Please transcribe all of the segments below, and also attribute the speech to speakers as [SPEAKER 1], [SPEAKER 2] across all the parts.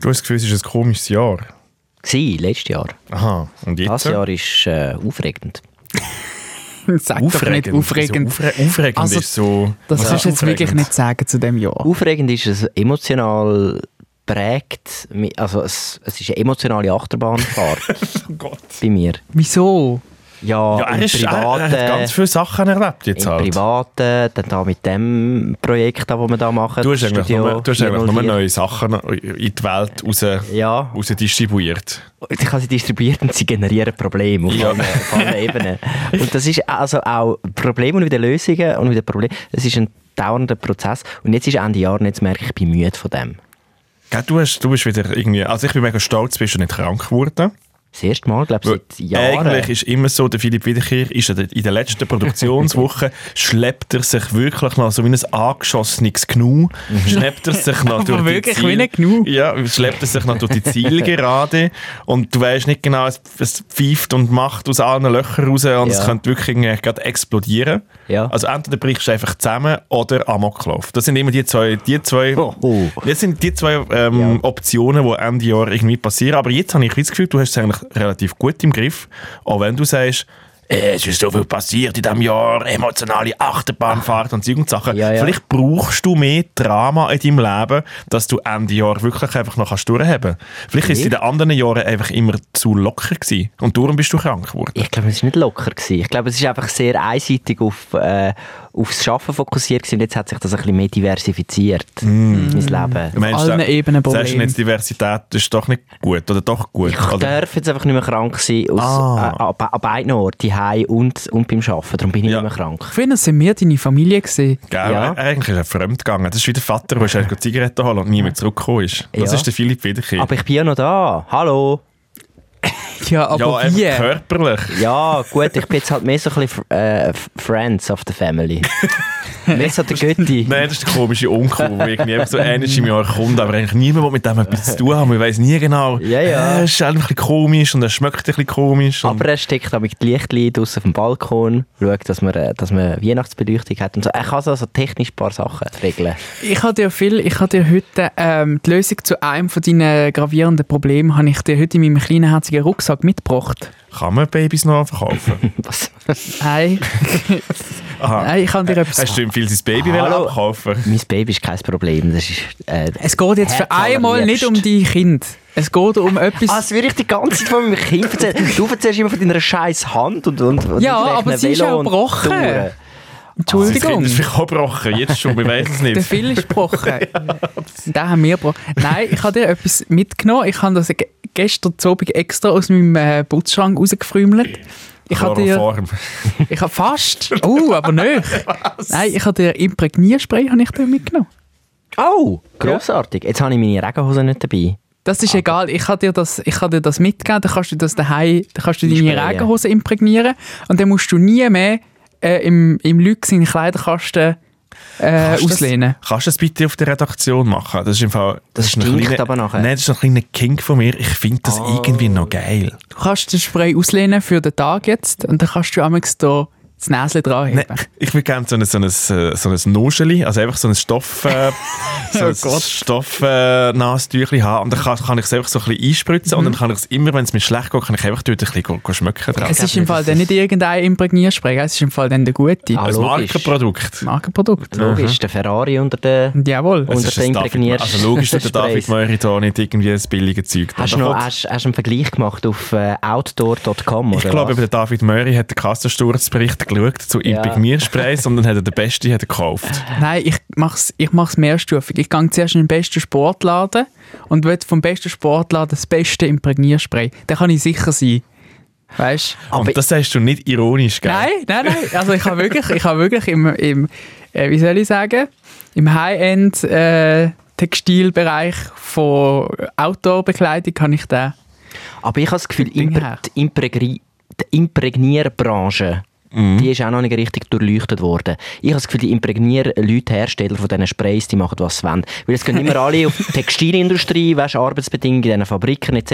[SPEAKER 1] Du hast das Gefühl, es ist ein komisches Jahr.
[SPEAKER 2] Gsi, letztes Jahr.
[SPEAKER 1] Aha, und jetzt?
[SPEAKER 2] Das Jahr ist äh, aufregend.
[SPEAKER 3] Sag doch nicht aufregend.
[SPEAKER 1] Wieso aufre aufregend
[SPEAKER 3] Also,
[SPEAKER 1] ist so...
[SPEAKER 3] Das
[SPEAKER 1] Was
[SPEAKER 3] kannst du jetzt
[SPEAKER 1] aufregend?
[SPEAKER 3] wirklich nicht sagen zu dem Jahr.
[SPEAKER 2] Aufregend ist es emotional prägt, mi- also es, es ist eine emotionale Achterbahnfahrt
[SPEAKER 1] Oh Gott.
[SPEAKER 2] bei mir.
[SPEAKER 3] Wieso?
[SPEAKER 2] Ja,
[SPEAKER 1] Ja, er,
[SPEAKER 2] im
[SPEAKER 1] ist, er, er hat ganz
[SPEAKER 2] Privaten,
[SPEAKER 1] viele Sachen erlebt jetzt
[SPEAKER 2] im
[SPEAKER 1] halt.
[SPEAKER 2] Privaten, dann da mit dem Projekt, das wir da machen.
[SPEAKER 1] Du hast eigentlich,
[SPEAKER 2] Studio
[SPEAKER 1] nur, du hast eigentlich nur
[SPEAKER 2] 404.
[SPEAKER 1] neue Sachen in die Welt raus,
[SPEAKER 2] Ja,
[SPEAKER 1] raus distribuiert.
[SPEAKER 2] ich habe sie distribuiert und sie generieren Probleme auf
[SPEAKER 1] Ja.
[SPEAKER 2] allen, auf allen Ebenen. Und das ist also auch Probleme und wieder Lösungen und wieder Probleme. Es ist ein dauernder Prozess. Und jetzt ist Ende Jahr und jetzt merke ich, ich bin müde von dem.
[SPEAKER 1] Gell, Du, hast, du bist wieder irgendwie... Also ich bin mega stolz, bist du nicht krank geworden.
[SPEAKER 2] Das erste Mal, glaube ich,
[SPEAKER 1] Weil
[SPEAKER 2] seit Jahren.
[SPEAKER 1] Eigentlich ist immer so, der Philipp Wiederkehr ist in der- in der letzten Produktionswoche, schleppt er sich wirklich noch so wie ein angeschossenes
[SPEAKER 2] Mhm.
[SPEAKER 1] Gnu, schleppt er sich noch durch die
[SPEAKER 3] wirklich
[SPEAKER 1] Ziele.
[SPEAKER 3] wie ein Gnu.
[SPEAKER 1] Ja, schleppt er sich noch durch die Ziele gerade und du weißt nicht genau, es, es pfeift und macht aus allen Löchern raus und es
[SPEAKER 2] Ja.
[SPEAKER 1] könnte wirklich irgendwie gerade explodieren.
[SPEAKER 2] Ja.
[SPEAKER 1] Also entweder brichst du einfach zusammen oder Amoklauf. Das sind immer die zwei, die zwei,
[SPEAKER 2] Oh, oh.
[SPEAKER 1] Das sind die zwei ähm, Optionen, die Ende Jahr irgendwie passieren. Aber jetzt habe ich das Gefühl, du hast es eigentlich relativ gut im Griff. Auch wenn du sagst, äh, es ist so viel passiert in diesem Jahr, emotionale Achterbahnfahrt und solche Sachen.
[SPEAKER 2] Ja, ja.
[SPEAKER 1] Vielleicht brauchst du mehr Drama in deinem Leben, dass du Ende Jahr wirklich einfach noch kannst durchhaben kannst. Vielleicht ist es in den anderen Jahren einfach immer zu locker gewesen. Und darum bist du krank geworden.
[SPEAKER 2] Ich glaube, es war nicht locker. Gewesen. Ich glaube, es war einfach sehr einseitig auf, äh, aufs Schaffen fokussiert. Gewesen. Und jetzt hat sich das ein bisschen mehr diversifiziert,
[SPEAKER 1] Mm.
[SPEAKER 2] mein Leben.
[SPEAKER 1] Meinst
[SPEAKER 3] allen
[SPEAKER 1] da-
[SPEAKER 3] Ebenen
[SPEAKER 1] Sagst du
[SPEAKER 3] Problem.
[SPEAKER 1] jetzt, Diversität ist doch nicht gut oder doch gut?
[SPEAKER 2] Ich
[SPEAKER 1] oder?
[SPEAKER 2] darf jetzt einfach nicht mehr krank sein, aus,
[SPEAKER 1] Also- Ah.
[SPEAKER 2] äh, an, be- an beiden Orten, daheim und, und beim Arbeiten. Darum bin ich
[SPEAKER 1] Ja.
[SPEAKER 2] nicht mehr krank.
[SPEAKER 3] Früher sind wir deine Familie gesehen.
[SPEAKER 1] Gell,
[SPEAKER 2] Ja.
[SPEAKER 1] er- Eigentlich ist er fremd gegangen. Das ist wie der Vater, der schnell Zigaretten holen und nie mehr zurückgekommen ist. Das
[SPEAKER 2] Ja.
[SPEAKER 1] ist der Philipp Wiederkehr.
[SPEAKER 2] Aber ich bin ja noch da. Hallo.
[SPEAKER 3] Ja,
[SPEAKER 1] ja,
[SPEAKER 3] aber
[SPEAKER 1] einfach
[SPEAKER 3] wie?
[SPEAKER 1] körperlich.
[SPEAKER 2] Ja, gut, ich bin jetzt halt mehr so ein bisschen äh, Friends of the Family. mehr so der Götti.
[SPEAKER 1] Nein, das ist der komische Onkel, der irgendwie einfach so ähnlich im Jahr kommt, aber eigentlich niemand will mit dem etwas zu tun haben. Man weiß nie genau.
[SPEAKER 2] Ja, ja.
[SPEAKER 1] Äh, es ist halt ein bisschen komisch und er schmeckt ein bisschen komisch. Und
[SPEAKER 2] Aber er steckt damit die Lichtli draussen auf dem Balkon, schaut, dass man, äh, dass man Weihnachtsbeleuchtung hat und so. Er kann so, so technisch ein paar Sachen regeln.
[SPEAKER 3] Ich habe dir viel, ich habe dir heute ähm, die Lösung zu einem von deinen gravierenden Problemen, habe ich dir heute in meinem kleinen herzigen Rucksack mitgebracht.
[SPEAKER 1] kann man Babys noch verkaufen?
[SPEAKER 2] Was?
[SPEAKER 3] Nein,
[SPEAKER 1] Aha.
[SPEAKER 3] nein, ich habe dir etwas.
[SPEAKER 1] Äh, Hast du ihm viel sein Baby
[SPEAKER 2] Hallo.
[SPEAKER 1] abkaufen?
[SPEAKER 2] mein Baby ist kein Problem. Das ist, äh,
[SPEAKER 3] Es geht jetzt für
[SPEAKER 2] Herz
[SPEAKER 3] einmal nicht um dein Kind. Es geht um
[SPEAKER 2] Ah,
[SPEAKER 3] etwas.
[SPEAKER 2] das würde ich die ganze Zeit von meinem Kind erzählen. Du erzählst immer von deiner scheiß Hand und, und, und
[SPEAKER 3] Ja,
[SPEAKER 2] irgendwelchen
[SPEAKER 3] aber sie ist
[SPEAKER 2] Velo
[SPEAKER 3] auch
[SPEAKER 2] und
[SPEAKER 3] gebrochen.
[SPEAKER 2] Touren.
[SPEAKER 1] Sein Kind
[SPEAKER 3] Entschuldigung.
[SPEAKER 1] ist vielleicht auch gebrochen, jetzt schon, wir weiß es
[SPEAKER 3] Der
[SPEAKER 1] nicht.
[SPEAKER 3] viel ist gebrochen. Den haben wir gebrochen. Nein, ich habe dir etwas mitgenommen. Ich habe das ge- gestern Abend extra aus meinem äh, Putzschrank rausgefrümelt. Ich habe dir,
[SPEAKER 1] Chloroform.
[SPEAKER 3] ich habe fast, oh, aber nicht. Nein, ich habe dir Imprägnierspray habe ich dir mitgenommen.
[SPEAKER 2] Oh, grossartig. Jetzt habe ich meine Regenhose nicht dabei.
[SPEAKER 3] Das
[SPEAKER 1] Ah.
[SPEAKER 3] ist egal, ich habe dir das, ich habe dir das mitgegeben, dann kannst du das daheim, dann kannst du deine
[SPEAKER 2] Einsprayen.
[SPEAKER 3] Regenhose imprägnieren und dann musst du nie mehr äh, im, im Lux in Kleiderkasten äh,
[SPEAKER 1] Kannst du
[SPEAKER 3] auslehnen.
[SPEAKER 1] Das, kannst du das bitte auf der Redaktion machen? Das ist im Fall.
[SPEAKER 2] Das
[SPEAKER 1] ein
[SPEAKER 2] stinkt
[SPEAKER 1] kleiner-
[SPEAKER 2] aber nachher. Ah.
[SPEAKER 1] Nein, das ist ein kleiner Kink von mir. Ich finde das irgendwie noch geil.
[SPEAKER 3] Du kannst den Spray auslehnen für den Tag jetzt und dann kannst du einmal da das Näsli dran
[SPEAKER 1] Nein,
[SPEAKER 3] heben.
[SPEAKER 1] ich würde gerne so ein, so ein, äh, so ein Nuscheli, also einfach so ein Stoff, äh, so
[SPEAKER 2] Oh
[SPEAKER 1] ein
[SPEAKER 3] Gott.
[SPEAKER 1] Stoff, äh, Nasentüchli haben. Und dann kann, kann ich es einfach so ein bisschen einspritzen und dann kann ich es immer, wenn es mir schlecht geht, kann ich einfach dort ein bisschen go- go schmecken dran.
[SPEAKER 3] Mhm. Es
[SPEAKER 2] glaub
[SPEAKER 3] ist im
[SPEAKER 2] nicht,
[SPEAKER 3] Fall
[SPEAKER 2] dass
[SPEAKER 3] dann
[SPEAKER 2] es-
[SPEAKER 3] nicht irgendein Imprägnierspray, es ist im Fall dann der gute
[SPEAKER 2] Ah,
[SPEAKER 1] Ein
[SPEAKER 2] logisch.
[SPEAKER 1] Markenprodukt.
[SPEAKER 3] Markenprodukt.
[SPEAKER 2] Logisch, der Ferrari unter den...
[SPEAKER 3] Und Jawohl.
[SPEAKER 2] Und-
[SPEAKER 1] Es ist ein
[SPEAKER 2] dann
[SPEAKER 1] David,
[SPEAKER 2] imprägnierst-
[SPEAKER 1] also logisch, dass der David
[SPEAKER 2] Sprays.
[SPEAKER 1] Möhrig da nicht irgendwie ein billiges Zeug
[SPEAKER 2] Hast du
[SPEAKER 1] da
[SPEAKER 2] noch
[SPEAKER 1] kommt.
[SPEAKER 2] hast, hast du einen Vergleich gemacht auf äh, outdoor.com?
[SPEAKER 1] Ich
[SPEAKER 2] oder
[SPEAKER 1] glaube,
[SPEAKER 2] was?
[SPEAKER 1] der David Möri hat den Kassensturzbericht geschaut zu
[SPEAKER 2] Ja.
[SPEAKER 1] Imprägniersprays und dann hat er den besten hat er gekauft.
[SPEAKER 3] Nein, ich mache es ich mach's mehrstufig. Ich gehe zuerst in den besten Sportladen und will vom besten Sportladen das beste Imprägnierspray. Da kann ich sicher sein. Weißt du?
[SPEAKER 2] Aber-
[SPEAKER 1] und das sagst du nicht ironisch, gell?
[SPEAKER 3] Nein, nein, nein. Also ich habe wirklich, ich habe wirklich im, im äh, wie soll ich sagen, im High-End äh, Textilbereich von Outdoor-Bekleidung kann ich den.
[SPEAKER 2] Aber ich habe das Gefühl,
[SPEAKER 3] Ding
[SPEAKER 2] impr
[SPEAKER 3] her.
[SPEAKER 2] die, Imprägri- die Imprägnierbranche
[SPEAKER 1] Mhm.
[SPEAKER 2] Die ist auch noch nicht richtig durchleuchtet worden. Ich habe das Gefühl, die imprägnieren Leute, Hersteller von diesen Sprays, die machen, was sie wollen. Weil es gehen immer alle auf die Textilindustrie, weißt, Arbeitsbedingungen in diesen Fabriken etc.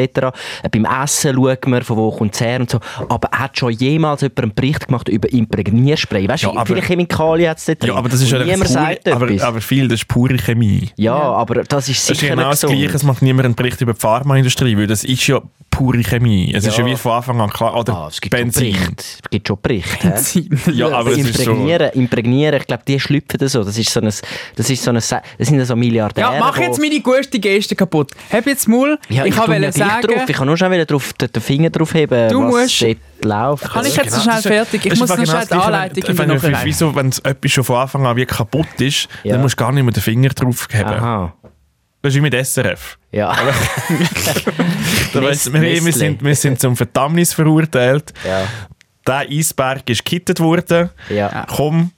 [SPEAKER 2] Äh, Beim Essen schaut man, von wo kommt es her und so. Aber hat schon jemals jemand einen Bericht gemacht über Imprägnierspray? Weißt du,
[SPEAKER 1] Ja, aber-
[SPEAKER 2] viele Chemikalien hat es da drin.
[SPEAKER 1] Ja, aber das ist
[SPEAKER 2] Und
[SPEAKER 1] ja
[SPEAKER 2] Niemand
[SPEAKER 1] pure-
[SPEAKER 2] sagt etwas.
[SPEAKER 1] aber, aber viel, das ist pure Chemie.
[SPEAKER 2] ja, aber das ist
[SPEAKER 1] Das ist
[SPEAKER 2] sicher
[SPEAKER 1] genau
[SPEAKER 2] nicht
[SPEAKER 1] das
[SPEAKER 2] so.
[SPEAKER 1] Gleiche, es macht niemand einen Bericht über die Pharmaindustrie, weil das ist ja pure Chemie. Es ist
[SPEAKER 2] Ja.
[SPEAKER 1] ja wie von Anfang an klar, oder
[SPEAKER 2] Ah, es gibt
[SPEAKER 1] Benzin.
[SPEAKER 2] schon Berichte. Es gibt schon Berichte. hä?
[SPEAKER 1] Ja, aber es ist schon...
[SPEAKER 2] imprägnieren, imprägnieren, ich glaube, die schlüpfen da so. Das ist so ein, das ist so ein, das sind so Milliardäre.
[SPEAKER 3] Ja, mach jetzt
[SPEAKER 2] die-
[SPEAKER 3] meine gute Geste kaputt. Hab jetzt Maul.
[SPEAKER 2] Ja,
[SPEAKER 3] ich
[SPEAKER 2] ich, tu mir
[SPEAKER 3] wollte
[SPEAKER 2] gleich drauf.
[SPEAKER 3] sagen,
[SPEAKER 2] ich kann nur schon wieder drauf, den, den Finger draufheben,
[SPEAKER 3] Du
[SPEAKER 2] was
[SPEAKER 3] musst-
[SPEAKER 2] dort läuft.
[SPEAKER 3] Kann Ah, ich
[SPEAKER 2] Ja.
[SPEAKER 3] jetzt
[SPEAKER 1] genau-
[SPEAKER 3] so schnell fertig? Ich muss noch schnell die Anleitung in
[SPEAKER 1] in
[SPEAKER 3] die
[SPEAKER 1] wenn,
[SPEAKER 3] Noche
[SPEAKER 1] wenn, wieso, wenn etwas schon von Anfang an wie kaputt ist,
[SPEAKER 2] Ja.
[SPEAKER 1] dann musst du gar nicht mehr den Finger drauf haben.
[SPEAKER 2] Aha.
[SPEAKER 1] Das ist wie mit SRF.
[SPEAKER 2] Ja.
[SPEAKER 1] Da weiss,
[SPEAKER 2] Nest-
[SPEAKER 1] wir, wir,
[SPEAKER 2] Nestle.
[SPEAKER 1] sind, wir sind zum Verdammnis verurteilt.
[SPEAKER 2] ja.
[SPEAKER 1] Der Eisberg ist gekittet worden.
[SPEAKER 2] Ja.
[SPEAKER 1] Komm,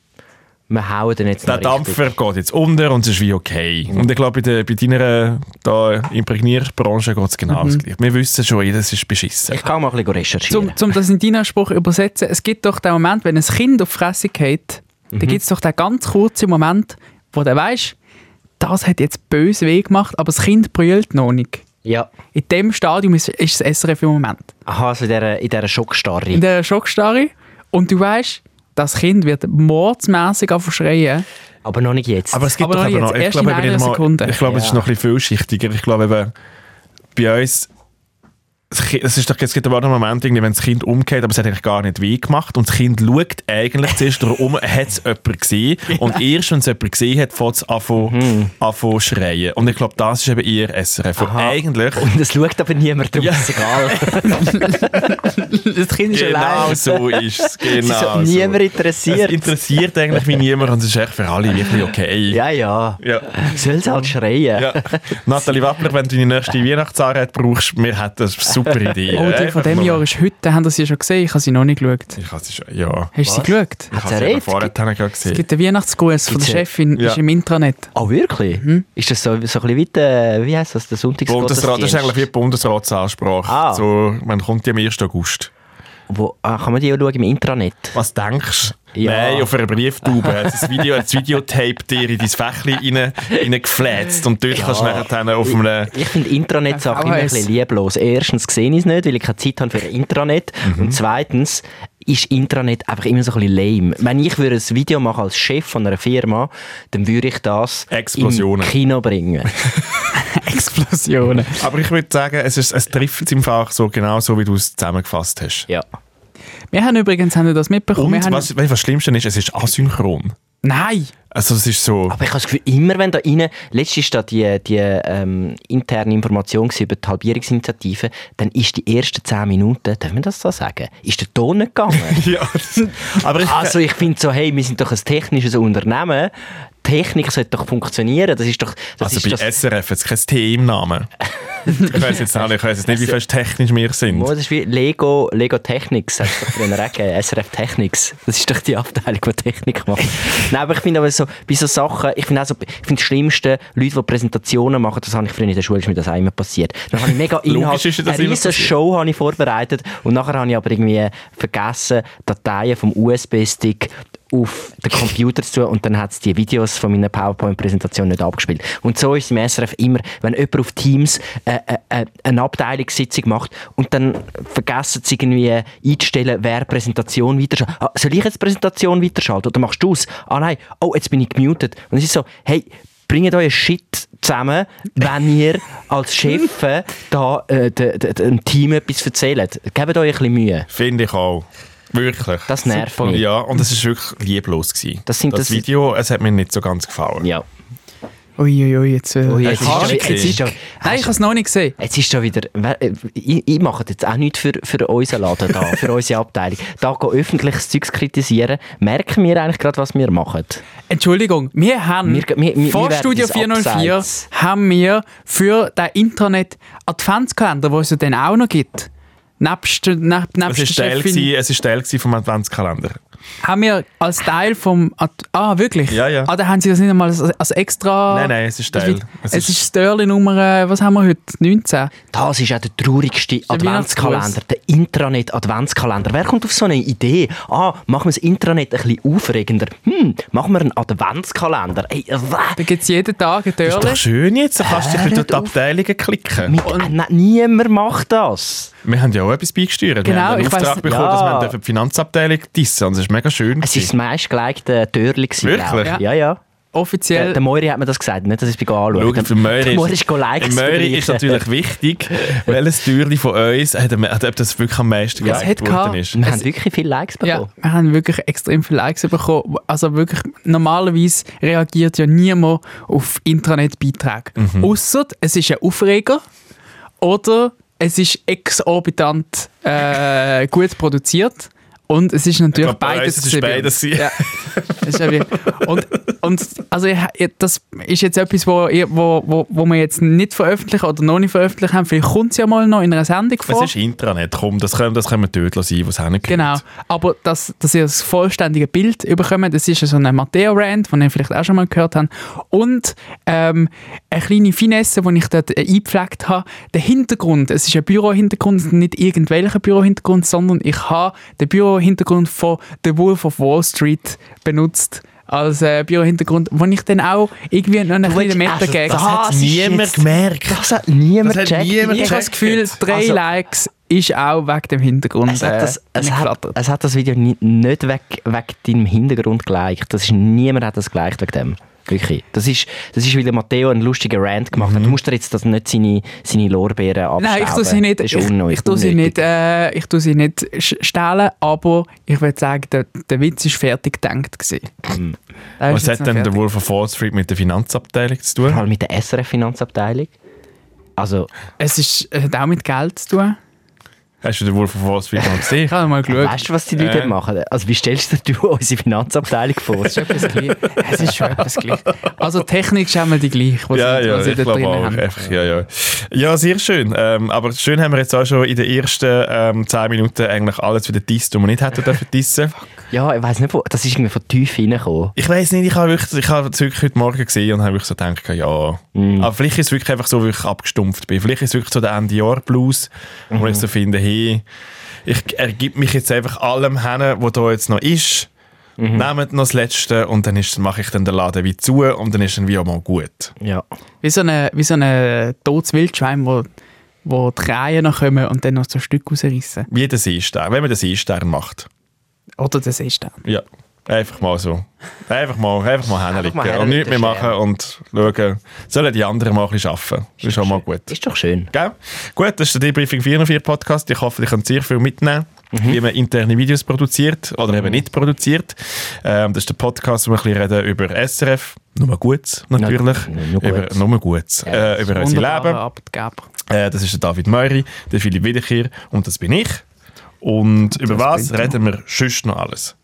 [SPEAKER 2] Wir hauen den jetzt
[SPEAKER 1] der
[SPEAKER 2] noch richtig. Mhm.
[SPEAKER 1] Dampfer geht jetzt unter und es ist wie okay. Und ich glaube, bei, der- bei deiner da, Imprägnierbranche geht es genau
[SPEAKER 2] Mhm.
[SPEAKER 1] das gleiche. Wir wissen schon, eh, das ist beschissen.
[SPEAKER 2] Ich kann mal ein bisschen recherchieren.
[SPEAKER 3] zum, zum das in deinen Spruch übersetzen, es gibt doch den Moment, wenn ein Kind auf die Fresse geht,
[SPEAKER 2] Mhm.
[SPEAKER 3] dann gibt es doch den ganz kurzen Moment, wo du weisst, das hat jetzt böse weh gemacht, aber das Kind brüllt noch nicht.
[SPEAKER 2] ja.
[SPEAKER 3] In dem Stadium ist, ist das SRF im Moment.
[SPEAKER 2] Aha, also in dieser, in dieser
[SPEAKER 3] in
[SPEAKER 2] Schockstarre.
[SPEAKER 3] der Schockstarre und du weißt, das Kind wird mordsmässig verschreien.
[SPEAKER 2] Aber noch nicht jetzt.
[SPEAKER 1] Aber es gibt
[SPEAKER 3] Aber
[SPEAKER 1] doch
[SPEAKER 3] noch
[SPEAKER 1] eben
[SPEAKER 3] jetzt,
[SPEAKER 1] noch, ich
[SPEAKER 3] erst
[SPEAKER 1] glaube,
[SPEAKER 3] in
[SPEAKER 1] eben
[SPEAKER 3] einer
[SPEAKER 1] nicht
[SPEAKER 3] Sekunde.
[SPEAKER 1] mal, ich glaube es ist
[SPEAKER 2] Ja.
[SPEAKER 1] noch ein bisschen vielschichtiger. Ich glaube eben, bei uns, das Ki- es, ist doch, es gibt aber auch noch einen Moment, irgendwie, wenn das Kind umgeht, aber es hat eigentlich gar nicht weh gemacht und das Kind schaut eigentlich zuerst darum, hat es jemand gesehen und erst, wenn es jemand gesehen hat, fängt es an zu- an zu schreien. Und ich glaube, das ist eben ihr SRF. Und
[SPEAKER 2] Mhm. Aha.
[SPEAKER 1] eigentlich...
[SPEAKER 2] Und es schaut aber niemand drauf,
[SPEAKER 1] Ja.
[SPEAKER 2] ist egal.
[SPEAKER 3] Genau,
[SPEAKER 2] das Kind ist allein.
[SPEAKER 1] Genau so ist es.
[SPEAKER 2] Es ist
[SPEAKER 1] Genau
[SPEAKER 2] so, niemand
[SPEAKER 1] so. Es
[SPEAKER 2] interessiert.
[SPEAKER 1] interessiert eigentlich wie niemand und es ist echt für alle wirklich okay.
[SPEAKER 2] ja, ja.
[SPEAKER 1] Ja.
[SPEAKER 2] Soll es halt schreien.
[SPEAKER 1] Ja. Nathalie Wappler, wenn du deine nächste Weihnachtsarbeit brauchst, wir hätten eine super Idee.
[SPEAKER 3] Oh, die von
[SPEAKER 1] Einfach
[SPEAKER 3] dem
[SPEAKER 1] mal-
[SPEAKER 3] Jahr ist heute, haben das ja schon gesehen, ich habe sie noch nicht geschaut.
[SPEAKER 1] Ich habe sie schon, ja.
[SPEAKER 3] Hast du sie
[SPEAKER 2] Was?
[SPEAKER 3] geschaut?
[SPEAKER 1] Ich
[SPEAKER 2] Hat's
[SPEAKER 1] habe
[SPEAKER 2] er
[SPEAKER 1] sie eben
[SPEAKER 2] recht?
[SPEAKER 1] vorher gerade
[SPEAKER 3] Es
[SPEAKER 1] gesehen.
[SPEAKER 3] gibt einen Weihnachtsgruß von der
[SPEAKER 2] Gibt's-
[SPEAKER 3] Chefin,
[SPEAKER 1] Ja.
[SPEAKER 3] ist im Intranet.
[SPEAKER 2] Ah, wirklich? Ist das so, so ein bisschen wie der, wie heisst das, der Sonntagsgottesdienst?
[SPEAKER 1] Mhm. Bundesrat, das ist eigentlich wie die Bundesratsansprache.
[SPEAKER 2] Ah.
[SPEAKER 1] So, man kommt die am 1. August.
[SPEAKER 2] Wo, ah, kann man die auch schauen im Intranet?
[SPEAKER 1] Was denkst du?
[SPEAKER 2] Ja.
[SPEAKER 1] Nein, auf einer Brieftaube. hat Das Video, das Videotape dir in dein Fächli rein, reingeflätzt und dort kannst du nachher dann auf einem...
[SPEAKER 2] Ich finde Intranet-Sachen immer ein
[SPEAKER 3] VHS.
[SPEAKER 2] bisschen lieblos. Erstens sehe ich es nicht, weil ich keine Zeit habe für Intranet.
[SPEAKER 1] Mhm.
[SPEAKER 2] Und zweitens ist Intranet einfach immer so ein bisschen lame. Wenn ich würde ein Video machen als Chef von einer Firma, dann würde ich das im
[SPEAKER 1] Explosionen.
[SPEAKER 2] Kino bringen.
[SPEAKER 3] Explosionen.
[SPEAKER 1] Aber ich würde sagen, es, ist, es trifft es im Fach so genau so, wie du es zusammengefasst hast.
[SPEAKER 2] Ja.
[SPEAKER 3] Wir haben übrigens, haben wir das mitbekommen?
[SPEAKER 1] Und
[SPEAKER 3] wir haben
[SPEAKER 1] was, weißt du, was das Schlimmste ist, es ist asynchron.
[SPEAKER 3] Nein!
[SPEAKER 1] Also es ist so...
[SPEAKER 2] Aber ich habe das Gefühl, immer wenn da rein, letztens war da die, die ähm, interne Information gewesen über die Halbierungsinitiative, dann ist die ersten 10 Minuten, darf man das so sagen, ist der Ton nicht gegangen.
[SPEAKER 1] Ja, das- aber ich,
[SPEAKER 2] also ich finde so, hey, wir sind doch ein technisches Unternehmen, Technik sollte doch funktionieren, das ist doch... Das
[SPEAKER 1] also
[SPEAKER 2] ist
[SPEAKER 1] bei
[SPEAKER 2] das,
[SPEAKER 1] SRF jetzt kein T im Namen. ich weiß jetzt auch nicht, ich weiss jetzt nicht,
[SPEAKER 2] Also
[SPEAKER 1] wie fest technisch wir
[SPEAKER 2] Oh,
[SPEAKER 1] sind.
[SPEAKER 2] das ist wie Lego, Lego Technics, hat es doch früher auch gegeben, SRF Technics. Das ist doch die Abteilung, die Technik macht. Nein, aber ich finde aber so, bei so Sachen, ich finde auch so, ich finde das Schlimmste, Leute, die Präsentationen machen, das habe ich früher in der Schule, ist mir das auch immer passiert. Dann habe ich mega Inhalt,
[SPEAKER 1] ist dir das
[SPEAKER 2] eine
[SPEAKER 1] immer
[SPEAKER 2] riesen
[SPEAKER 1] passiert.
[SPEAKER 2] Show habe ich vorbereitet und nachher habe ich aber irgendwie vergessen, Dateien vom USB-Stick auf den Computer zu tun und dann hat es die Videos von meiner PowerPoint-Präsentation nicht abgespielt. Und so ist es im SRF immer, wenn jemand auf Teams äh, äh, äh, eine Abteilungssitzung macht und dann vergessen sie irgendwie einzustellen, wer die Präsentation weiterschaltet. Ah, soll ich jetzt die Präsentation weiterschalten oder machst du es? Ah nein, oh, jetzt bin ich gemutet. Und es ist so, hey, bringt euren Shit zusammen, wenn ihr als Chef da äh, de, de, dem Team etwas erzählt. Gebt euch ein bisschen Mühe.
[SPEAKER 1] Finde ich auch. Wirklich.
[SPEAKER 2] Das nervt
[SPEAKER 1] Super.
[SPEAKER 2] mich.
[SPEAKER 1] Ja, und es ist wirklich lieblos. Gewesen.
[SPEAKER 2] Das sind- das-
[SPEAKER 1] Video, es hat mir nicht so ganz gefallen.
[SPEAKER 2] Ja.
[SPEAKER 3] Uiuiui, jetzt... Äh,
[SPEAKER 2] jetzt
[SPEAKER 1] hast
[SPEAKER 2] ist
[SPEAKER 1] du
[SPEAKER 2] schon-
[SPEAKER 1] gesehen?
[SPEAKER 2] jetzt ist schon-
[SPEAKER 3] Nein, ich habe es noch nicht gesehen.
[SPEAKER 2] Jetzt ist schon wieder, wer- äh, ich, ich mache jetzt auch nichts für, für unseren Laden da, für unsere Abteilung. Da gehen öffentliches Zeugs kritisieren, merken wir eigentlich gerade, was wir machen.
[SPEAKER 3] Entschuldigung, wir haben
[SPEAKER 2] Wir- wir- wir-
[SPEAKER 3] vor
[SPEAKER 2] wir werden
[SPEAKER 3] Studio
[SPEAKER 2] das
[SPEAKER 3] 404
[SPEAKER 2] abseits.
[SPEAKER 3] haben wir für den Internet Adventskalender, wo es ja dann auch noch gibt. Nebst, nebst, nebst
[SPEAKER 1] Es ist Teil, gewesen, es ist Teil gewesen vom Adventskalender.
[SPEAKER 3] haben wir als Teil vom. At ah, wirklich?
[SPEAKER 1] Ja, ja.
[SPEAKER 3] Ah, da haben sie das nicht einmal als, als extra.
[SPEAKER 1] Nein, nein, es ist
[SPEAKER 3] Das
[SPEAKER 1] Teil.
[SPEAKER 3] wird- Es, ist Sterling Nummer, äh, was haben wir heute? 19.
[SPEAKER 2] Das ist auch der traurigste Adventskalender,
[SPEAKER 3] Weihnachtsgruß.
[SPEAKER 2] der Intranet-Adventskalender. Wer kommt auf so eine Idee? Ah, machen wir das Intranet ein bisschen aufregender. Hm, machen wir einen Adventskalender. Ey, äh,
[SPEAKER 3] Da
[SPEAKER 2] wä-
[SPEAKER 3] gibt es jeden Tag ein
[SPEAKER 1] ist doch
[SPEAKER 3] Törli.
[SPEAKER 1] schön jetzt, dann kannst du dich
[SPEAKER 2] Hört
[SPEAKER 1] durch die
[SPEAKER 2] auf.
[SPEAKER 1] Abteilungen klicken.
[SPEAKER 2] mit, äh, nein, niemand macht das.
[SPEAKER 1] Wir haben ja auch etwas beigesteuert. wir
[SPEAKER 3] Genau,
[SPEAKER 1] haben einen
[SPEAKER 3] ich weiss
[SPEAKER 1] Auftrag
[SPEAKER 3] nicht.
[SPEAKER 1] bekommen, dass
[SPEAKER 2] Ja.
[SPEAKER 1] wir dürfen die Finanzabteilung dissen und es ist mega schön.
[SPEAKER 2] Es war das
[SPEAKER 1] gewesen.
[SPEAKER 2] meistgelegte Türli. gewesen,
[SPEAKER 1] Wirklich?
[SPEAKER 2] glaub ich. Ja, ja. Der,
[SPEAKER 3] Offiziell.
[SPEAKER 2] der Moiri hat mir das gesagt, nicht, dass ich es bei anschaue.
[SPEAKER 1] Schau,
[SPEAKER 2] Der-
[SPEAKER 1] für Möri
[SPEAKER 2] der Moiri ist go Likes
[SPEAKER 1] für Möri ist
[SPEAKER 2] vergleichen.
[SPEAKER 1] natürlich wichtig, welches Türli von uns hat, am- hat ob das wirklich am meisten
[SPEAKER 3] Ja.
[SPEAKER 1] geliked
[SPEAKER 3] Es hat
[SPEAKER 1] worden
[SPEAKER 3] gehabt-
[SPEAKER 1] ist.
[SPEAKER 2] Wir haben wirklich viele Likes
[SPEAKER 3] Ja,
[SPEAKER 2] bekommen.
[SPEAKER 3] wir haben wirklich extrem viele Likes bekommen. Also wirklich, normalerweise reagiert ja niemand auf Intranet-Beiträge.
[SPEAKER 1] Mhm.
[SPEAKER 3] Ausser es ist ein Aufreger oder es ist exorbitant äh, gut produziert. Und es ist natürlich
[SPEAKER 1] glaub, bei
[SPEAKER 3] beides.
[SPEAKER 1] uns ist es
[SPEAKER 3] gewesen bei
[SPEAKER 1] beides
[SPEAKER 3] uns.
[SPEAKER 1] gewesen.
[SPEAKER 3] Ja. Das ist ja wie- und, und also ich, ich- das ist jetzt etwas, wo, ich- wo, wo, wo wir jetzt nicht veröffentlichen oder noch nicht veröffentlicht haben. Vielleicht kommt es ja mal noch in einer Sendung
[SPEAKER 1] Es
[SPEAKER 3] vor.
[SPEAKER 1] ist Intranet, komm, das können, das können wir töten sein, was haben
[SPEAKER 3] Genau, aber dass, dass ihr das vollständige Bild bekommt, das ist ja so ein Matteo-Rand, den ihr vielleicht auch schon mal gehört habt. Und ähm, eine kleine Finesse, die ich dort äh, eingepflegt habe. Der Hintergrund, es ist ein Bürohintergrund, nicht irgendwelcher Bürohintergrund, sondern ich habe den Bürohintergrund von The Wolf of Wall Street benutzt als äh, Bürohintergrund, wo ich dann auch irgendwie noch einen kleinen
[SPEAKER 2] willst-
[SPEAKER 3] Meta-Gag
[SPEAKER 2] also
[SPEAKER 1] Das
[SPEAKER 2] Das
[SPEAKER 1] hat
[SPEAKER 2] hat
[SPEAKER 1] es
[SPEAKER 2] ist
[SPEAKER 1] niemand
[SPEAKER 2] jetzt-
[SPEAKER 1] gemerkt.
[SPEAKER 2] Das hat niemand
[SPEAKER 1] Das hat
[SPEAKER 2] gecheckt.
[SPEAKER 1] niemand
[SPEAKER 3] Ich habe
[SPEAKER 1] gecheckt.
[SPEAKER 3] das Gefühl, drei
[SPEAKER 2] Also-
[SPEAKER 3] Likes ist auch wegen dem Hintergrund
[SPEAKER 2] Es hat, das,
[SPEAKER 3] äh,
[SPEAKER 2] es, hat,
[SPEAKER 3] reingeflattert.
[SPEAKER 2] es hat das Video ni- nicht weg, wegen deinem Hintergrund geliked. Das ist, niemand hat das geliked wegen dem. Wirklich. Das ist, das ist weil der Matteo einen lustigen Rant gemacht hat. Du musst dir jetzt das nicht seine, seine Lorbeeren abstauben.
[SPEAKER 3] Nein, ich tue sie nicht,
[SPEAKER 2] Das
[SPEAKER 3] ich,
[SPEAKER 2] ist unnötig.
[SPEAKER 3] ich tue sie nicht, äh, ich tue sie nicht sch- stehlen, aber ich würde sagen, der, der Witz ist fertig gedacht. gewesen. Der ist
[SPEAKER 1] Was
[SPEAKER 3] jetzt
[SPEAKER 1] hat
[SPEAKER 3] noch
[SPEAKER 1] denn der
[SPEAKER 3] fertig. Halt.
[SPEAKER 1] Wolf of Wall Street mit der Finanzabteilung zu
[SPEAKER 2] Vor
[SPEAKER 1] tun?
[SPEAKER 2] allem mit der SRF-Finanzabteilung. Also,
[SPEAKER 3] Es ist, es hat auch mit Geld zu tun.
[SPEAKER 1] Hast du den Wolf of Wall Street mal
[SPEAKER 3] Ich
[SPEAKER 1] gesehen?
[SPEAKER 3] habe mal geschaut.
[SPEAKER 2] weißt du, was die Leute
[SPEAKER 1] Äh.
[SPEAKER 2] dort machen? Also, wie stellst du dir unsere Finanzabteilung vor?
[SPEAKER 3] Es ist, etwas gleich. es ist schon etwas gleich. Also technisch ist immer die gleiche, was
[SPEAKER 1] Ja,
[SPEAKER 3] sie,
[SPEAKER 1] ja,
[SPEAKER 3] was sie
[SPEAKER 1] ich
[SPEAKER 3] da
[SPEAKER 1] glaube
[SPEAKER 3] drin
[SPEAKER 1] auch.
[SPEAKER 3] haben.
[SPEAKER 1] Einfach, ja, ja. ja, sehr schön. Ähm, aber schön haben wir jetzt auch schon in den ersten ähm, 10 Minuten eigentlich alles wieder disst, was wir nicht hätten dürfen dissen.
[SPEAKER 2] Ja, ich weiss nicht, wo, das ist irgendwie von tief reingekommen.
[SPEAKER 1] Ich weiß nicht, ich habe wirklich, ich habe das wirklich heute Morgen gesehen und habe wirklich so gedacht, ja. Aber vielleicht ist es wirklich einfach so, wie ich abgestumpft bin. Vielleicht ist es wirklich so der Ende-Jahr-Blues, wo ich so finde, hey, ich ergib mich jetzt einfach allem hin, was da jetzt noch ist. Nehmt noch das Letzte und dann ist, mache ich dann den Laden wie zu und dann ist dann wie auch mal gut.
[SPEAKER 2] Ja.
[SPEAKER 3] Wie so ein wie so eine totes Wildschwein, wo, wo die Reihen noch kommen und dann noch so ein Stück rausreißen.
[SPEAKER 1] Wie der Seestern, wenn man den Seestern macht.
[SPEAKER 3] Oder das ist dann.
[SPEAKER 1] Ja, einfach mal so. Einfach mal, einfach mal
[SPEAKER 2] mal
[SPEAKER 1] hinlegen
[SPEAKER 2] hinlegen,
[SPEAKER 1] und nichts mehr
[SPEAKER 2] den
[SPEAKER 1] machen und schauen, sollen die anderen mal ein bisschen arbeiten. Ist schon mal gut.
[SPEAKER 2] Ist doch schön.
[SPEAKER 1] Gell? Gut, das ist der Debriefing 404 Podcast. Ich hoffe, ihr könnt sehr viel mitnehmen,
[SPEAKER 3] Mhm.
[SPEAKER 1] wie man interne Videos produziert oder eben nicht produziert. Ähm, das ist der Podcast, wo wir ein bisschen reden über SRF. Nur Gutes, natürlich.
[SPEAKER 2] Nein, nur
[SPEAKER 1] über,
[SPEAKER 2] Gutes.
[SPEAKER 1] nur Gutes.
[SPEAKER 2] Ja,
[SPEAKER 1] äh, über unser
[SPEAKER 3] Wunderbarer
[SPEAKER 1] Leben.
[SPEAKER 3] Arbeitgeber.
[SPEAKER 1] Äh, das ist der David Meury, der Philipp Wiederkehr und das bin ich. Und über was
[SPEAKER 3] bin ich.
[SPEAKER 1] reden wir sonst noch alles?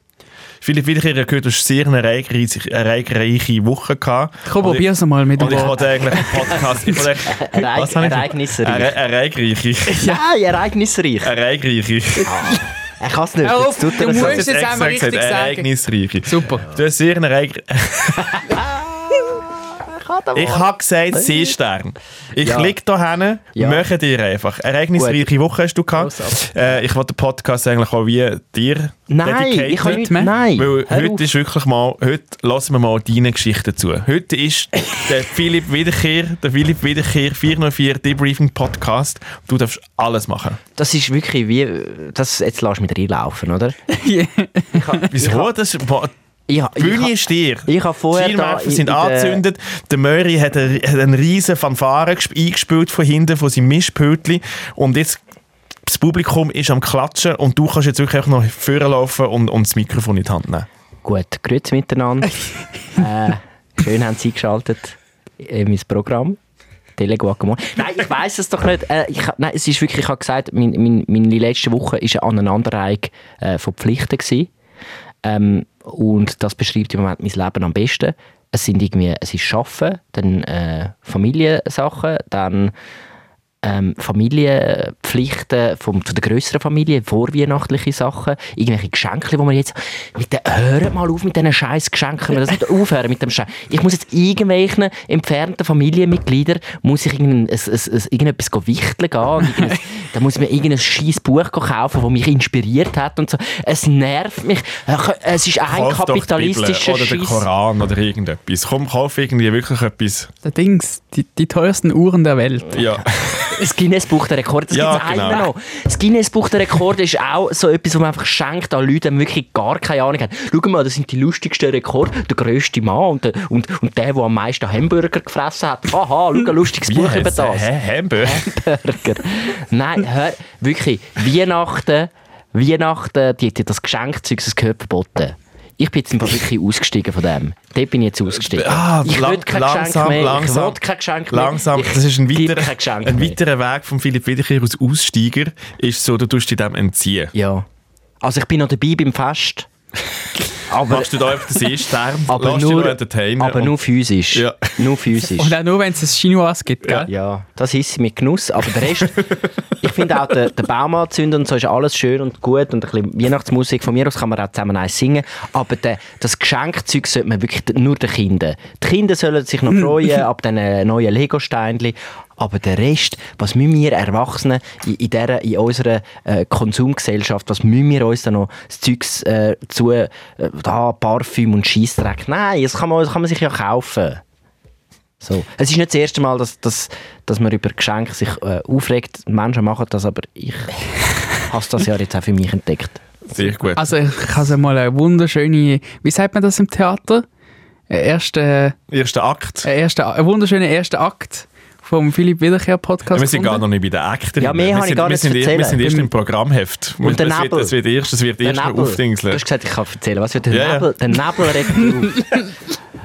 [SPEAKER 1] Philipp Wiederkehr, ihr gehört, du hast sehr eine ereigreiche, ereigreiche Woche gehabt.
[SPEAKER 3] Komm,
[SPEAKER 1] Und ich-
[SPEAKER 3] probier's mal mit
[SPEAKER 1] und
[SPEAKER 3] dem
[SPEAKER 1] ich
[SPEAKER 3] Wort.
[SPEAKER 1] wollte eigentlich einen Podcast. Ich wollte eigentlich-
[SPEAKER 2] Ereig-
[SPEAKER 1] was habe ich-
[SPEAKER 2] ereignisreich.
[SPEAKER 1] Ere- Ereigreiche.
[SPEAKER 2] Ja, ereignisreich.
[SPEAKER 1] Äh, Ereignisreiche.
[SPEAKER 2] Er kann es nicht.
[SPEAKER 3] Hör auf,
[SPEAKER 2] Jetzt tut er
[SPEAKER 3] du
[SPEAKER 2] so.
[SPEAKER 3] musst- jetzt einmal richtig sagen.
[SPEAKER 1] Ereignisreiche.
[SPEAKER 3] Super.
[SPEAKER 1] Du hast sehr eine Ereig Ich habe gesagt Seestern. Ich
[SPEAKER 2] Oh. Ja.
[SPEAKER 1] lieg da hin,
[SPEAKER 2] Ja. Oh,
[SPEAKER 1] mache dir einfach. Ereignisreiche Woche hast du gehabt.
[SPEAKER 3] Grossartig.
[SPEAKER 1] Äh, ich wollte den Podcast eigentlich auch wie dir
[SPEAKER 2] Nein, ich
[SPEAKER 1] dedicaten.
[SPEAKER 2] kann nicht.
[SPEAKER 3] mehr.
[SPEAKER 2] Nein.
[SPEAKER 1] Weil
[SPEAKER 2] Hör auf.
[SPEAKER 1] heute ist wirklich mal, heute lassen wir mal deine Geschichte zu. Heute ist der Philipp Wiederkehr, der Philipp Wiederkehr 404 Debriefing Podcast. Du darfst alles machen.
[SPEAKER 2] Das ist wirklich wie. Das, jetzt lass mich reinlaufen, oder?
[SPEAKER 1] Wieso? Das ist, boah,
[SPEAKER 2] Ja,
[SPEAKER 1] die Bühne
[SPEAKER 2] ich,
[SPEAKER 1] ist dir.
[SPEAKER 2] ich habe vorher Oh, da
[SPEAKER 1] Scheinwerfer
[SPEAKER 2] in-
[SPEAKER 1] sind
[SPEAKER 2] in der-
[SPEAKER 1] angezündet. Der Möri hat eine, hat eine riesen Fanfare gesp- eingespielt von hinten, von seinem Mischpötli. Und jetzt das Publikum ist am Klatschen und du kannst jetzt wirklich einfach noch vorlaufen und, und das Mikrofon in die Hand nehmen.
[SPEAKER 2] Gut, grüezi miteinander. äh, schön haben Sie eingeschaltet in mein Programm. Teleguacamole. Nein, ich weiß es doch nicht. Äh, ich, ha- nein, es ist wirklich, ich habe gesagt, mein, mein, meine letzte Woche war eine Aneinanderreihung äh, von Pflichten. Gewesen. Ähm, und das beschreibt im Moment mein Leben am besten. Es sind irgendwie, es ist Schaffen, dann äh, Familiensachen, dann ähm, Familienpflichten vom, zu der grösseren Familie, vorweihnachtliche Sachen, irgendwelche Geschenke, wo man jetzt mit den, hört mal auf mit diesen scheiß Geschenken, wir das nicht aufhören mit dem Scheiß. Ich muss jetzt irgendwelchen entfernten Familienmitgliedern, muss ich irgendein, ein, ein, ein, irgendetwas go wichteln gehen und irgendein- da muss ich mir irgendein scheiß Buch go kaufen, das mich inspiriert hat und so. Es nervt mich. Äh, Es ist ein
[SPEAKER 1] Kauf doch die
[SPEAKER 2] kapitalistischer
[SPEAKER 1] Bibel oder den
[SPEAKER 2] Scheiß.
[SPEAKER 1] Koran oder irgendetwas. Komm, kauf irgendwie wirklich etwas.
[SPEAKER 3] Der Dings, die, die teuersten Uhren der Welt.
[SPEAKER 1] Ja.
[SPEAKER 2] Das Guinness Buch der Rekorde, das
[SPEAKER 1] Ja,
[SPEAKER 2] gibt's gibt es
[SPEAKER 1] genau.
[SPEAKER 2] noch. Das Guinness Buch der Rekorde ist auch so etwas, was man einfach schenkt an Leute, die wirklich gar keine Ahnung haben. Schau mal, das sind die lustigsten Rekorde. Der grösste Mann und der, und, und der, der am meisten Hamburger gefressen hat. Aha, schau, ein lustiges Buch über
[SPEAKER 1] heisst er?
[SPEAKER 2] das.
[SPEAKER 1] Hä? Hamburger?
[SPEAKER 2] Burger. Nein, hör, wirklich, Weihnachten, Weihnachten, die, die, das Geschenkzeug, das gehört verboten. Ich bin jetzt im Fall wirklich ausgestiegen von dem. Dort bin ich jetzt ausgestiegen.
[SPEAKER 1] Ah,
[SPEAKER 2] ich
[SPEAKER 1] lang-
[SPEAKER 2] will kein
[SPEAKER 1] langsam,
[SPEAKER 2] Geschenk mehr.
[SPEAKER 1] langsam,
[SPEAKER 2] ich will kein Geschenk mehr.
[SPEAKER 1] Langsam,
[SPEAKER 2] ich
[SPEAKER 1] das ist ein
[SPEAKER 2] gebe
[SPEAKER 1] weiterer,
[SPEAKER 2] kein Geschenk
[SPEAKER 1] ein
[SPEAKER 2] mehr.
[SPEAKER 1] weiterer Weg von Philipp Wiederkehr aus Aussteiger. Ist so, du tust dich dem entziehen.
[SPEAKER 2] Ja. Also ich bin noch dabei beim Fest. aber
[SPEAKER 1] Machst du da einfach den Seestern,
[SPEAKER 2] aber,
[SPEAKER 1] lass dich noch
[SPEAKER 2] nur,
[SPEAKER 1] entertainen.
[SPEAKER 2] aber
[SPEAKER 1] und-
[SPEAKER 2] nur physisch.
[SPEAKER 1] Ja.
[SPEAKER 2] Nur physisch.
[SPEAKER 3] Und auch nur, wenn es ein Chinoas gibt, gell?
[SPEAKER 2] Ja, das ist mit Genuss. Aber der Rest, ich finde auch, der, der Baum anzünden und so ist alles schön und gut und ein bisschen Weihnachtsmusik. Von mir aus kann man auch zusammen eins singen. Aber der, das Geschenkzeug sollte man wirklich nur den Kindern. Die Kinder sollen sich noch freuen ab diesen neuen Lego-Steinchen. Aber der Rest, was müssen wir Erwachsenen in, in, dieser, in unserer äh, Konsumgesellschaft, was müssen wir uns da noch das Zeugs äh, zu, äh, da Parfüm und Scheissdreck? Nein, das kann man, das kann man sich ja kaufen. So. Es ist nicht das erste Mal, dass, dass, dass man über Geschenke sich äh, aufregt. Menschen machen das, aber ich habe das ja jetzt auch für mich entdeckt.
[SPEAKER 1] Sehr gut.
[SPEAKER 3] Also ich habe mal eine wunderschöne, wie sagt man das im Theater? Äh, Erste,
[SPEAKER 1] Erster Akt.
[SPEAKER 3] äh, erste, ein wunderschöner erster Akt vom Philipp Wiederkehr Podcast.
[SPEAKER 1] wir sind gar noch nicht bei den Akten.
[SPEAKER 2] Ja, mehr
[SPEAKER 1] wir
[SPEAKER 2] habe ich
[SPEAKER 1] sind,
[SPEAKER 2] gar
[SPEAKER 1] wir
[SPEAKER 2] nicht
[SPEAKER 1] sind,
[SPEAKER 2] zu
[SPEAKER 1] erst- wir
[SPEAKER 2] erzählen.
[SPEAKER 1] sind erst im Programmheft.
[SPEAKER 2] Und der
[SPEAKER 1] es, wird,
[SPEAKER 2] Nebel.
[SPEAKER 1] es wird erst, es wird erst noch
[SPEAKER 2] Du
[SPEAKER 1] aufdingseln.
[SPEAKER 2] hast gesagt, ich kann erzählen. Was wird der
[SPEAKER 1] Ja, ja.
[SPEAKER 2] Nebel? Der Nebel regt mich auf.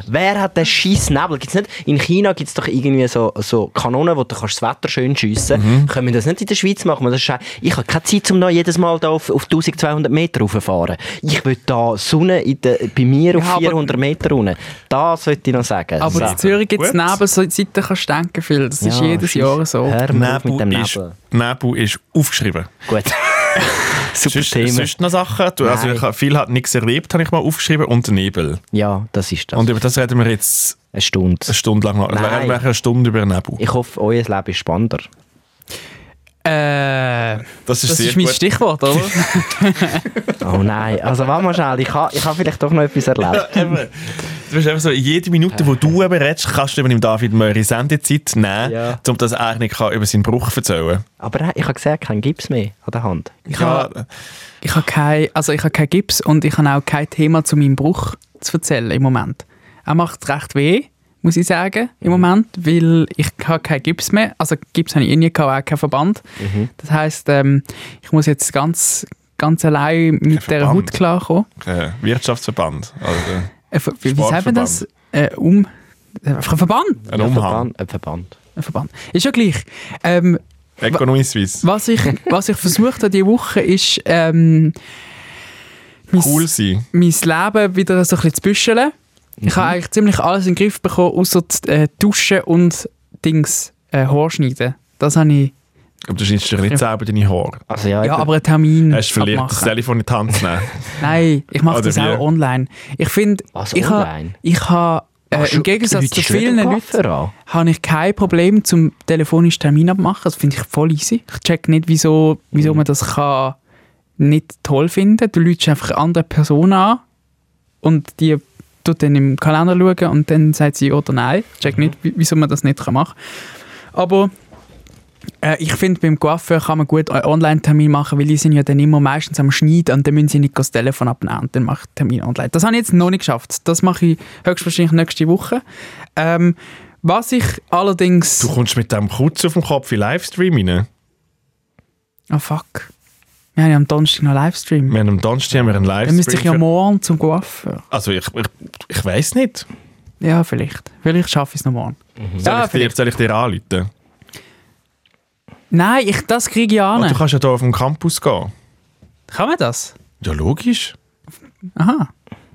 [SPEAKER 2] Wer hat den scheiß Nebel? Gibt's nicht? In China gibt es doch irgendwie so, so Kanonen, wo du kannst das Wetter schön schiessen
[SPEAKER 1] Mhm.
[SPEAKER 2] kannst. Können wir das nicht in der Schweiz machen? Das ist schei- ich habe keine Zeit, um noch jedes Mal da auf, auf 1200 Meter raufzufahren. Ich will da Sonne in der, bei mir auf
[SPEAKER 3] Ja, aber-
[SPEAKER 2] 400 Meter runter. Das wollte ich noch sagen.
[SPEAKER 3] aber
[SPEAKER 2] So.
[SPEAKER 3] in Zürich gibt es
[SPEAKER 1] Gut.
[SPEAKER 3] Nebenseiten, kannst du denken, viel. Das ist
[SPEAKER 2] Ja,
[SPEAKER 3] jedes
[SPEAKER 2] scheiss.
[SPEAKER 3] Jahr so.
[SPEAKER 2] Hör mal auf mit dem
[SPEAKER 1] Nebel ist,
[SPEAKER 2] Nebel.
[SPEAKER 1] Nebel ist aufgeschrieben.
[SPEAKER 2] Gut. Super
[SPEAKER 1] Sonst,
[SPEAKER 2] Thema.
[SPEAKER 1] sonst noch Sachen. Du, also
[SPEAKER 2] Nein.
[SPEAKER 1] ich, hab- viel hat nichts erlebt, habe ich mal aufgeschrieben. Und Nebel.
[SPEAKER 2] Ja, das ist das.
[SPEAKER 1] Und über das reden wir jetzt
[SPEAKER 2] Eine Stunde.
[SPEAKER 1] eine Stunde lang noch.
[SPEAKER 2] Nein.
[SPEAKER 1] Wir machen eine Stunde über Nebel.
[SPEAKER 2] Ich hoffe, euer Leben ist spannender.
[SPEAKER 3] Äh,
[SPEAKER 1] Das ist
[SPEAKER 3] das
[SPEAKER 1] sehr
[SPEAKER 3] ist mein
[SPEAKER 1] gut.
[SPEAKER 3] Stichwort, oder?
[SPEAKER 2] Oh nein, also warte mal schnell, ich habe ich ha vielleicht doch noch etwas erlebt.
[SPEAKER 1] Eben. Du bist einfach so, jede Minute, wo du eben redest, kannst du eben dem David Möri Sendezeit nehmen,
[SPEAKER 2] Ja.
[SPEAKER 1] um dass er nicht kann über seinen Bruch erzählen
[SPEAKER 2] Aber er- ich habe gesagt, kein Gips mehr an der Hand.
[SPEAKER 3] Ich habe ich hab keinen also ich hab kein Gips und ich habe auch kein Thema zu meinem Bruch zu erzählen im Moment. Er macht recht weh, muss ich sagen, im
[SPEAKER 1] Mhm.
[SPEAKER 3] Moment, weil ich habe keinen Gips mehr. Also Gips habe ich eh nie gehabt, auch keinen Verband.
[SPEAKER 1] Mhm.
[SPEAKER 3] Das heisst, ähm, ich muss jetzt ganz, ganz allein mit dieser
[SPEAKER 1] Verband.
[SPEAKER 3] Haut klarkommen.
[SPEAKER 1] äh, Wirtschaftsverband. Also, äh,
[SPEAKER 3] Äh, wie, wie sagt man
[SPEAKER 1] Sportverband.
[SPEAKER 3] das? Äh, um... äh, Ein Verband!
[SPEAKER 1] ein Umhang.
[SPEAKER 2] Verband, ein Verband.
[SPEAKER 3] Ein Verband. Ist ja gleich. Ähm,
[SPEAKER 1] Economie Suisse.
[SPEAKER 3] was, ich, was ich versucht habe diese Woche ist... Ähm, mein-
[SPEAKER 1] Cool sein.
[SPEAKER 3] mein Leben wieder so ein bisschen zu büscheln. Ich
[SPEAKER 1] Mhm.
[SPEAKER 3] habe eigentlich ziemlich alles in den Griff bekommen, außer die, äh, Duschen und Dings, äh, Haarschneiden. Das habe ich.
[SPEAKER 1] Aber du schneidest dir nicht selber deine Haare.
[SPEAKER 2] Also ja,
[SPEAKER 3] Ja,
[SPEAKER 2] eben.
[SPEAKER 3] aber einen Termin
[SPEAKER 1] Hast du verliert, das
[SPEAKER 3] abmachen.
[SPEAKER 1] Telefon in die Hand zu nehmen.
[SPEAKER 3] Nein, ich mache
[SPEAKER 1] Oder
[SPEAKER 3] das
[SPEAKER 1] wie?
[SPEAKER 3] auch online. Ich finde,
[SPEAKER 2] Was,
[SPEAKER 3] ich
[SPEAKER 2] online?
[SPEAKER 3] habe ich ha, äh,
[SPEAKER 2] Ach,
[SPEAKER 3] im
[SPEAKER 2] du-
[SPEAKER 3] Gegensatz
[SPEAKER 2] du
[SPEAKER 3] zu
[SPEAKER 2] läutest schon
[SPEAKER 3] vielen
[SPEAKER 2] wieder den
[SPEAKER 3] Leuten
[SPEAKER 2] Koffer an.
[SPEAKER 3] habe ich kein Problem zum telefonischen Termin abmachen. Das finde ich voll easy. Ich check nicht, wieso, wieso man das kann nicht toll finden. Du lügst einfach eine andere Person an und die tut dann im Kalender schauen und dann sagt sie ja oder nein. Ich check nicht, wie- wieso man das nicht kann machen kann. Aber äh, ich finde, beim Coiffeur kann man gut einen Online-Termin machen, weil die sind ja dann immer meistens am Schneiden und dann müssen sie nicht das Telefon abnehmen und dann mache ich den Termin online. Das habe ich jetzt noch nicht geschafft. Das mache ich höchstwahrscheinlich nächste Woche. Ähm, was ich allerdings...
[SPEAKER 1] Du kommst mit dem Kutz auf dem Kopf in Livestream rein.
[SPEAKER 3] Oh fuck. Wir haben ja am Donnerstag noch Livestream.
[SPEAKER 1] Wir haben am Donnerstag haben wir einen
[SPEAKER 3] Dann
[SPEAKER 1] Livestream.
[SPEAKER 3] müsste ich ja
[SPEAKER 1] für-
[SPEAKER 3] morgen zum Coiffeur.
[SPEAKER 1] also ich, ich, ich weiß nicht.
[SPEAKER 3] Ja, vielleicht. Vielleicht schaffe ich es noch morgen.
[SPEAKER 1] Soll,
[SPEAKER 3] Ja,
[SPEAKER 1] ich dir,
[SPEAKER 3] Ah, vielleicht. Ah,
[SPEAKER 1] soll ich dir anrufen?
[SPEAKER 3] Nein, ich, das kriege ich an.
[SPEAKER 1] Und Ah, du kannst ja hier auf dem Campus gehen.
[SPEAKER 3] Kann man das?
[SPEAKER 1] Ja, logisch.
[SPEAKER 3] Aha.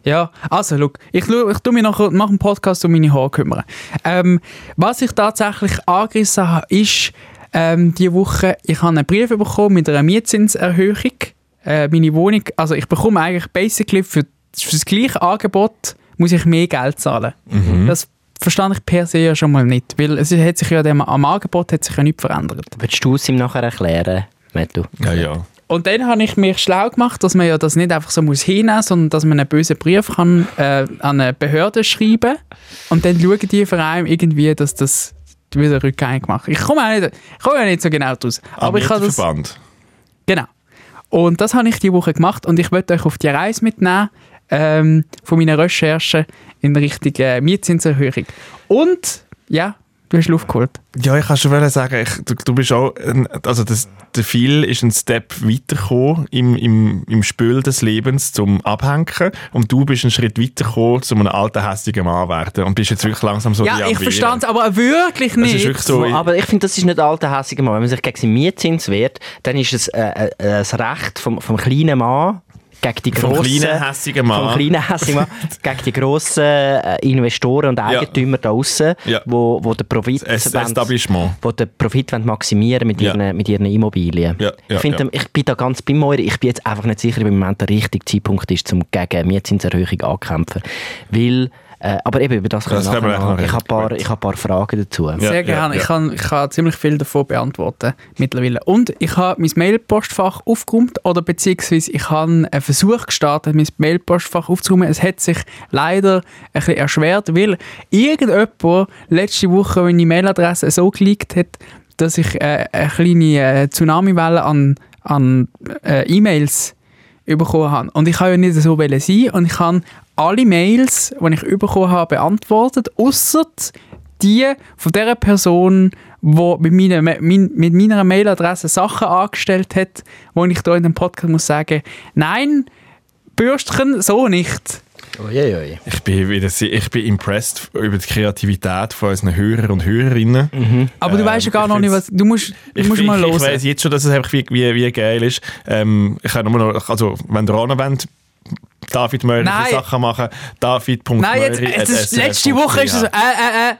[SPEAKER 3] Ja, also, schau, ich, schau- ich tu mich nach, nach dem Podcast um meine Haare kümmern. Ähm, was ich tatsächlich angerissen habe, ist ähm, diese Woche. Ich habe einen Brief bekommen mit einer Mietzinserhöhung. Äh, meine Wohnung, also ich bekomme eigentlich basically für, für das gleiche Angebot muss ich mehr Geld zahlen. Das verstand ich per se ja schon mal nicht, weil es hat sich ja dem, am Angebot hat sich ja nichts verändert.
[SPEAKER 2] Würdest du es ihm nachher erklären, Matthew?
[SPEAKER 1] Ja, ja.
[SPEAKER 3] Und dann habe ich mich schlau gemacht, dass man ja das nicht einfach so muss hinnehmen muss, sondern dass man einen bösen Brief kann, äh, an eine Behörde schreiben und dann schauen die vor allem irgendwie, dass das wieder rückgängig macht. Ich komme auch nicht, ich komme auch nicht so genau draus. Aber ich habe das...
[SPEAKER 1] Verband.
[SPEAKER 3] Genau. Und das habe ich die Woche gemacht und ich möchte euch auf die Reise mitnehmen ähm, von meinen Recherchen in Richtung äh, Mietzinserhöhung. Und, ja, du hast Luft geholt.
[SPEAKER 1] Ja, ich kann schon wollen sagen, ich, du, du bist auch, ein, also das, der Phil ist ein Step weitergekommen im, im, im Spiel des Lebens zum Abhängen und du bist einen Schritt weitergekommen zu einem alten, hässigen Mann werden und bist jetzt wirklich langsam so
[SPEAKER 3] Ja, ich
[SPEAKER 1] reagieren.
[SPEAKER 3] verstand es aber wirklich
[SPEAKER 1] Es ist
[SPEAKER 3] nicht.
[SPEAKER 1] wirklich so,
[SPEAKER 2] aber ich finde, das ist nicht alter hässiger Mann. Wenn man sich gegen seinen Mietzins wehrt, dann ist es äh, äh, das Recht vom, vom kleinen Mann gegen die
[SPEAKER 1] vom
[SPEAKER 2] grossen...
[SPEAKER 1] kleinen, hässigen
[SPEAKER 2] vom
[SPEAKER 1] Mann.
[SPEAKER 2] kleinen hässigen Mann gegen die grossen äh, Investoren und Eigentümer da draußen,
[SPEAKER 1] Ja.
[SPEAKER 2] wo, wo den Profit
[SPEAKER 1] Es
[SPEAKER 2] wollen-
[SPEAKER 1] Establishment.
[SPEAKER 2] wo den Profit wollen maximieren mit
[SPEAKER 1] Ja.
[SPEAKER 2] ihren, mit ihren Immobilien.
[SPEAKER 1] Ja, ja,
[SPEAKER 2] ich, finde,
[SPEAKER 1] ja.
[SPEAKER 2] ich bin da ganz bei Moira. Ich bin jetzt einfach nicht sicher, ob im Moment der richtige Zeitpunkt ist, um gegen Mietzinserhöhung anzukämpfen. Weil, äh, aber eben über das,
[SPEAKER 1] Das
[SPEAKER 2] können
[SPEAKER 1] können wir
[SPEAKER 2] nachher noch-
[SPEAKER 1] nachher
[SPEAKER 2] ich habe ein paar, ich habe ein paar Fragen dazu.
[SPEAKER 1] Ja,
[SPEAKER 3] Sehr
[SPEAKER 1] ja,
[SPEAKER 3] gerne.
[SPEAKER 1] ja.
[SPEAKER 3] Ich, kann, ich kann ziemlich viel davon beantworten mittlerweile. Und ich habe mein Mailpostfach aufgeräumt oder beziehungsweise ich habe einen Versuch gestartet, mein Mailpostfach aufzuräumen. Es hat sich leider ein bisschen erschwert, weil irgendjemand letzte Woche meine Mailadresse so geleakt hat, dass ich äh, eine kleine äh, Tsunami-Welle an, an äh, E-Mails bekommen habe. Und ich habe ja nicht so wollen sein und ich habe alle Mails, die ich bekommen habe, beantwortet, außer die von dieser Person, die mit meiner, mein, mit meiner Mailadresse Sachen angestellt hat, wo ich hier in dem Podcast muss sagen, nein, Bürstchen, so nicht.
[SPEAKER 2] Uiuiui.
[SPEAKER 1] Ich bin wieder, se- ich bin impressed über die Kreativität von unseren Hörern und Hörerinnen.
[SPEAKER 2] Mhm.
[SPEAKER 3] Aber du
[SPEAKER 1] Ähm,
[SPEAKER 3] weißt ja gar
[SPEAKER 1] ich
[SPEAKER 3] noch nicht, was... Du musst, du
[SPEAKER 1] Ich,
[SPEAKER 3] musst
[SPEAKER 1] ich,
[SPEAKER 3] mal
[SPEAKER 1] ich
[SPEAKER 3] los.
[SPEAKER 1] weiß jetzt schon, dass es einfach wie, wie, wie geil ist. Ähm, ich kann nur noch, also wenn ihr auch noch wollt, David Möller
[SPEAKER 3] Nein.
[SPEAKER 1] Sachen machen, David.
[SPEAKER 3] Nein, jetzt, es ist, letzte Woche ist es so, äh, äh, äh.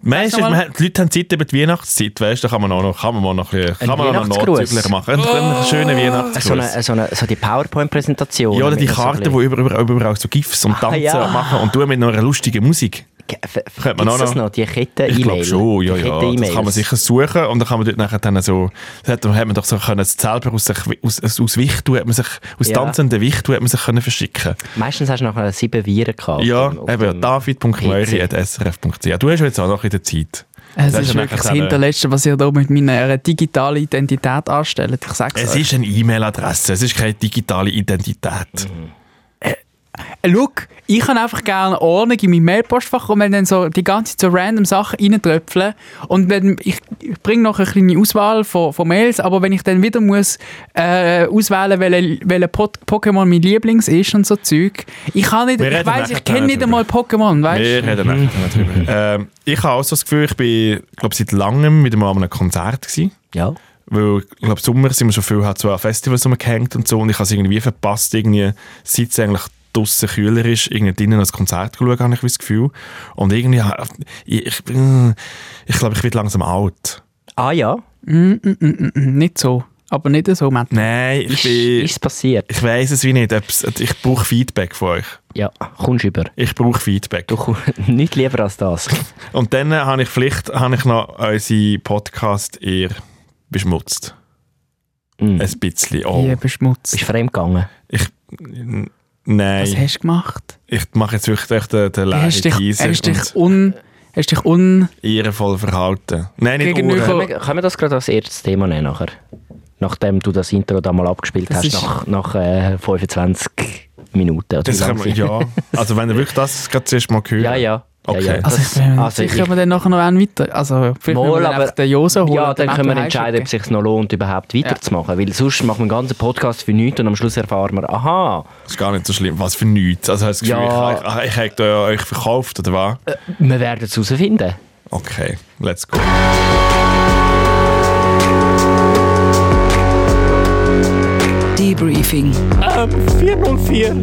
[SPEAKER 1] Weißt,
[SPEAKER 3] Sag mal.
[SPEAKER 1] die Leute haben Zeit über die Weihnachtszeit, weißt du, da kann man auch noch, kann man mal noch ein bisschen- kann man auch noch
[SPEAKER 2] Weihnachtsgruß.
[SPEAKER 1] Nordzügler machen. Einen,
[SPEAKER 3] Oh.
[SPEAKER 1] einen schönen
[SPEAKER 2] Äh, So,
[SPEAKER 1] Weihnachtsgruß.
[SPEAKER 2] eine, so, eine, so die PowerPoint-Präsentation.
[SPEAKER 1] ja, oder die
[SPEAKER 2] mit so
[SPEAKER 1] Karten,
[SPEAKER 2] ein
[SPEAKER 1] die überall, überall, überall so GIFs und Tanzen
[SPEAKER 2] Ah, ja.
[SPEAKER 1] machen und du mit noch einer lustigen Musik.
[SPEAKER 2] bisschen- F- f-
[SPEAKER 1] Könnte man
[SPEAKER 2] gibt's
[SPEAKER 1] auch
[SPEAKER 2] das
[SPEAKER 1] noch-
[SPEAKER 2] noch? Die Kette-E-Mail.
[SPEAKER 1] Ich glaube schon, ja,
[SPEAKER 2] Die
[SPEAKER 1] ja.
[SPEAKER 2] Kette-E-Mails.
[SPEAKER 1] Das kann man sicher suchen und dann kann man dort nachher dann so, das hat, hat man doch so können, das selber aus, sich, aus, aus, aus Wichtu, hat man sich, aus
[SPEAKER 2] Ja.
[SPEAKER 1] tanzenden Wichtu hat man sich können verschicken
[SPEAKER 2] Meistens hast du nachher sieben Viren gehabt.
[SPEAKER 1] Ja,
[SPEAKER 2] auf dem- auf
[SPEAKER 1] eben,
[SPEAKER 2] dem-
[SPEAKER 1] david.möri.srf.ch. Du hast ja jetzt auch noch in der Zeit. Das
[SPEAKER 3] Es ist
[SPEAKER 1] ist ja
[SPEAKER 3] wirklich
[SPEAKER 1] nachher
[SPEAKER 3] das
[SPEAKER 1] dann, äh,
[SPEAKER 3] Hinterletzte, was ihr da mit meiner digitalen Identität anstellt. Ich sag's
[SPEAKER 1] Es
[SPEAKER 3] euch.
[SPEAKER 1] ist eine E-Mail-Adresse, es ist keine digitale Identität.
[SPEAKER 3] Look, ich habe einfach gerne Ordnung in meinem Mailpostfach und wenn dann so die ganze Zeit so random Sachen reintröpfeln und wenn ich, ich bringe noch eine kleine Auswahl von, von Mails, aber wenn ich dann wieder muss äh, auswählen, welcher welche Pot- Pokémon mein Lieblings ist und so Zeug, ich kann nicht,
[SPEAKER 1] Wir
[SPEAKER 3] ich
[SPEAKER 1] reden
[SPEAKER 3] weiß, ich
[SPEAKER 1] nachher
[SPEAKER 3] kenne nicht
[SPEAKER 1] darüber.
[SPEAKER 3] einmal Pokémon, weißt
[SPEAKER 1] Wir
[SPEAKER 3] du?
[SPEAKER 1] reden nachher noch drüber. ähm, ich habe auch so das Gefühl, ich bin, glaube seit langem wieder mal an einem Konzert gewesen.
[SPEAKER 2] Ja.
[SPEAKER 1] Weil, ich glaube, Sommer sind wir schon viel halt so an Festivals rumgehängt und so. Und ich habe es irgendwie verpasst, irgendwie, seit es eigentlich draussen kühler ist, irgendwie drinnen ans Konzert geschaut, habe ich das Gefühl. Und irgendwie, ha- ich, ich, bin- ich glaube, ich werde langsam alt.
[SPEAKER 2] Ah ja,
[SPEAKER 3] Nicht so, aber nicht so, Matt.
[SPEAKER 1] Nein, ich
[SPEAKER 2] ist,
[SPEAKER 1] bin...
[SPEAKER 2] ist passiert.
[SPEAKER 1] Ich weiß es wie nicht. ob's- Ich brauche Feedback von euch.
[SPEAKER 2] Ja, kommst über.
[SPEAKER 1] Ich brauche Feedback.
[SPEAKER 2] Du kommst nicht lieber als das.
[SPEAKER 1] Und dann äh, habe ich vielleicht habe ich noch unseren Podcast eher beschmutzt.
[SPEAKER 2] Mhm.
[SPEAKER 1] Ein bisschen. Oh.
[SPEAKER 3] Hier beschmutzt.
[SPEAKER 2] Bist fremdgegangen.
[SPEAKER 1] Ich, n-
[SPEAKER 3] Was
[SPEAKER 1] nein,
[SPEAKER 3] hast du gemacht?
[SPEAKER 1] ich mache jetzt wirklich echt den, den
[SPEAKER 3] Du
[SPEAKER 1] leeren
[SPEAKER 3] hast dich,
[SPEAKER 1] Teaser
[SPEAKER 3] hast dich
[SPEAKER 1] und
[SPEAKER 3] un... Hast dich un...
[SPEAKER 1] ehrenvoll verhalten. Nein, nicht
[SPEAKER 3] Gegenüber-
[SPEAKER 1] Ohren.
[SPEAKER 2] Können wir, können wir das gerade als erstes Thema nehmen nachher? Nachdem du das Intro da mal abgespielt
[SPEAKER 3] Das
[SPEAKER 2] hast,
[SPEAKER 3] ist-
[SPEAKER 2] nach, nach äh, 25 Minuten. Oder wie
[SPEAKER 1] Das
[SPEAKER 2] lang
[SPEAKER 1] können wir,
[SPEAKER 2] sind-
[SPEAKER 1] ja. Also wenn ihr wirklich das gerade zuerst mal gehört.
[SPEAKER 2] ja, ja.
[SPEAKER 1] Okay.
[SPEAKER 2] ja, ja.
[SPEAKER 3] Also ich
[SPEAKER 2] Das-
[SPEAKER 3] bin mir nicht
[SPEAKER 2] also
[SPEAKER 3] sicher,
[SPEAKER 2] ich-
[SPEAKER 3] ob wir dann nachher noch einen weiter... Also vielleicht
[SPEAKER 2] Wohl,
[SPEAKER 3] müssen wir dann
[SPEAKER 2] aber-
[SPEAKER 3] einfach den Josa holen.
[SPEAKER 2] ja,
[SPEAKER 3] und
[SPEAKER 2] dann
[SPEAKER 3] den
[SPEAKER 2] können wir
[SPEAKER 3] Matthew
[SPEAKER 2] entscheiden, ob es
[SPEAKER 3] heimschicken.
[SPEAKER 2] sich noch lohnt, überhaupt weiterzumachen. Weil sonst machen wir einen ganzen Podcast für nichts und am Schluss erfahren wir, aha,
[SPEAKER 1] Das ist gar nicht so schlimm. Was für nichts. Also hast du das Gefühl,
[SPEAKER 2] Ja. Äh.
[SPEAKER 1] ich, ich, ich hätte euch verkauft, oder was?
[SPEAKER 2] wir werden es herausfinden.
[SPEAKER 1] Okay, let's go.
[SPEAKER 4] Debriefing.
[SPEAKER 3] Ähm,
[SPEAKER 5] 404.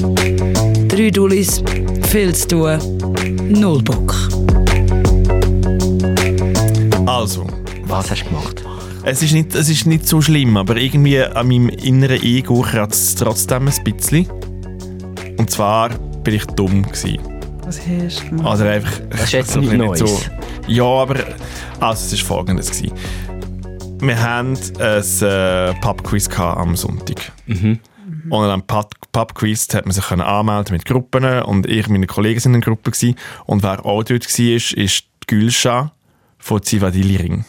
[SPEAKER 4] Drei Dullis, viel zu tun, null Bock.
[SPEAKER 1] Also,
[SPEAKER 2] Was hast du gemacht?
[SPEAKER 1] Es ist nicht, es ist nicht so schlimm, aber irgendwie an meinem inneren Ego kratzt es trotzdem ein bisschen. Und zwar bin ich dumm gewesen.
[SPEAKER 3] Was hast du gemacht?
[SPEAKER 1] Also einfach.
[SPEAKER 2] Das ist jetzt
[SPEAKER 1] so
[SPEAKER 2] nicht
[SPEAKER 1] ein
[SPEAKER 2] Neues.
[SPEAKER 1] bisschen Ja, aber also es ist folgendes gewesen. Wir haben ein äh, Pubquiz gehabt am Sonntag. Und am Pub- Pubquiz hat man sich können anmelden mit Gruppen und ich und meine Kollegen sind in einer Gruppe gewesen. und wer auch dort war, ist die Gülscha von Zivadili Ring.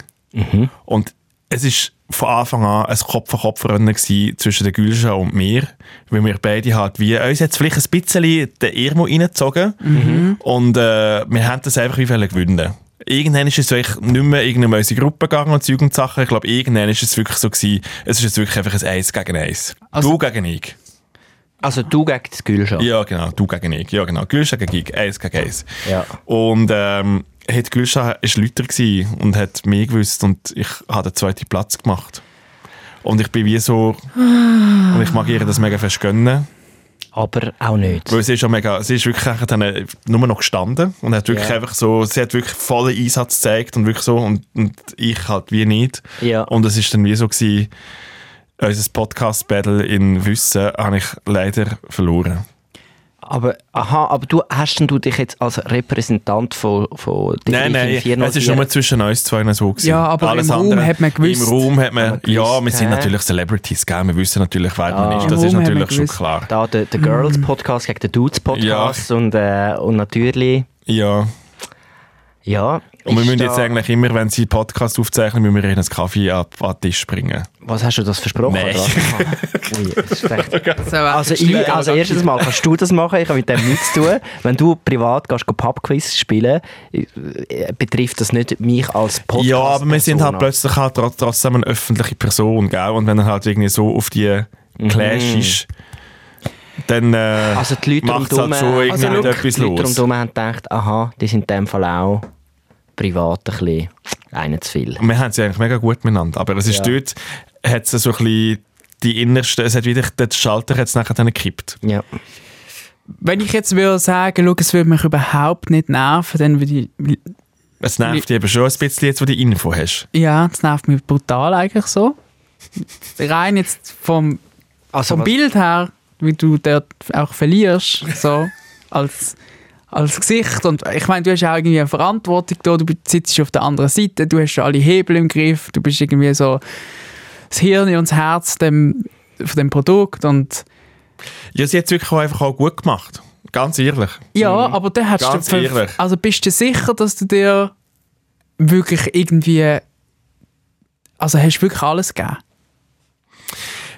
[SPEAKER 1] Und es ist von Anfang an ein Kopf an Kopf Rennen gewesen zwischen der Gülscha und mir, weil wir beide halt wie uns jetzt vielleicht ein bisschen den Irmo reingezogen und äh, wir haben das einfach wie wollen gewinnen. Irgendwann ist es wirklich nicht mehr irgendwann in unsere Gruppe gegangen und Zeug und Sachen. Ich glaube, irgendwann ist es wirklich so gewesen, es ist jetzt wirklich einfach ein Eis gegen Eis.
[SPEAKER 3] Also-
[SPEAKER 1] du gegen ich.
[SPEAKER 2] Also du gegen das Gülschau.
[SPEAKER 1] Ja, genau, du gegen ich. Ja, genau. Gülscha gegen ich, eins gegen eins.
[SPEAKER 2] Ja.
[SPEAKER 1] Und ähm, hat Gülscha war Lüter gewesen und hat mehr gewusst und ich habe den zweiten Platz gemacht. Und ich bin wie so... und ich mag ihr das mega fest gönnen,
[SPEAKER 2] Aber auch nicht.
[SPEAKER 1] weil sie ist, schon mega, sie ist wirklich einfach dann äh, nur noch gestanden und hat wirklich
[SPEAKER 2] Ja.
[SPEAKER 1] einfach so... Sie hat wirklich vollen Einsatz gezeigt und wirklich so und, und ich halt wie nicht.
[SPEAKER 2] Ja.
[SPEAKER 1] Und es ist dann wie so gewesen, unser Podcast-Battle in Wissen habe ich leider verloren.
[SPEAKER 2] Aber, aha, aber du, hast denn du dich jetzt als Repräsentant von, von der
[SPEAKER 1] Nein, nein, es ist nur zwischen uns zwei so gewesen.
[SPEAKER 3] Ja, aber im Raum hat man gewusst.
[SPEAKER 1] Im Raum hat man,
[SPEAKER 2] Hat man gewusst,
[SPEAKER 1] ja, wir sind
[SPEAKER 2] hä?
[SPEAKER 1] natürlich Celebrities, gell? wir wissen natürlich, wer man
[SPEAKER 2] Ah.
[SPEAKER 1] ist,
[SPEAKER 2] Im
[SPEAKER 1] das
[SPEAKER 3] Raum
[SPEAKER 1] ist
[SPEAKER 3] hat man
[SPEAKER 1] natürlich schon
[SPEAKER 3] gewusst.
[SPEAKER 1] klar.
[SPEAKER 2] Da der, der Girls-Podcast gegen den Dudes-Podcast und, äh, und natürlich,
[SPEAKER 1] Ja,
[SPEAKER 2] ja.
[SPEAKER 1] und wir
[SPEAKER 2] ist
[SPEAKER 1] müssen
[SPEAKER 2] da-
[SPEAKER 1] jetzt eigentlich immer, wenn sie Podcast aufzeichnen, müssen wir ihnen einen Kaffee ab, an den Tisch bringen.
[SPEAKER 2] Was hast du das versprochen?
[SPEAKER 1] Nein.
[SPEAKER 2] oder was? Ah, ui, das ist echt-
[SPEAKER 3] So, äh,
[SPEAKER 2] Also, ich, also erstens mal kannst du das machen, ich habe mit dem nichts zu tun. Wenn du privat gehst, go Pubquiz spielen, äh, betrifft das nicht mich als Podcast.
[SPEAKER 1] ja, aber wir sind halt plötzlich halt trot- trotzdem eine öffentliche Person, gell? und wenn er halt irgendwie so auf die
[SPEAKER 3] Mhm.
[SPEAKER 1] Clash ist, dann äh,
[SPEAKER 2] Also die Leute
[SPEAKER 1] macht es
[SPEAKER 2] rundherum,
[SPEAKER 1] halt schon irgendwie
[SPEAKER 2] also,
[SPEAKER 1] nicht
[SPEAKER 2] schau,
[SPEAKER 1] etwas
[SPEAKER 2] die Leute
[SPEAKER 1] los.
[SPEAKER 2] rundherum haben gedacht, aha, die sind in dem Fall auch privat ein bisschen einen zu viel.
[SPEAKER 1] Und wir haben sie eigentlich mega gut miteinander. Aber es ist
[SPEAKER 2] Ja.
[SPEAKER 1] dort, hat es so ein bisschen die innerste, es hat wieder, der Schalter hat es nachher dann gekippt.
[SPEAKER 2] Ja.
[SPEAKER 3] Wenn ich jetzt würde sagen, schau, es würde mich überhaupt nicht nerven, dann würde ich...
[SPEAKER 1] Es nervt dich eben schon ein bisschen jetzt, wo du die Info hast.
[SPEAKER 3] Ja, das nervt mich brutal eigentlich so. Rein jetzt vom,
[SPEAKER 2] Also,
[SPEAKER 3] vom
[SPEAKER 2] was-
[SPEAKER 3] Bild her, wie du dort auch verlierst, so als, als Gesicht. Und ich meine, du hast auch irgendwie eine Verantwortung da, du sitzt auf der anderen Seite, du hast schon alle Hebel im Griff, du bist irgendwie so das Hirn und das Herz dem, von dem Produkt und
[SPEAKER 1] Ja, sie hat es wirklich auch einfach auch gut gemacht. Ganz ehrlich.
[SPEAKER 3] Ja, aber dann hättest
[SPEAKER 1] Mhm. Ganz
[SPEAKER 3] du... fünf-
[SPEAKER 1] ehrlich.
[SPEAKER 3] Also bist du sicher, dass du dir wirklich irgendwie... Also hast du wirklich alles gegeben?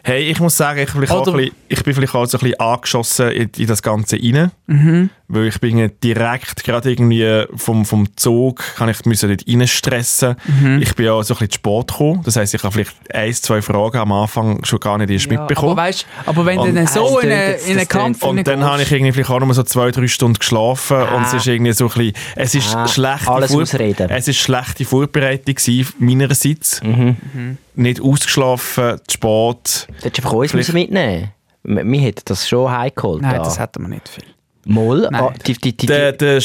[SPEAKER 1] Hey, ich muss sagen, ich, bin vielleicht auch
[SPEAKER 3] Oder-
[SPEAKER 1] ein bisschen, ich bin vielleicht auch so ein bisschen angeschossen in, in das Ganze rein.
[SPEAKER 3] Mhm.
[SPEAKER 1] Weil ich bin ja direkt, gerade irgendwie äh, vom, vom Zug, kann ich mich dort reinstressen.
[SPEAKER 3] Mhm.
[SPEAKER 1] Ich bin auch so ein bisschen zu spät gekommen. Das heisst, ich habe vielleicht ein, zwei Fragen am Anfang schon gar nicht erst mitbekommen.
[SPEAKER 3] Aber, weißt, aber wenn
[SPEAKER 1] Und-
[SPEAKER 3] du dann so
[SPEAKER 2] Ah,
[SPEAKER 3] in
[SPEAKER 2] das tönt
[SPEAKER 3] einen
[SPEAKER 2] jetzt-
[SPEAKER 3] in
[SPEAKER 2] das
[SPEAKER 3] einen Kampf
[SPEAKER 1] Und dann habe ich irgendwie vielleicht auch nur so zwei, drei Stunden geschlafen und es ist irgendwie so ein bisschen, es ist
[SPEAKER 2] Ah,
[SPEAKER 1] schlechte
[SPEAKER 2] alles
[SPEAKER 1] Vor-
[SPEAKER 2] ausreden.
[SPEAKER 1] Es ist schlechte Vorbereitung gewesen, meinerseits. Nicht ausgeschlafen, zu spät.
[SPEAKER 2] Du hättest einfach uns
[SPEAKER 1] Vielleicht-
[SPEAKER 2] müssen mitnehmen M- Wir hätten das schon heimgeholt.
[SPEAKER 3] Nein,
[SPEAKER 2] da.
[SPEAKER 3] das hätten wir nicht viel.
[SPEAKER 2] Moll,
[SPEAKER 3] Nein.
[SPEAKER 2] ah, die, die, die,
[SPEAKER 1] Der, der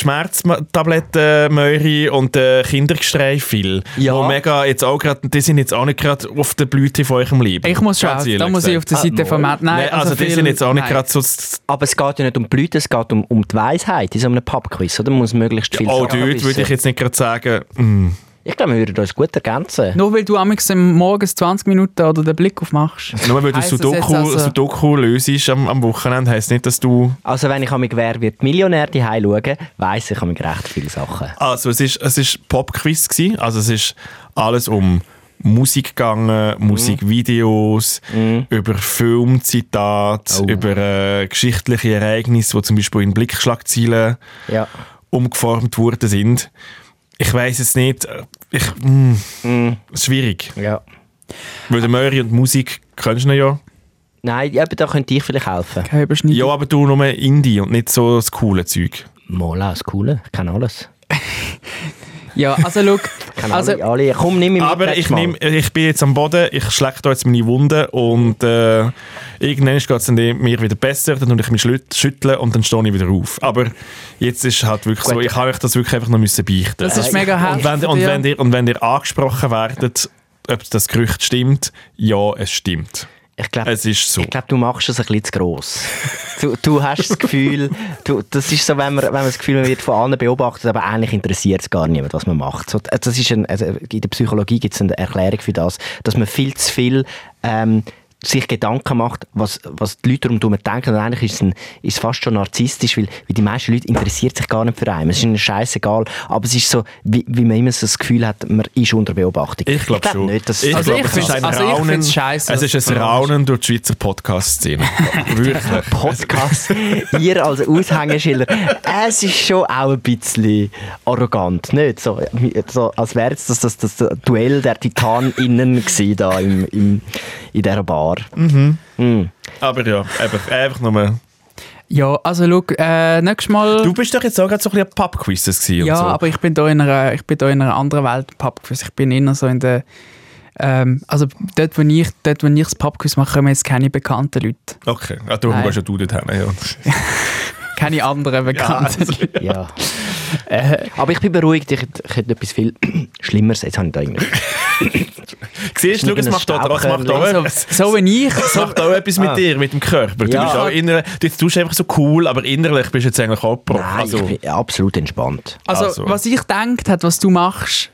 [SPEAKER 1] Schmerztablettenmöri und der Kindergestreifil,
[SPEAKER 2] Ja.
[SPEAKER 1] wo mega jetzt auch gerade, die sind jetzt auch nicht gerade auf der Blüte von eurem Leben.
[SPEAKER 3] Ich muss
[SPEAKER 1] Ganz
[SPEAKER 3] schauen, da
[SPEAKER 1] ehrlich
[SPEAKER 3] muss ich auf
[SPEAKER 1] gesagt.
[SPEAKER 3] der
[SPEAKER 2] Ah,
[SPEAKER 3] Seite von
[SPEAKER 2] wohl.
[SPEAKER 3] Matt. Nein,
[SPEAKER 1] Nein, also, die
[SPEAKER 3] viel-
[SPEAKER 1] sind jetzt auch nicht
[SPEAKER 3] nein.
[SPEAKER 1] gerade so das
[SPEAKER 2] aber es geht ja nicht um die Blüte, es geht um, um die Weisheit in so einem Pubquiz. Oder? Man muss möglichst viel
[SPEAKER 1] Auch oh, dort
[SPEAKER 2] Sachen
[SPEAKER 1] würde ich
[SPEAKER 2] wissen.
[SPEAKER 1] jetzt nicht gerade sagen, mm,
[SPEAKER 2] Ich glaube, wir würden uns gut ergänzen.
[SPEAKER 3] Nur weil du am morgens 20 Minuten oder den Blick aufmachst.
[SPEAKER 1] Nur weil du
[SPEAKER 3] Heisst das
[SPEAKER 1] Sudoku,
[SPEAKER 3] jetzt also-
[SPEAKER 1] Sudoku löst am, am Wochenende, heisst nicht, dass du...
[SPEAKER 2] Also wenn ich an mich «Wer wird Millionär» die schaue, weiss ich an mich recht viele Sachen.
[SPEAKER 1] Also es ist, es ist Popquiz gewesen. also es ist alles um Musik gegangen,
[SPEAKER 3] Mhm.
[SPEAKER 1] Musikvideos, über Filmzitate,
[SPEAKER 2] Oh.
[SPEAKER 1] über äh, geschichtliche Ereignisse, die zum Beispiel in Blickschlagzielen
[SPEAKER 2] Ja.
[SPEAKER 1] umgeformt worden sind. Ich weiß es nicht, äh, ich, mm,
[SPEAKER 3] Mhm.
[SPEAKER 1] schwierig,
[SPEAKER 2] ja.
[SPEAKER 1] weil der Möri und die Musik kennst du ihn ja.
[SPEAKER 2] Nein, eben, da könnte ich vielleicht helfen.
[SPEAKER 3] Keine Überschneidung.
[SPEAKER 1] Ja, aber du nur Indie und nicht so das coole Zeug.
[SPEAKER 2] Mola, das Coole. Ich kenne alles.
[SPEAKER 3] Ja, also schau.
[SPEAKER 2] Ich kenne
[SPEAKER 3] also,
[SPEAKER 2] alle, alle. Komm, nimm mich mit
[SPEAKER 1] Aber
[SPEAKER 2] nächstes
[SPEAKER 1] ich,
[SPEAKER 2] Mal.
[SPEAKER 1] nehm, äh, ich bin jetzt am Boden, ich schläge da jetzt meine Wunden und äh, irgendwann geht es mir wieder besser, dann tue ich mich schlüt- schütteln und dann stehe ich wieder auf. Aber jetzt ist halt wirklich so,
[SPEAKER 2] Gut.
[SPEAKER 1] ich habe euch das wirklich einfach noch müssen beichten.
[SPEAKER 3] das ist
[SPEAKER 2] Äh,
[SPEAKER 3] mega
[SPEAKER 2] und
[SPEAKER 3] hart.
[SPEAKER 1] und, wenn, und, wenn ihr, und wenn ihr angesprochen werdet, ob das Gerücht stimmt. Ja, es stimmt.
[SPEAKER 2] Ich glaube,
[SPEAKER 1] Es ist so.
[SPEAKER 2] Ich glaube, du machst es ein bisschen zu gross. Du, du hast das Gefühl, du, das ist so, wenn man, wenn man das Gefühl man wird von allen beobachtet, aber eigentlich interessiert es gar niemand, was man macht. So, äh, das ist ein, also in der Psychologie gibt es eine Erklärung für das, dass man viel zu viel ähm, sich Gedanken macht, was, was die Leute darum denken. Und eigentlich ist es, ein, ist es fast schon narzisstisch, weil, weil die meisten Leute interessiert sich gar nicht für einen. Es ist ihnen scheißegal. Aber es ist so, wie, wie man immer so das Gefühl hat, man ist unter Beobachtung.
[SPEAKER 1] Ich glaube
[SPEAKER 2] glaub
[SPEAKER 1] schon.
[SPEAKER 2] nicht, dass
[SPEAKER 1] ich
[SPEAKER 3] Also
[SPEAKER 1] glaube,
[SPEAKER 3] ich
[SPEAKER 1] es ist ein
[SPEAKER 3] find's- also ich
[SPEAKER 1] Raunen.
[SPEAKER 3] find's scheisse,
[SPEAKER 1] es
[SPEAKER 3] dass
[SPEAKER 1] ist ein
[SPEAKER 3] du verloren
[SPEAKER 1] Raunen durch die Schweizer Podcast-Szene. Wirklich.
[SPEAKER 2] Podcast. Ihr als Aushängeschilder. Es ist schon auch ein bisschen arrogant, nicht? So, so als wäre es das, das, das Duell der Titaninnen gewesen, da im, im, in dieser Bar.
[SPEAKER 1] Aber ja, eben, einfach nur.
[SPEAKER 3] Ja, also schau, äh, nächstes Mal...
[SPEAKER 1] Du bist doch jetzt auch gerade so ein bisschen Pub-Quizzes gewesen
[SPEAKER 3] ja,
[SPEAKER 1] und so.
[SPEAKER 3] aber ich bin da in einer, ich bin da in einer anderen Welt Pubquiz. Ich bin immer so in der, ähm, also dort, wo ich, dort, wo ich das Pubquiz mache, kommen jetzt keine bekannten Leute,
[SPEAKER 1] Okay, ah, darum
[SPEAKER 3] Nein.
[SPEAKER 1] gehst ja du dort hin. Ja.
[SPEAKER 3] keine anderen bekannten. Leute.
[SPEAKER 2] Ja.
[SPEAKER 3] Äh.
[SPEAKER 2] Aber ich bin beruhigt, ich, hätte- ich hätte etwas viel Schlimmeres. Jetzt habe ich da irgendwie.
[SPEAKER 1] Siehst du, es
[SPEAKER 2] Irgendein
[SPEAKER 1] macht da, das macht da,
[SPEAKER 2] Staubkörnchen.
[SPEAKER 1] also,
[SPEAKER 3] Also, so Ah. wie ich,
[SPEAKER 1] es macht auch etwas mit dir, mit dem Körper. Du
[SPEAKER 2] Ja.
[SPEAKER 1] bist auch innerlich, du tust einfach so cool, aber innerlich bist du jetzt eigentlich auch pro.
[SPEAKER 2] Nein,
[SPEAKER 1] also,
[SPEAKER 2] ich bin absolut entspannt.
[SPEAKER 3] also,
[SPEAKER 1] Also.
[SPEAKER 3] was ich gedacht hat, was du machst,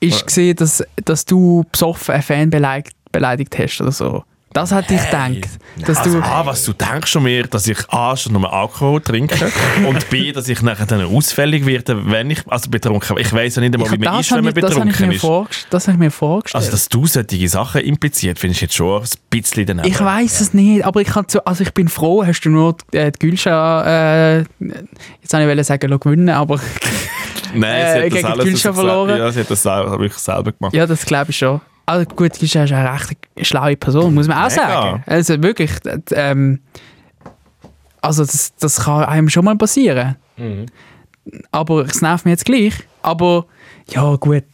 [SPEAKER 3] ist gesehen, dass, dass du besoffen einen Fan beleidigt, beleidigt hast oder so. Das hat ich gedacht, dass
[SPEAKER 1] also
[SPEAKER 3] du
[SPEAKER 1] A, was du denkst von mir, dass ich A, schon nur Alkohol trinke und B, dass ich nachher dann ausfällig werde, wenn ich, also betrunken Ich weiß ja nicht einmal, wie man
[SPEAKER 3] das
[SPEAKER 1] ist, wenn man
[SPEAKER 3] habe ich, das habe ich
[SPEAKER 1] betrunken
[SPEAKER 3] mir
[SPEAKER 1] ist.
[SPEAKER 3] vorgestellt. Das habe ich mir vorgestellt.
[SPEAKER 1] Also, dass du solche Sachen impliziert, finde ich jetzt schon ein bisschen daneben.
[SPEAKER 3] Ich weiß es nicht, aber ich, kann zu, also ich bin froh, hast du nur die, äh, die Gülscha, äh, jetzt wollte ich sagen, lassen gewinnen, aber
[SPEAKER 1] Nein,
[SPEAKER 3] äh,
[SPEAKER 1] sie hat
[SPEAKER 3] gegen
[SPEAKER 1] das
[SPEAKER 3] die
[SPEAKER 1] alles
[SPEAKER 3] Gülscha
[SPEAKER 1] aus sich
[SPEAKER 3] verloren.
[SPEAKER 1] sel- Ja, sie hat das selber, habe ich selber gemacht.
[SPEAKER 3] ja, das glaube ich schon. Also gut, Gülscha ist eine recht schlaue Person, muss man auch
[SPEAKER 1] Mega.
[SPEAKER 3] sagen. Also wirklich, äh, ähm, also das, das kann einem schon mal passieren.
[SPEAKER 1] Mhm.
[SPEAKER 3] Aber es nervt mich jetzt gleich. Aber ja, gut.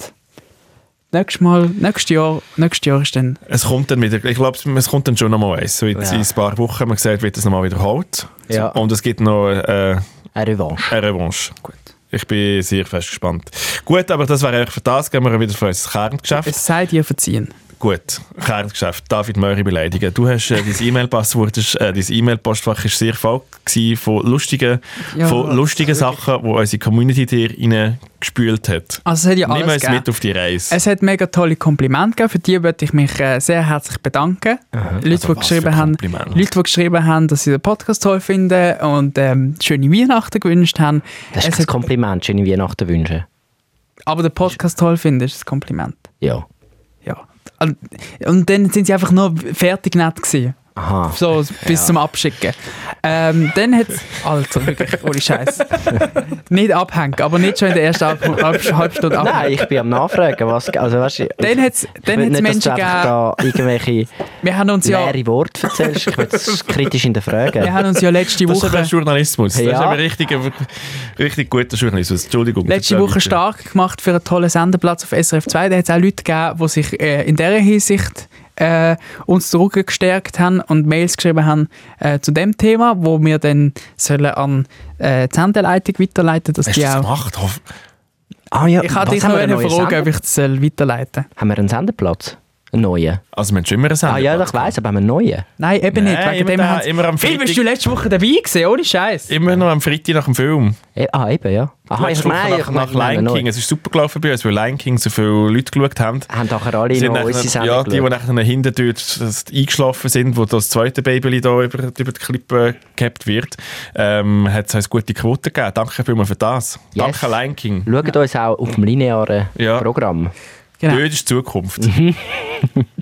[SPEAKER 3] Nächstes Mal, nächstes Jahr, nächstes Jahr ist dann,
[SPEAKER 1] Es kommt dann wieder, ich glaube, es kommt dann schon nochmal eins. So in,
[SPEAKER 2] Ja.
[SPEAKER 1] in ein paar Wochen, man gesagt, wird es nochmal wiederholt.
[SPEAKER 2] Ja.
[SPEAKER 1] Und es gibt noch äh,
[SPEAKER 2] Eine Revanche.
[SPEAKER 1] eine Revanche. Gut. Ich bin sehr fest gespannt. Gut, aber das wäre eigentlich für das. Gehen wir wieder für unser Kerngeschäft.
[SPEAKER 3] es sei dir verziehen.
[SPEAKER 1] Gut, Kerngeschäft. David Möri beleidigen. Du hast äh, dein E-Mail-Passwort, ist, äh, dein E-Mail-Postfach ist sehr voll gewesen von lustigen,
[SPEAKER 3] Ja,
[SPEAKER 1] von lustigen Sachen, die unsere Community dir reingespült hat.
[SPEAKER 3] Also es hat ja
[SPEAKER 1] Nimm
[SPEAKER 3] alles
[SPEAKER 1] uns
[SPEAKER 3] gegeben.
[SPEAKER 1] mit auf die Reise.
[SPEAKER 3] Es hat mega tolle Komplimente gegeben. Für die möchte ich mich äh, sehr herzlich bedanken. Leute,
[SPEAKER 1] Also
[SPEAKER 3] die
[SPEAKER 1] was
[SPEAKER 3] geschrieben
[SPEAKER 1] für
[SPEAKER 3] haben,
[SPEAKER 1] Komplimente.
[SPEAKER 3] Leute, die geschrieben haben, dass sie den Podcast toll finden und ähm, schöne Weihnachten gewünscht haben.
[SPEAKER 2] Das
[SPEAKER 3] Es
[SPEAKER 2] ist ein
[SPEAKER 3] hat,
[SPEAKER 2] Kompliment, schöne Weihnachten wünschen.
[SPEAKER 3] aber den Podcast toll finden ist ein Kompliment.
[SPEAKER 2] Ja.
[SPEAKER 3] Ja. Also, Und dann sind sie einfach nur fertig nett gewesen.
[SPEAKER 2] Aha.
[SPEAKER 3] So, bis zum Abschicken. Ähm, dann hat Alter, wirklich, ohne Scheiß. nicht abhängen, aber nicht schon in der ersten halben halb, Halbstunde abhängen.
[SPEAKER 2] Nein, ich bin am Nachfragen. Was, also, weißt, du,
[SPEAKER 3] Dann hat's-
[SPEAKER 2] ich
[SPEAKER 3] dann
[SPEAKER 2] will
[SPEAKER 3] hat's
[SPEAKER 2] nicht, dass
[SPEAKER 3] Menschen
[SPEAKER 2] du einfach da irgendwelche
[SPEAKER 3] Wir haben uns ja,
[SPEAKER 2] leere Worte erzählst. Ich würde es kritisch
[SPEAKER 3] wir
[SPEAKER 2] hinterfragen.
[SPEAKER 3] haben uns ja letzte
[SPEAKER 1] Das ist
[SPEAKER 3] Woche...
[SPEAKER 1] aber Journalismus. Das ist
[SPEAKER 2] Ja.
[SPEAKER 1] aber richtig, aber richtig guter Journalismus. Entschuldigung.
[SPEAKER 3] letzte
[SPEAKER 1] Erzähl
[SPEAKER 3] Woche
[SPEAKER 1] weiter.
[SPEAKER 3] stark gemacht für einen tollen Sendeplatz auf SRF 2. Da hat es auch Leute gegeben, die sich äh, in dieser Hinsicht äh, uns zurückgestärkt haben und Mails geschrieben haben äh, zu dem Thema, wo wir dann sollen an äh, die Sendeleitung weiterleiten, dass
[SPEAKER 1] Hast du
[SPEAKER 3] die
[SPEAKER 1] das
[SPEAKER 3] auch...
[SPEAKER 1] gemacht? Hoff-
[SPEAKER 2] Ah, ja,
[SPEAKER 3] Ich hatte
[SPEAKER 2] was
[SPEAKER 3] dich
[SPEAKER 2] haben
[SPEAKER 3] noch
[SPEAKER 2] wir
[SPEAKER 3] eine
[SPEAKER 2] neue
[SPEAKER 3] Frage, ob
[SPEAKER 2] Sender-
[SPEAKER 3] ich das soll weiterleiten
[SPEAKER 2] Haben wir einen Sendeplatz? Einen neuen?
[SPEAKER 1] Also, wir haben schon immer einen
[SPEAKER 2] Ah ja, ich weiss, aber haben wir einen neuen?
[SPEAKER 3] Nein, eben
[SPEAKER 1] Nein,
[SPEAKER 3] nicht. Wegen
[SPEAKER 1] immer
[SPEAKER 3] dem
[SPEAKER 1] da-
[SPEAKER 3] haben sie-
[SPEAKER 1] immer am
[SPEAKER 3] Phil, bist
[SPEAKER 1] Freitag-
[SPEAKER 3] du letzte Woche dabei gewesen? Ohne Scheiß.
[SPEAKER 1] Immer noch am Freitag nach dem Film.
[SPEAKER 2] E ah, eben, ja. Aha,
[SPEAKER 1] Letzte Woche
[SPEAKER 2] meine,
[SPEAKER 1] nach, nach
[SPEAKER 2] meine, wir haben einen
[SPEAKER 1] Lion King.
[SPEAKER 2] neuen.
[SPEAKER 1] Es ist super gelaufen bei uns, weil Lion King so viele Leute geschaut haben.
[SPEAKER 2] Haben nachher alle
[SPEAKER 1] Sie
[SPEAKER 2] noch
[SPEAKER 1] nachher-
[SPEAKER 2] unsere Sendung
[SPEAKER 1] ja, die, die
[SPEAKER 2] geschaut.
[SPEAKER 1] nachher hinten dort das- eingeschlafen sind, wo das zweite Baby da über, über die Klippe gehabt wird, ähm, hat es uns gute Quote gegeben. Danke vielmals für das.
[SPEAKER 2] Yes.
[SPEAKER 1] Danke, Lion King.
[SPEAKER 2] Schaut uns auch auf dem linearen
[SPEAKER 1] Ja.
[SPEAKER 2] Programm.
[SPEAKER 3] Genau.
[SPEAKER 1] Dort ist die Zukunft.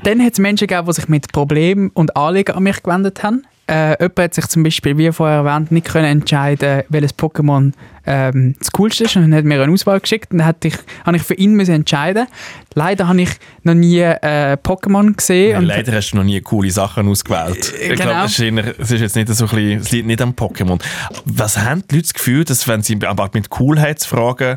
[SPEAKER 3] Dann hat es Menschen gegeben, die sich mit Problemen und Anliegen an mich gewendet haben. Äh, jemand hat sich zum Beispiel, wie vorher erwähnt, nicht können entscheiden welches Pokémon ähm, das coolste ist und hat mir eine Auswahl geschickt und dann hatte ich, habe ich für ihn müssen entscheiden. Leider habe ich noch nie äh, Pokémon gesehen.
[SPEAKER 1] Ja,
[SPEAKER 3] und
[SPEAKER 1] leider hast du noch nie coole Sachen ausgewählt.
[SPEAKER 3] Äh,
[SPEAKER 1] Ich
[SPEAKER 3] genau.
[SPEAKER 1] glaube, es, ist eher- es ist jetzt nicht so ein bisschen, es liegt nicht am Pokémon. Was haben die Leute das Gefühl, dass wenn sie aber mit Coolheitsfragen,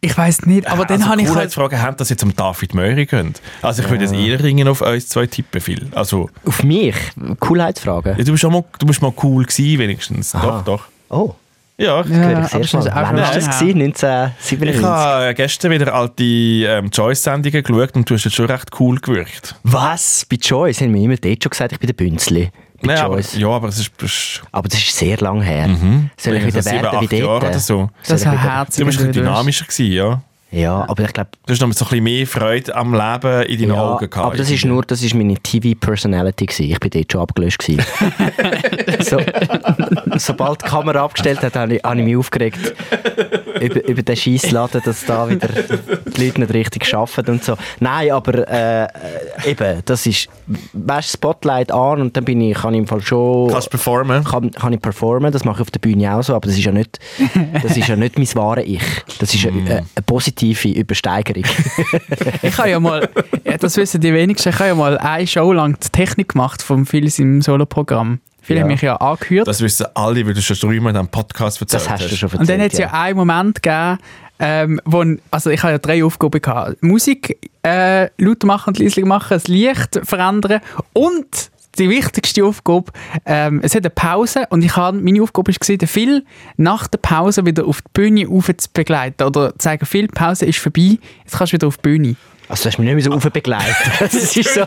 [SPEAKER 3] Ich weiß nicht, aber dann
[SPEAKER 1] also
[SPEAKER 3] habe ich halt,
[SPEAKER 1] Coolheitsfragen haben, dass sie zum David Möri gehen? Also ich würde jetzt eher ringen auf uns zwei tippen, viel. Also
[SPEAKER 2] Auf mich? Coolheitsfragen?
[SPEAKER 1] ja, du bist auch mal, du bist mal cool gewesen wenigstens.
[SPEAKER 2] Aha.
[SPEAKER 1] Doch, doch.
[SPEAKER 2] Oh,
[SPEAKER 1] Ja, ich,
[SPEAKER 3] Ja,
[SPEAKER 2] höre ich
[SPEAKER 3] aber
[SPEAKER 2] das
[SPEAKER 3] es
[SPEAKER 2] erste
[SPEAKER 3] ist
[SPEAKER 2] Mal.
[SPEAKER 3] auch
[SPEAKER 2] Wann war das?
[SPEAKER 3] noch- Ja.
[SPEAKER 2] gewesen?
[SPEAKER 1] ich
[SPEAKER 2] 1997?
[SPEAKER 1] habe gestern wieder alte ähm, Choice-Sendungen geschaut und du hast jetzt schon recht cool gewirkt.
[SPEAKER 2] Was? Bei Joyce haben wir immer dort schon gesagt, ich bin der Bünzli. Bei
[SPEAKER 1] Nein, aber, Mhm.
[SPEAKER 2] Joyce.
[SPEAKER 1] ja, aber es ist, es ist
[SPEAKER 2] Aber das ist sehr lang her. Soll ich
[SPEAKER 1] vielleicht
[SPEAKER 2] wieder
[SPEAKER 1] so sieben,
[SPEAKER 2] werden wie
[SPEAKER 1] acht Jahre
[SPEAKER 2] dort?
[SPEAKER 1] oder so.
[SPEAKER 2] Soll
[SPEAKER 3] halt- Das
[SPEAKER 2] ich
[SPEAKER 3] war
[SPEAKER 2] wieder-
[SPEAKER 3] herzig.
[SPEAKER 1] Du bist ein
[SPEAKER 3] wenn
[SPEAKER 1] bisschen
[SPEAKER 3] wieder-
[SPEAKER 1] dynamischer gewesen, ja.
[SPEAKER 2] Ja, aber ich glaube...
[SPEAKER 1] Du hast noch ein bisschen mehr Freude am Leben in deinen
[SPEAKER 2] Ja,
[SPEAKER 1] Augen gehabt.
[SPEAKER 2] aber das ist nur, das ist meine TV-Personality gewesen. Ich bin dort schon abgelöscht gewesen. so, sobald die Kamera abgestellt hat, habe ich, habe ich mich aufgeregt über, über den Scheissladen, dass da wieder die Leute nicht richtig arbeiten und so. Nein, aber äh, eben, das ist, weißt, Spotlight an und dann bin ich, kann ich im Fall schon
[SPEAKER 1] Kannst performen.
[SPEAKER 2] kann, kann ich performen, das mache ich auf der Bühne auch so, aber das ist ja nicht, das ist ja nicht mein wahres Ich. Das ist eine,
[SPEAKER 1] Mhm.
[SPEAKER 2] eine, eine positive Übersteigerung.
[SPEAKER 3] Ich habe ja mal, ja, das wissen die wenigsten, ich habe ja mal eine Show lang die Technik gemacht von Phyllis im Solo-Programm. Viele
[SPEAKER 2] Ja.
[SPEAKER 3] haben mich ja angehört.
[SPEAKER 1] Das wissen alle, weil du schon drüben in diesem Podcast erzählt
[SPEAKER 2] Das hast du schon erzählt.
[SPEAKER 3] Und dann hat es ja, einen Moment gegeben, ähm, wo, also ich habe ja drei Aufgaben gehabt. Musik äh, laut machen und leise machen, das Licht verändern und die wichtigste Aufgabe, ähm, es hat eine Pause und ich habe, meine Aufgabe war, den Phil nach der Pause wieder auf die Bühne rauf zu begleiten oder zu sagen, Phil, die Pause ist vorbei, jetzt kannst du wieder auf die Bühne.
[SPEAKER 2] Also du hast mich nicht mehr so aufbegleitet. Es ist so...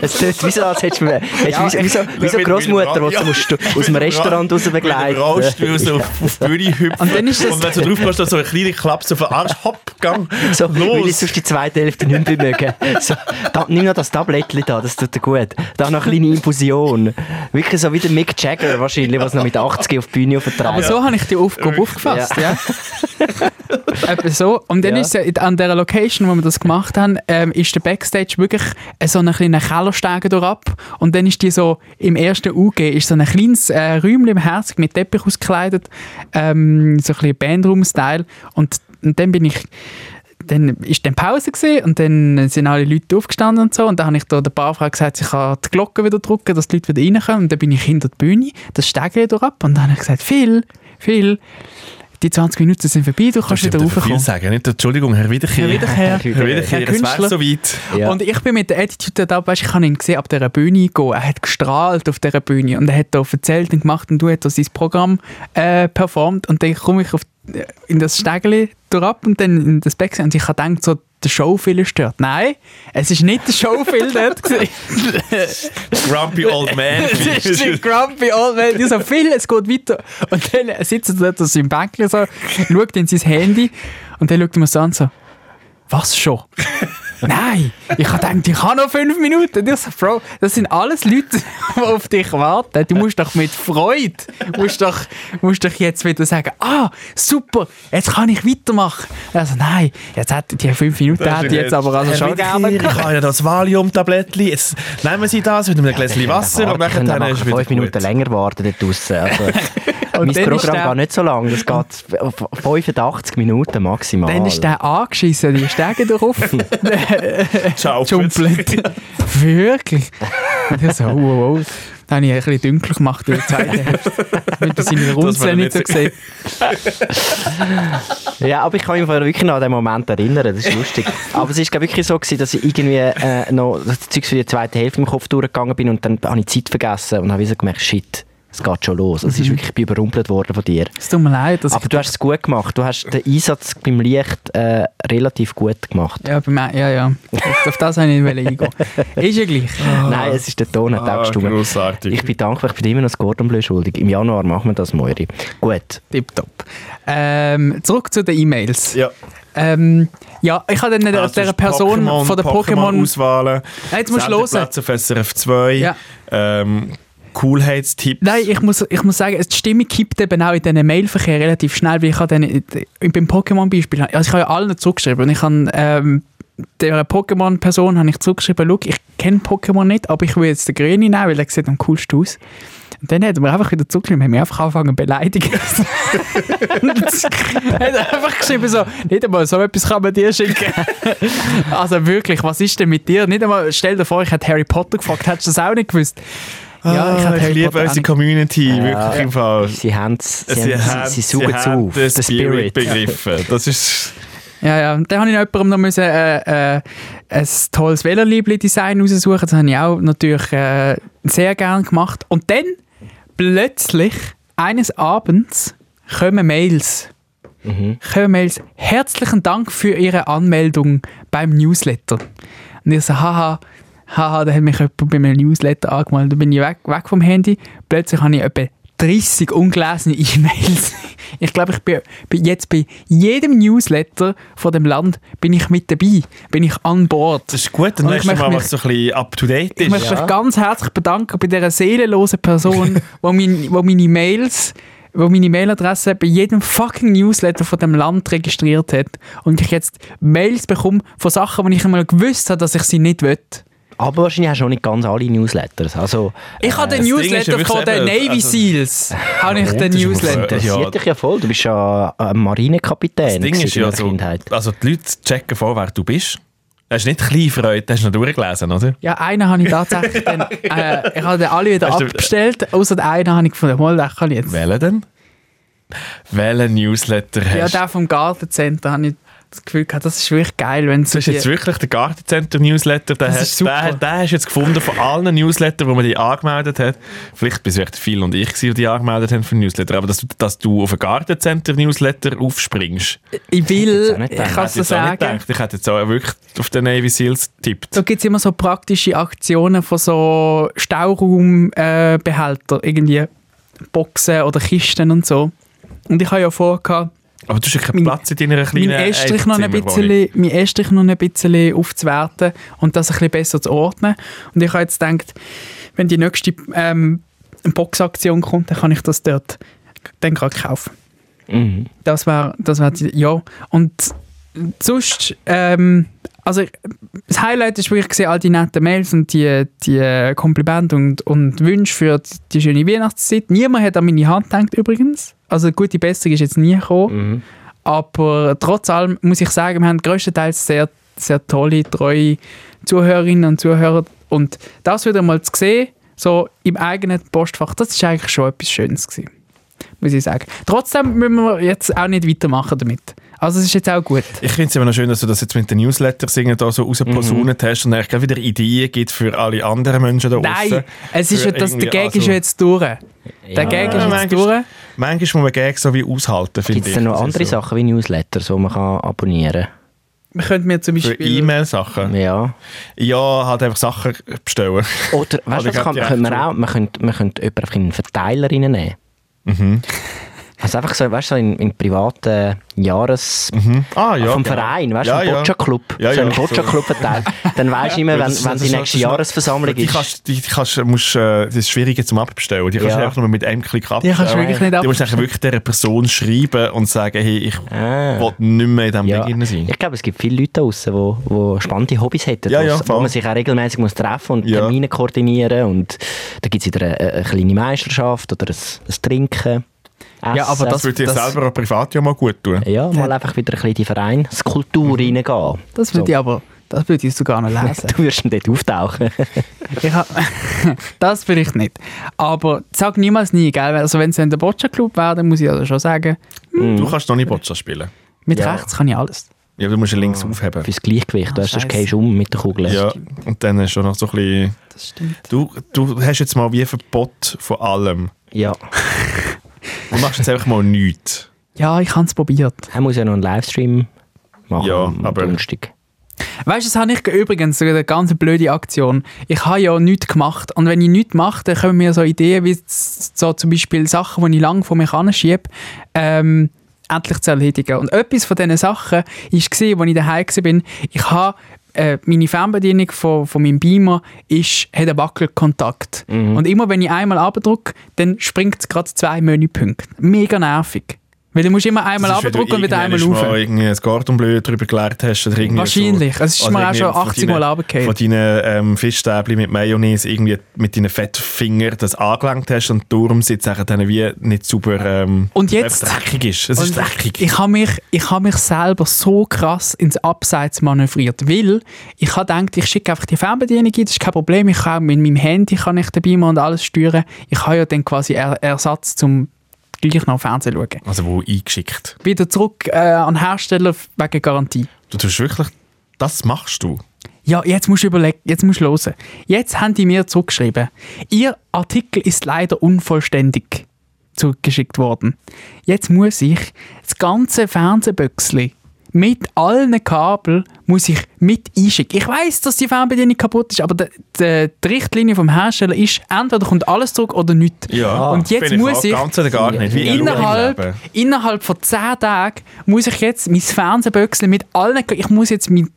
[SPEAKER 2] Es tut wie so, als hättest du mich... Hättest du wie, wie so, wie so
[SPEAKER 1] Mit-
[SPEAKER 2] Grossmutter,
[SPEAKER 1] mit-
[SPEAKER 2] die du musst du aus dem Restaurant raus
[SPEAKER 1] Wenn du rauscht, weil du
[SPEAKER 2] begleiten.
[SPEAKER 1] so auf, auf die Bühne hüpft.
[SPEAKER 3] Und dann ist das-
[SPEAKER 1] Und wenn du drauf gehst, dann so eine kleine Klappe auf den Arsch, hopp, gang,
[SPEAKER 2] So, weil ich
[SPEAKER 1] los.
[SPEAKER 2] sonst die zweite Hälfte nicht mehr mögen. So, da, nimm noch das Tablettchen da, das tut dir gut. Da noch eine kleine Infusion. Wirklich so wie der Mick Jagger wahrscheinlich, was noch mit 80 auf die Bühne
[SPEAKER 3] Aber
[SPEAKER 2] vertreibt.
[SPEAKER 3] so habe ich die Aufgabe aufgefasst, ja. Etwa so. Und dann
[SPEAKER 2] Ja.
[SPEAKER 3] ist es ja in- an der Location, wo wir das gemacht haben, ähm, ist der Backstage wirklich äh, so einen kleinen Kellersteigen durchab. Und dann ist die so, im ersten UG ist so ein kleines äh, Räumchen im Herzog mit Teppich ausgekleidet, ähm, so ein bisschen Bandroom-Style. Und, und dann bin ich dann ist dann Pause gewesen, und dann sind alle Leute aufgestanden und so und dann habe ich da der Barfrau gesagt, ich kann die Glocke wieder drücken, dass die Leute wieder reinkommen und dann bin ich hinter die Bühne, das Stege durch ab und dann habe ich gesagt, Phil, Phil, die 20 Minuten sind vorbei, du kannst wieder
[SPEAKER 1] darf viel
[SPEAKER 3] raufkommen.
[SPEAKER 1] sagen, nicht Entschuldigung, Herr Wiederkehr.
[SPEAKER 3] Herr Wiederkehr.
[SPEAKER 1] Herr Wiederkehr,
[SPEAKER 3] Herr
[SPEAKER 1] es wäre
[SPEAKER 3] Künstler.
[SPEAKER 1] so weit.
[SPEAKER 2] Ja.
[SPEAKER 3] Und ich bin mit der Attitude da, weißt, ich habe ihn gesehen, ab dieser Bühne gehen. Er hat gestrahlt auf dieser Bühne und er hat da erzählt und gemacht und du hast da sein Programm äh, performt und dann komme ich auf, äh, in das Stegeli ab und dann in das Backstage und ich habe gedacht, so, der Showfilm stört. Nein, es ist nicht der Showfilm dort. gewesen.
[SPEAKER 1] Grumpy old man.
[SPEAKER 3] Das ist die Grumpy Old Man. Die so, Phil, es geht weiter. Und dann sitzt er dort auf seinem Bänkchen so, schaut in sein Handy und dann schaut er mir so an so, was schon? Nein, ich habe gedacht, ich habe noch fünf Minuten. Und ich so, Bro, das sind alles Leute, die auf dich warten. Du musst doch mit Freude, musst doch, musst doch jetzt wieder sagen, ah, super, jetzt kann ich weitermachen. Also nein, jetzt hat die fünf Minuten,
[SPEAKER 1] Das
[SPEAKER 3] hat
[SPEAKER 1] ist
[SPEAKER 3] die jetzt
[SPEAKER 1] jetzt-
[SPEAKER 3] aber also
[SPEAKER 1] Herr
[SPEAKER 3] schon
[SPEAKER 1] Wiederkehr,
[SPEAKER 3] gegeben.
[SPEAKER 1] Ich habe ja das Valium-Tablettchen. Jetzt nehmen Sie das mit einem Gläschen Wasser und
[SPEAKER 2] können
[SPEAKER 1] nachher
[SPEAKER 2] dann
[SPEAKER 1] ist es wieder
[SPEAKER 2] fünf Minuten
[SPEAKER 1] gut.
[SPEAKER 2] länger warten dort draussen. Also, mein
[SPEAKER 3] dann ist
[SPEAKER 2] Programm
[SPEAKER 3] der-
[SPEAKER 2] geht nicht so lang, das geht auf 85 Minuten maximal.
[SPEAKER 3] Dann ist der angeschissen, die Stege durch offen.
[SPEAKER 1] Ciao. Ah,
[SPEAKER 3] Jumplet. Wirklich? Und ich so, wow, wow. Dann habe ich ein bisschen dunkel gemacht in der zweiten Hälfte. Damit man seine
[SPEAKER 1] wir
[SPEAKER 3] Runzeln nicht so
[SPEAKER 1] nicht
[SPEAKER 3] sieht.
[SPEAKER 2] Ja, aber ich kann mich im Fall wirklich noch an den Moment erinnern, das ist lustig. aber es ist glaub, wirklich so, gewesen, dass ich irgendwie äh, noch das Zeug für die zweite Hälfte im Kopf durchgegangen bin und dann habe ich die Zeit vergessen und habe so gemerkt, shit, es geht schon los. Also, es ist wirklich ich bin überrumpelt worden von dir.
[SPEAKER 3] Es tut mir leid, dass
[SPEAKER 2] Aber du hast es gut gemacht. Du hast den Einsatz beim Licht äh, relativ gut gemacht.
[SPEAKER 3] ich... Ja, bei mir, ja, ja. Auf das wollte ich nicht eingehen. Ist ja gleich.
[SPEAKER 2] Nein, es ist der Ton, hat
[SPEAKER 1] Ah,
[SPEAKER 2] auch gestimmt.
[SPEAKER 1] grossartig.
[SPEAKER 2] Ich bin dankbar, ich bin immer noch das Gordon Bleu schuldig. Im Januar machen wir das, Moiri. Gut.
[SPEAKER 3] Tipptopp. Ähm, zurück zu den E-Mails. Ja.
[SPEAKER 1] Ja.
[SPEAKER 3] Ähm, ja, ich habe dann
[SPEAKER 1] Also
[SPEAKER 3] aus dieser
[SPEAKER 1] ist
[SPEAKER 3] Person
[SPEAKER 1] Pokémon,
[SPEAKER 3] von der Pokémon...
[SPEAKER 1] Auswahlen.
[SPEAKER 3] Nein, jetzt musst du hören.
[SPEAKER 1] Platz auf SRF 2.
[SPEAKER 3] Ja.
[SPEAKER 1] Ähm, Coolheitstipps.
[SPEAKER 3] Nein, ich muss, ich muss sagen, die Stimme kippt eben auch in diesen Mailverkehr relativ schnell, weil ich habe dann, äh, beim Pokémon-Beispiel, also ich habe ja allen zurückgeschrieben und ich habe ähm, der Pokémon-Person habe ich zurückgeschrieben, «Schau, ich kenne Pokémon nicht, aber ich will jetzt den Grünen nehmen, weil der sieht am coolsten aus. Und dann hat er mir einfach wieder zurückgeschrieben, hat mich einfach angefangen zu beleidigen. hat er einfach geschrieben so, nicht einmal so etwas kann man dir schicken. also wirklich, was ist denn mit dir? Nicht einmal, stell dir vor, ich hätte Harry Potter gefragt, hättest du das auch nicht gewusst?
[SPEAKER 1] Ah,
[SPEAKER 3] hätte
[SPEAKER 1] ich liebe
[SPEAKER 3] auch
[SPEAKER 1] unsere
[SPEAKER 3] nicht
[SPEAKER 1] Community, wirklich im Fall.
[SPEAKER 2] Sie haben es, sie,
[SPEAKER 1] Sie
[SPEAKER 2] haben-
[SPEAKER 1] haben-
[SPEAKER 2] sie, sie suchen es
[SPEAKER 1] haben
[SPEAKER 2] auf.
[SPEAKER 1] den Spirit
[SPEAKER 2] Der Spirit.
[SPEAKER 1] begriffen. Das ist...
[SPEAKER 3] Ja, ja. Und Dann habe ich noch jemandem noch müssen, äh, äh, ein tolles Veloleibli-Design raussuchen. Das habe ich auch natürlich äh, sehr gerne gemacht. Und dann plötzlich, eines Abends, kommen Mails. Kommen Mails. Herzlichen Dank für Ihre Anmeldung beim Newsletter. Und ich so, haha, haha, da hat mich jemand bei meinem Newsletter angemeldet. Dann bin ich weg, weg vom Handy. Plötzlich habe ich etwa 30 ungelesene E-Mails. Ich glaube, ich bin, bin jetzt bei jedem Newsletter von dem Land bin ich mit dabei, bin ich an Bord.
[SPEAKER 1] Das ist gut, dann
[SPEAKER 3] Und ich
[SPEAKER 1] nächstes Mal,
[SPEAKER 3] möchte
[SPEAKER 1] was so ein bisschen up-to-date
[SPEAKER 3] Ich möchte
[SPEAKER 1] ist.
[SPEAKER 3] mich ganz herzlich bedanken bei dieser seelenlosen Person, wo, mein, wo meine Mails, wo meine Mailadresse bei jedem fucking Newsletter von dem Land registriert hat und ich jetzt Mails bekomme von Sachen, wo ich einmal gewusst habe, dass ich sie nicht will.
[SPEAKER 2] Aber wahrscheinlich hast du auch nicht ganz alle Newsletters. Also,
[SPEAKER 3] Ich habe den
[SPEAKER 1] das Ding ist ja
[SPEAKER 3] Newsletter
[SPEAKER 1] wirklich
[SPEAKER 3] von den
[SPEAKER 1] eben,
[SPEAKER 3] Navy
[SPEAKER 1] also-
[SPEAKER 3] Seals. Habe ich
[SPEAKER 1] Oh,
[SPEAKER 3] den
[SPEAKER 1] das ist aber
[SPEAKER 3] Newsletter.
[SPEAKER 2] interessiert
[SPEAKER 1] Ja.
[SPEAKER 2] dich ja voll. Du bist ja ein Marinekapitän
[SPEAKER 1] Das Ding
[SPEAKER 2] gewesen
[SPEAKER 1] ist
[SPEAKER 2] in
[SPEAKER 1] ja
[SPEAKER 2] der
[SPEAKER 1] so,
[SPEAKER 2] Kindheit.
[SPEAKER 1] also die Leute checken vor, wer du bist. Das ist nicht kleine Freude, das hast du noch durchgelesen, oder?
[SPEAKER 3] Ja, einen habe ich tatsächlich dann, äh, ich habe den alle wieder
[SPEAKER 1] Hast du-
[SPEAKER 3] abbestellt, außer den einen habe ich gefunden, mal, den kann ich jetzt.
[SPEAKER 1] Welchen denn? Welchen Newsletter
[SPEAKER 3] Ja,
[SPEAKER 1] hast du?
[SPEAKER 3] der vom Gartencenter habe ich das Gefühl gehabt, das ist wirklich geil, wenn so
[SPEAKER 1] Das ist jetzt
[SPEAKER 3] die-
[SPEAKER 1] wirklich der Gartencenter-Newsletter. Den,
[SPEAKER 3] Das ist
[SPEAKER 1] hast-
[SPEAKER 3] super.
[SPEAKER 1] den, den hast du jetzt gefunden von allen Newslettern, die man dich angemeldet hat. Vielleicht bist vielleicht viel und ich, gewesen, die dich angemeldet haben für den Newsletter. Aber dass du, dass du auf einen Gartencenter-Newsletter aufspringst,
[SPEAKER 3] Ich
[SPEAKER 2] jetzt
[SPEAKER 3] will,
[SPEAKER 2] auch nicht
[SPEAKER 3] ich
[SPEAKER 2] gedacht.
[SPEAKER 1] hätte
[SPEAKER 3] kann es
[SPEAKER 1] ich
[SPEAKER 3] so
[SPEAKER 1] jetzt auch nicht
[SPEAKER 3] sagen.
[SPEAKER 1] gedacht. Ich hätte jetzt auch wirklich auf den Navy Seals getippt.
[SPEAKER 3] Da gibt es immer so praktische Aktionen von so Stauraumbehälter, äh, Behälter, irgendwie Boxen oder Kisten und so. Und ich habe ja vor, gehabt,
[SPEAKER 1] Aber du hast ja keinen
[SPEAKER 3] Mein-
[SPEAKER 1] Platz in deiner kleinen
[SPEAKER 3] meinen Estrich noch ein
[SPEAKER 1] Einzimmerwohnung.
[SPEAKER 3] bisschen, meinen Estrich noch ein bisschen aufzuwerten und das ein bisschen besser zu ordnen. Und ich habe jetzt gedacht, wenn die nächste ähm, Boxaktion kommt, dann kann ich das dort dann gerade kaufen.
[SPEAKER 2] Mhm.
[SPEAKER 3] Das war, das war die, ja. Und sonst, ähm, also ich- das Highlight ist wirklich gesehen, all die netten Mails und die, die Komplimente und, und Wünsche für die, die schöne Weihnachtszeit. Niemand hat an meine Hand gedacht übrigens. Also gute Besserung ist jetzt nie gekommen.
[SPEAKER 2] Mhm.
[SPEAKER 3] Aber trotz allem muss ich sagen, wir haben größtenteils sehr, sehr tolle, treue Zuhörerinnen und Zuhörer. Und das wieder mal zu sehen, so im eigenen Postfach, das ist eigentlich schon etwas Schönes gewesen muss ich sagen. Trotzdem müssen wir jetzt auch nicht weitermachen damit. Also es ist jetzt auch gut.
[SPEAKER 1] Ich finde es immer noch schön, dass du das jetzt mit den Newsletters irgendwie da so rausposaunet
[SPEAKER 3] Mhm.
[SPEAKER 1] hast und eigentlich gleich wieder Ideen gibt für alle anderen Menschen da
[SPEAKER 3] Nein,
[SPEAKER 1] draussen.
[SPEAKER 3] es ist
[SPEAKER 1] Für
[SPEAKER 3] ja, das, der
[SPEAKER 1] irgendwie-
[SPEAKER 3] Gag ist
[SPEAKER 1] also-
[SPEAKER 3] ja jetzt durch. Der
[SPEAKER 2] Ja.
[SPEAKER 3] Gag
[SPEAKER 1] Ja,
[SPEAKER 3] ist jetzt
[SPEAKER 1] manchmal-
[SPEAKER 3] durch.
[SPEAKER 1] Manchmal muss man Gags so wie aushalten, finde ich.
[SPEAKER 2] Gibt es denn noch
[SPEAKER 1] Das ist
[SPEAKER 2] andere
[SPEAKER 1] so.
[SPEAKER 2] Sachen wie Newsletters, die man kann abonnieren
[SPEAKER 3] Wir könnten mir zum
[SPEAKER 1] Für
[SPEAKER 3] Beispiel...
[SPEAKER 2] kann?
[SPEAKER 1] E-Mail-Sachen?
[SPEAKER 2] Ja.
[SPEAKER 1] Ja, halt einfach Sachen bestellen.
[SPEAKER 2] Oder, weißt
[SPEAKER 1] Also,
[SPEAKER 2] du,
[SPEAKER 1] ich
[SPEAKER 2] was
[SPEAKER 1] hab
[SPEAKER 2] kann,
[SPEAKER 1] die
[SPEAKER 2] können
[SPEAKER 1] recht
[SPEAKER 2] wir auch? Man könnte, man könnte jemanden einfach in einen Verteiler reinnehmen.
[SPEAKER 1] Mhm.
[SPEAKER 2] Also einfach so, weißt du, so in, in privaten Jahres...
[SPEAKER 3] Hm?
[SPEAKER 1] Ah, genau.
[SPEAKER 2] vom Verein, weißt du,
[SPEAKER 1] Ja,
[SPEAKER 2] vom
[SPEAKER 1] ja.
[SPEAKER 2] Boccia-Club.
[SPEAKER 1] Ja,
[SPEAKER 2] so
[SPEAKER 1] ja,
[SPEAKER 2] ein Boccia-Club-Verteil. Dann weisst du immer,
[SPEAKER 1] Weil
[SPEAKER 2] wenn,
[SPEAKER 1] das-
[SPEAKER 2] wenn
[SPEAKER 1] das
[SPEAKER 2] die
[SPEAKER 1] ist-
[SPEAKER 2] nächste
[SPEAKER 1] das ist-
[SPEAKER 2] Jahresversammlung
[SPEAKER 1] Die
[SPEAKER 2] ist.
[SPEAKER 1] kannst, die, die kannst, musst, äh, das ist schwieriger zum Abbestellen. Die kannst
[SPEAKER 2] Ja.
[SPEAKER 1] du einfach nur mit einem Klick
[SPEAKER 3] Die kannst du
[SPEAKER 1] abbestellen.
[SPEAKER 3] wirklich nicht
[SPEAKER 1] Du musst nachher
[SPEAKER 3] ab.
[SPEAKER 1] wirklich dieser Person schreiben und sagen, hey, ich
[SPEAKER 2] Ah.
[SPEAKER 1] will nicht mehr in diesem
[SPEAKER 2] Ja,
[SPEAKER 1] Ding drin sein.
[SPEAKER 2] ich glaube, es gibt viele Leute da draussen, wo, wo spannende Hobbys hätten,
[SPEAKER 1] Ja, ja,
[SPEAKER 2] wo's- wo
[SPEAKER 1] voll.
[SPEAKER 2] man sich auch regelmäßig muss treffen und
[SPEAKER 1] Ja.
[SPEAKER 2] Termine koordinieren und da gibt es wieder eine, eine kleine Meisterschaft oder ein, ein Trinken, Essen.
[SPEAKER 3] Ja, aber
[SPEAKER 1] Das würde dir
[SPEAKER 3] das-
[SPEAKER 1] selber auch privat ja mal gut tun.
[SPEAKER 2] Ja, mal einfach wieder ein bisschen in die Vereinskultur reingehen.
[SPEAKER 3] Das würde ich aber... Das würde ich sogar noch Mhm. lesen.
[SPEAKER 2] Du wirst dann dort auftauchen.
[SPEAKER 3] Ich hab, das vielleicht nicht. Aber sag niemals nie, gell? Also wenn es dann der Boccia-Club wäre, dann muss ich also schon sagen,
[SPEAKER 2] Hm.
[SPEAKER 1] Du kannst noch nicht Boccia spielen.
[SPEAKER 3] mit
[SPEAKER 2] Ja.
[SPEAKER 3] rechts kann ich alles.
[SPEAKER 1] Ja, du musst ihn links aufheben.
[SPEAKER 2] Fürs Gleichgewicht, weißt du, sonst
[SPEAKER 3] Ah, scheisse.
[SPEAKER 2] gehst du um mit der Kugel.
[SPEAKER 1] Ja, und dann ist schon noch so ein bisschen...
[SPEAKER 3] Das stimmt.
[SPEAKER 1] Du, du hast jetzt mal wie ein Verbot von allem.
[SPEAKER 2] ja.
[SPEAKER 1] Du machst jetzt einfach mal nichts.
[SPEAKER 3] Ja, ich habe es probiert.
[SPEAKER 2] Er muss ja noch einen Livestream machen
[SPEAKER 1] Ja,
[SPEAKER 2] am
[SPEAKER 1] aber-
[SPEAKER 2] Donnerstag.
[SPEAKER 3] Weißt du, das habe ich ge- übrigens, so eine ganz blöde Aktion. Ich habe ja nichts gemacht. Und wenn ich nichts mache, dann kommen mir so Ideen wie z- so zum Beispiel Sachen, die ich lange vor mich anschiebe, ähm, endlich zu erledigen. Und etwas von diesen Sachen ist gesehen, als ich daheim bin, ich habe äh, meine Fernbedienung von, von meinem Beamer ist, hat einen Wackelkontakt.
[SPEAKER 1] Mhm.
[SPEAKER 3] Und immer wenn ich einmal abdrücke, dann springt es gerade zwei Menüpunkte. Mega nervig. Weil du musst immer einmal
[SPEAKER 1] Das ist, wenn du
[SPEAKER 3] abdrücken und wieder einmal
[SPEAKER 1] irgendwann
[SPEAKER 3] rauf.
[SPEAKER 1] mal irgendwie ein Gordon Bleu drüber gelehrt hast. Oder irgendwie
[SPEAKER 3] Wahrscheinlich. Also
[SPEAKER 1] So,
[SPEAKER 3] Es ist
[SPEAKER 1] oder
[SPEAKER 3] mir auch
[SPEAKER 1] irgendwie
[SPEAKER 3] schon
[SPEAKER 1] von
[SPEAKER 3] 80
[SPEAKER 1] deinen-
[SPEAKER 3] Mal runtergefallen.
[SPEAKER 1] Von deinen ähm, Fischstäbchen mit Mayonnaise irgendwie mit deinen fetten Fingern das angelenkt hast und darum sitzt es dann wie nicht super... Ähm,
[SPEAKER 3] Und jetzt-
[SPEAKER 1] einfach dreckig ist. Es ist
[SPEAKER 3] Und
[SPEAKER 1] dreckig.
[SPEAKER 3] Ich habe mich, ich habe mich selber so krass ins Abseits manövriert, weil ich habe gedacht, ich schicke einfach die Fernbedienung ein, das ist kein Problem, ich kann auch mit meinem Handy kann ich dabei machen und alles steuern. Ich habe ja dann quasi er Ersatz zum gleich noch Fernsehen schauen.
[SPEAKER 1] Also wo eingeschickt.
[SPEAKER 3] Wieder zurück äh, an den Hersteller wegen Garantie.
[SPEAKER 1] Du tust wirklich... Das machst du.
[SPEAKER 3] Ja, jetzt musst du überlegen, jetzt musst du hören. Jetzt haben die mir zurückgeschrieben. Ihr Artikel ist leider unvollständig. zurückgeschickt worden. Jetzt muss ich das ganze Fernsehböchsli mit allen Kabeln muss ich mit einschicken. Ich weiß, dass die Fernbedienung kaputt ist, aber de, de, die Richtlinie vom Hersteller ist, entweder kommt alles zurück oder nichts.
[SPEAKER 1] Ja,
[SPEAKER 3] Und jetzt
[SPEAKER 1] bin ich
[SPEAKER 3] muss
[SPEAKER 1] voll-
[SPEAKER 3] ich-
[SPEAKER 1] Ganz oder gar nicht. Wie
[SPEAKER 3] Innerhalb,
[SPEAKER 1] Leben.
[SPEAKER 3] innerhalb von 10 Tagen muss ich jetzt mein Fernsehböchsel mit allen. Ich muss jetzt mein,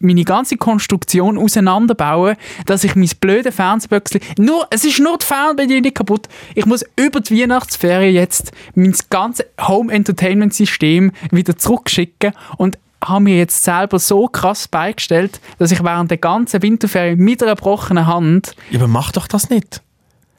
[SPEAKER 3] meine ganze Konstruktion auseinanderbauen, dass ich mein blöde Fernsehböchsel. Nur, es ist nur die Fernbedienung kaputt. Ich muss über die Weihnachtsferien jetzt mein ganzes Home-Entertainment-System wieder zurückschicken und habe mir jetzt selber so krass beigestellt, dass ich während der ganzen Winterferien mit einer gebrochenen Hand
[SPEAKER 1] Ja, aber mach doch das nicht.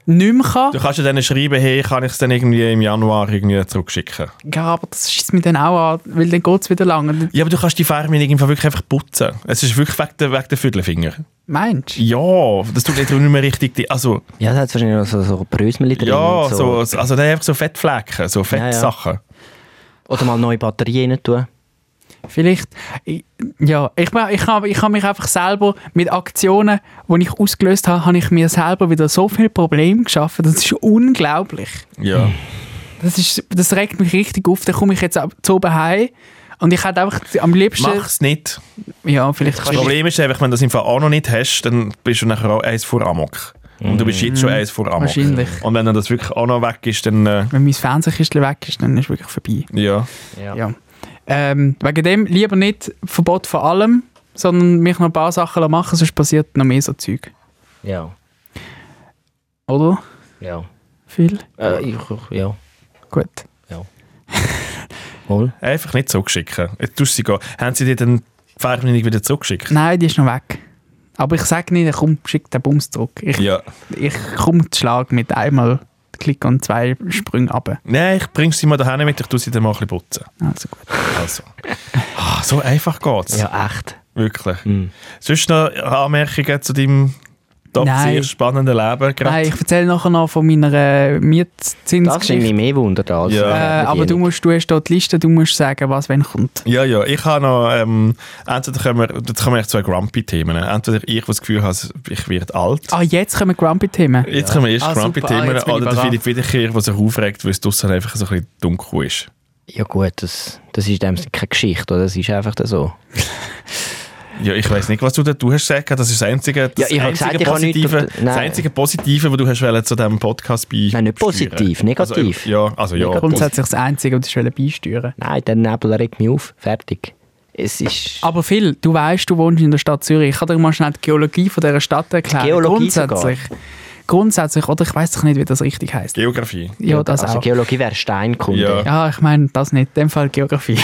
[SPEAKER 3] nicht mehr kann.
[SPEAKER 1] Du kannst ja dann schreiben, hey, kann ich es dann irgendwie im Januar irgendwie zurückschicken?
[SPEAKER 3] Ja, aber das schießt mir dann auch an, weil dann geht es wieder lang.
[SPEAKER 1] Ja, aber du kannst die Fernbedienung im Fall wirklich einfach putzen. Es ist wirklich wegen der, wegen der Füdelfinger.
[SPEAKER 3] Meinst du?
[SPEAKER 1] Ja, das tut nicht nicht mehr richtig... die- Also,
[SPEAKER 2] Ja, das hat wahrscheinlich noch so, so Brösmeli drin.
[SPEAKER 1] ja,
[SPEAKER 2] und
[SPEAKER 1] so, also der hat einfach so Fettflecken, so Fettsachen.
[SPEAKER 2] Oder mal neue Batterien rein tun.
[SPEAKER 3] Vielleicht. Ich- Ja, ich, bin- ich habe ich hab mich einfach selber mit Aktionen, die ich ausgelöst habe, habe ich mir selber wieder so viel Probleme geschaffen. Das ist unglaublich.
[SPEAKER 1] Ja.
[SPEAKER 3] Das, ist, das regt mich richtig auf. Da komme ich jetzt ab- zu oben heim und ich hätte einfach am liebsten...
[SPEAKER 1] Mach's nicht.
[SPEAKER 3] Ja, vielleicht
[SPEAKER 1] Das Problem ist einfach, wenn du das im Fall auch noch nicht hast, dann bist du nachher auch eins vor Amok. Und du bist jetzt schon eins vor Amok.
[SPEAKER 3] Wahrscheinlich.
[SPEAKER 1] Und wenn dann das wirklich auch noch weg ist, dann... Äh,
[SPEAKER 3] Wenn mein Fernsehkistel weg ist, dann ist wirklich vorbei.
[SPEAKER 1] ja.
[SPEAKER 2] Ja.
[SPEAKER 3] Ja. Ähm, wegen dem lieber nicht Verbot von allem, sondern mich noch ein paar Sachen lassen machen, sonst passiert noch mehr so Zeug.
[SPEAKER 2] Ja.
[SPEAKER 3] Oder?
[SPEAKER 2] Ja.
[SPEAKER 3] Viel?
[SPEAKER 2] Äh, ich, ich- ja.
[SPEAKER 3] Gut.
[SPEAKER 2] Wohl.
[SPEAKER 1] Einfach nicht zurückschicken. Jetzt tust du sie gehen. Haben sie dir dann die Fernbedienung wieder zurückgeschickt?
[SPEAKER 3] Nein, die ist noch weg. Aber ich sage nicht, komm, schick den Bums zurück. Ich,
[SPEAKER 1] Ja.
[SPEAKER 3] ich komme zu Schlag mit einmal Klick und zwei Sprüngen ab.
[SPEAKER 1] Nein, ich bring sie mal daheim mit, ich tue sie dann mal ein bisschen putzen.
[SPEAKER 3] Also gut.
[SPEAKER 1] Also. Ah, so einfach geht's.
[SPEAKER 2] Ja, echt.
[SPEAKER 1] Wirklich.
[SPEAKER 2] Mhm.
[SPEAKER 1] Sonst noch Anmerkungen zu deinem doch
[SPEAKER 3] Nein.
[SPEAKER 1] sehr spannenden Leben gerade?
[SPEAKER 3] Nein, ich erzähle nachher noch von meiner
[SPEAKER 2] Das
[SPEAKER 3] äh,
[SPEAKER 2] scheint mich
[SPEAKER 3] Mietzinsgeschichte.
[SPEAKER 2] mehr wundert als.
[SPEAKER 1] Ja.
[SPEAKER 2] die
[SPEAKER 3] Äh, aber du
[SPEAKER 2] Fernbedienung.
[SPEAKER 3] musst, du hast dort die Liste, du musst sagen, was wenn kommt.
[SPEAKER 1] Ja, ja, ich habe noch, ähm, entweder können wir, jetzt kommen eigentlich zwei Grumpy-Themen. Entweder ich, der das Gefühl habe, ich werde alt.
[SPEAKER 3] Ah, jetzt kommen Grumpy-Themen.
[SPEAKER 1] Jetzt kommen erst
[SPEAKER 3] Ah, super. Ah,
[SPEAKER 1] Grumpy-Themen,
[SPEAKER 3] jetzt bin ich
[SPEAKER 1] oder der
[SPEAKER 3] bereit.
[SPEAKER 1] Philipp Wiederkehr, der sich aufregt, weil es draussen einfach so ein bisschen dunkel ist.
[SPEAKER 2] Ja, gut, das, das ist in dem Sinne keine Geschichte, oder? Das ist einfach so.
[SPEAKER 1] Ja, ich weiß nicht, was du dazu hast gesagt. Das ist das einzige, das
[SPEAKER 2] Ja, ich habe
[SPEAKER 1] einzige
[SPEAKER 2] gesagt, ich habe nichts
[SPEAKER 1] Positive,
[SPEAKER 2] dazu-
[SPEAKER 1] das
[SPEAKER 2] Nein.
[SPEAKER 1] einzige Positive, was du hast wollen zu diesem Podcast bei.
[SPEAKER 2] Nein, nicht positiv, negativ.
[SPEAKER 1] Also, ja, also ja.
[SPEAKER 3] Grundsätzlich das Einzige, was ich beisteuern wollte.
[SPEAKER 2] Nein, der Nebel regt mich auf. Fertig. Es ist.
[SPEAKER 3] Aber Phil, du weißt, du wohnst in der Stadt Zürich. Ich kann dir mal schnell die Geologie von dieser Stadt erklären.
[SPEAKER 2] Geologie
[SPEAKER 3] grundsätzlich. Grundsätzlich, oder ich weiß doch nicht, wie das richtig heißt.
[SPEAKER 1] Geografie.
[SPEAKER 3] Ja, das
[SPEAKER 2] also
[SPEAKER 3] auch.
[SPEAKER 2] Geologie wäre Steinkunde.
[SPEAKER 1] Ja.
[SPEAKER 3] Ja, ich meine, das nicht. In dem Fall Geografie.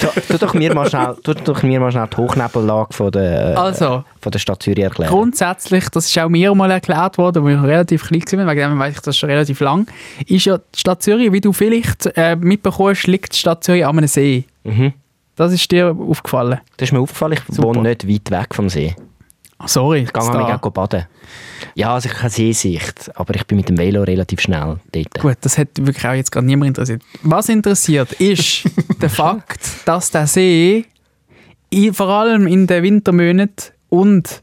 [SPEAKER 2] Tu, tu, doch mir mal schnell, tu doch mir mal schnell die Hochnebellage von der, äh,
[SPEAKER 3] Also,
[SPEAKER 2] von der Stadt Zürich erklären.
[SPEAKER 3] grundsätzlich, das ist auch mir mal erklärt worden, wo ich noch relativ klein war, wegen dem weiß ich das schon relativ lang, ist ja die Stadt Zürich, wie du vielleicht äh, mitbekommst, liegt die Stadt Zürich an einem See.
[SPEAKER 2] Mhm.
[SPEAKER 3] Das ist dir aufgefallen.
[SPEAKER 2] Das ist mir aufgefallen, ich
[SPEAKER 3] Super.
[SPEAKER 2] wohne nicht weit weg vom See.
[SPEAKER 3] Ah, Sorry,
[SPEAKER 2] Ich gehe
[SPEAKER 3] Star.
[SPEAKER 2] mich auch baden. Ja, also ich habe Seesicht, aber ich bin mit dem Velo relativ schnell dort.
[SPEAKER 3] Gut, das hat wirklich auch jetzt gerade niemand interessiert. Was interessiert, ist der Fakt, dass der See i- vor allem in den Wintermonaten und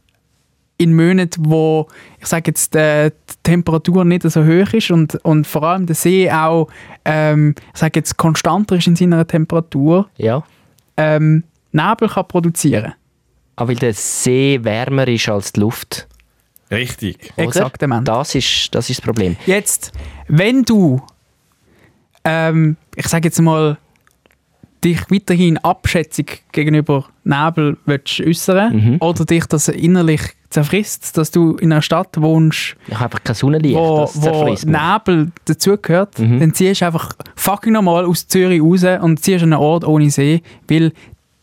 [SPEAKER 3] in Monaten, wo ich sage jetzt äh, die Temperatur nicht so hoch ist und, und vor allem der See auch ähm, ich sage jetzt konstanter ist in seiner Temperatur
[SPEAKER 2] Ja.
[SPEAKER 3] ähm, Nebel kann produzieren.
[SPEAKER 2] Aber Ah, weil der See wärmer ist als die Luft.
[SPEAKER 1] Richtig.
[SPEAKER 2] Oder?
[SPEAKER 3] Exaktamente.
[SPEAKER 2] Das ist, das ist das Problem.
[SPEAKER 3] Jetzt, wenn du, ähm, ich sage jetzt mal, dich weiterhin abschätzig gegenüber Nebel willst äußern
[SPEAKER 2] Mhm.
[SPEAKER 3] oder dich das innerlich zerfrisst, dass du in einer Stadt wohnst,
[SPEAKER 2] Ich habe einfach kein Sonnenlicht,
[SPEAKER 3] wo,
[SPEAKER 2] das
[SPEAKER 3] wo
[SPEAKER 2] zerfrisst mich.
[SPEAKER 3] Nebel dazugehört,
[SPEAKER 2] Mhm.
[SPEAKER 3] dann ziehst du einfach fucking normal aus Zürich raus und ziehst an einen Ort ohne See, weil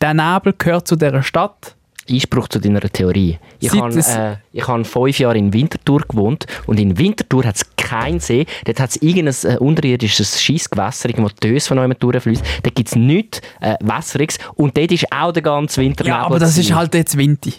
[SPEAKER 3] der Nebel gehört zu dieser Stadt.
[SPEAKER 2] Einspruch zu deiner Theorie. Ich
[SPEAKER 3] Seit
[SPEAKER 2] habe,
[SPEAKER 3] es-
[SPEAKER 2] äh, ich habe fünf Jahre in Winterthur gewohnt und in Winterthur hat es keinen See. Dort hat es irgendein äh, unterirdisches Scheissgewässer, irgendwo Dös von jemandem durchfließt. Dort gibt es nichts äh, Wässeriges und dort ist auch der ganze Winter
[SPEAKER 1] halt-
[SPEAKER 3] Ja, aber das ist halt jetzt Winter.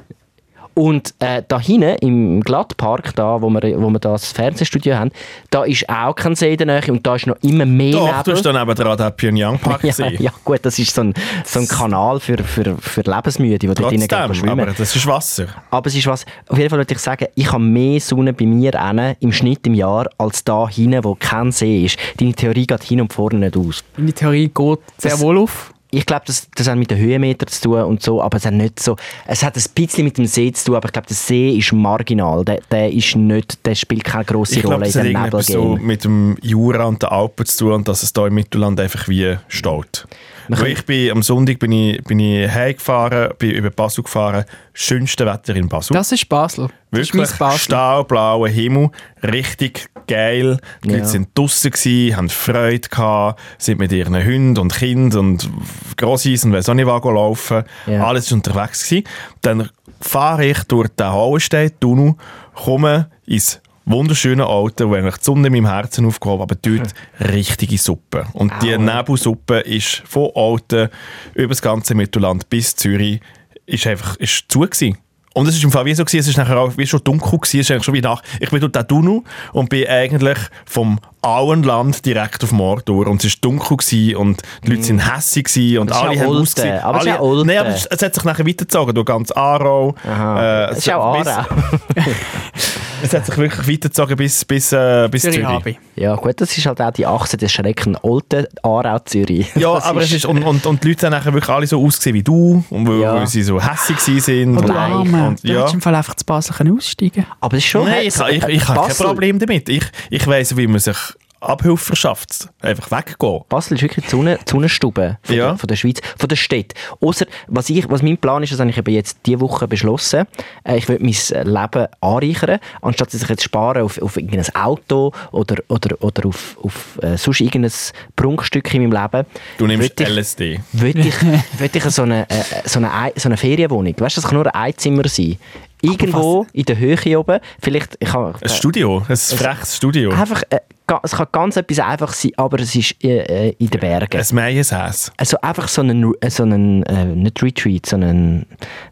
[SPEAKER 2] Und äh, da hinten im Glattpark, da, wo, wir, wo wir da das Fernsehstudio haben, da ist auch kein See in der Nähe und da ist noch immer mehr
[SPEAKER 1] Doch, du
[SPEAKER 2] Nebel.
[SPEAKER 1] hast dann eben gerade den Pyongyang Park
[SPEAKER 2] ja,
[SPEAKER 1] gesehen.
[SPEAKER 2] ja gut, das ist so ein, so ein Kanal für, für, für Lebensmüde, die dort
[SPEAKER 1] Trotzdem,
[SPEAKER 2] drinnen gehen schwimmen.
[SPEAKER 1] aber das ist Wasser.
[SPEAKER 2] Aber es ist was, auf jeden Fall würde ich sagen, ich habe mehr Sonne bei mir hin, im Schnitt im Jahr als da hinten, wo kein See ist. Deine Theorie geht hin und vorne nicht aus.
[SPEAKER 3] Meine Theorie geht sehr
[SPEAKER 2] Das-
[SPEAKER 3] wohl auf.
[SPEAKER 2] Ich glaube, das, das hat mit den Höhenmetern zu tun und so, aber es hat nicht so... Es hat ein bisschen mit dem See zu tun, aber ich glaube, der See ist marginal. Der, der, ist nicht, der spielt keine grosse
[SPEAKER 1] Ich glaube,
[SPEAKER 2] Rolle in
[SPEAKER 1] das hat
[SPEAKER 2] diesem
[SPEAKER 1] irgendetwas so
[SPEAKER 2] Nebelgame.
[SPEAKER 1] mit dem Jura und den Alpen zu tun und dass es da im Mittelland einfach wie steht. Weil ich bin, am Sonntag bin ich, bin ich heimgefahren, bin über Basel gefahren. Schönste Wetter in Basel.
[SPEAKER 3] Das ist Basel. Das
[SPEAKER 1] Wirklich
[SPEAKER 3] ist mein Basel.
[SPEAKER 1] stahlblauer Himmel, richtig geil. Die
[SPEAKER 2] Ja.
[SPEAKER 1] Leute waren draussen, gewesen, haben Freude, gehabt, sind mit ihren Hunden und Kindern und Grossis und weiss auch nicht, was laufen.
[SPEAKER 2] Ja.
[SPEAKER 1] Alles war unterwegs. Gewesen. Dann fahre ich durch den Hallenstein-Tunnel, komme ins wunderschöne Alter, wo eigentlich die Sonne in meinem Herzen aufgehoben aber dort richtige Suppe. Und die
[SPEAKER 2] Aua.
[SPEAKER 1] Nebelsuppe ist von Alten über das ganze Mittelland bis Zürich ist einfach ist zu gewesen. Und es war im Fall wie so, gewesen, es ist nachher auch wie schon dunkel, gewesen, es ist eigentlich schon wie nach. Ich bin durch den Tunnel und bin eigentlich vom Auenland direkt auf Mordor und es war dunkel gewesen und die Leute waren hässig gewesen und
[SPEAKER 2] Mhm. Das ist
[SPEAKER 1] alle
[SPEAKER 2] ja
[SPEAKER 1] haben
[SPEAKER 2] Olten,
[SPEAKER 1] ausgesehen.
[SPEAKER 2] aber es ist
[SPEAKER 1] alle,
[SPEAKER 2] ja Olten.
[SPEAKER 1] Nein, aber es, es hat sich nachher weitergezogen durch ganz Aarau.
[SPEAKER 2] Aha.
[SPEAKER 1] äh,
[SPEAKER 2] Das ist auch
[SPEAKER 1] bis-
[SPEAKER 2] Aarau.
[SPEAKER 1] Es hat sich wirklich weitergezogen bis, bis, äh, bis
[SPEAKER 3] Zürich
[SPEAKER 1] Zürich.
[SPEAKER 3] habe ich.
[SPEAKER 2] Ja gut, das ist halt auch die Achse des Schrecken. Olten, Aarau, Zürich.
[SPEAKER 1] Ja,
[SPEAKER 2] Das
[SPEAKER 1] aber es ist, und, und, und die Leute haben nachher wirklich alle so ausgesehen wie du, und weil,
[SPEAKER 2] Ja.
[SPEAKER 1] weil sie so hässig gewesen sind.
[SPEAKER 3] Oh, du
[SPEAKER 2] Nein.
[SPEAKER 3] Arme.
[SPEAKER 1] Und-
[SPEAKER 3] Du
[SPEAKER 1] ja.
[SPEAKER 3] hättest im Fall einfach zu Basel können aussteigen
[SPEAKER 2] Aber es ist schon...
[SPEAKER 1] Nein, ich, ich, ich habe kein
[SPEAKER 2] Basel-
[SPEAKER 1] Problem damit. Ich, ich weiss, wie man sich Abhilfe verschafft. Einfach weggehen.
[SPEAKER 2] Basel ist wirklich die Sonne- die Sonnenstube von,
[SPEAKER 1] Ja.
[SPEAKER 2] der, von der Schweiz, von der Stadt. Ausser, was, ich, was mein Plan ist, das habe ich eben jetzt diese Woche beschlossen. Äh, ich will mein äh, Leben anreichern, anstatt dass ich jetzt spare auf, auf irgendein Auto oder, oder, oder auf, auf äh, sonst irgendein Prunkstück in meinem Leben.
[SPEAKER 1] Du nimmst
[SPEAKER 2] Will ich-
[SPEAKER 1] LSD.
[SPEAKER 2] will ich, will ich so, eine, äh, so, eine, Ei- so eine Ferienwohnung. Weißt du, das kann nur ein Einzimmer sein. Irgendwo in der Höhe oben, vielleicht... Ich kann,
[SPEAKER 1] Ein Studio, ein freches Studio.
[SPEAKER 2] einfach, äh, ga- es kann ganz etwas einfach sein, aber es ist äh, äh, in den Bergen.
[SPEAKER 1] Ein Meienhaus.
[SPEAKER 2] Also einfach so einen, äh, so einen äh, nicht Retreat, so einen,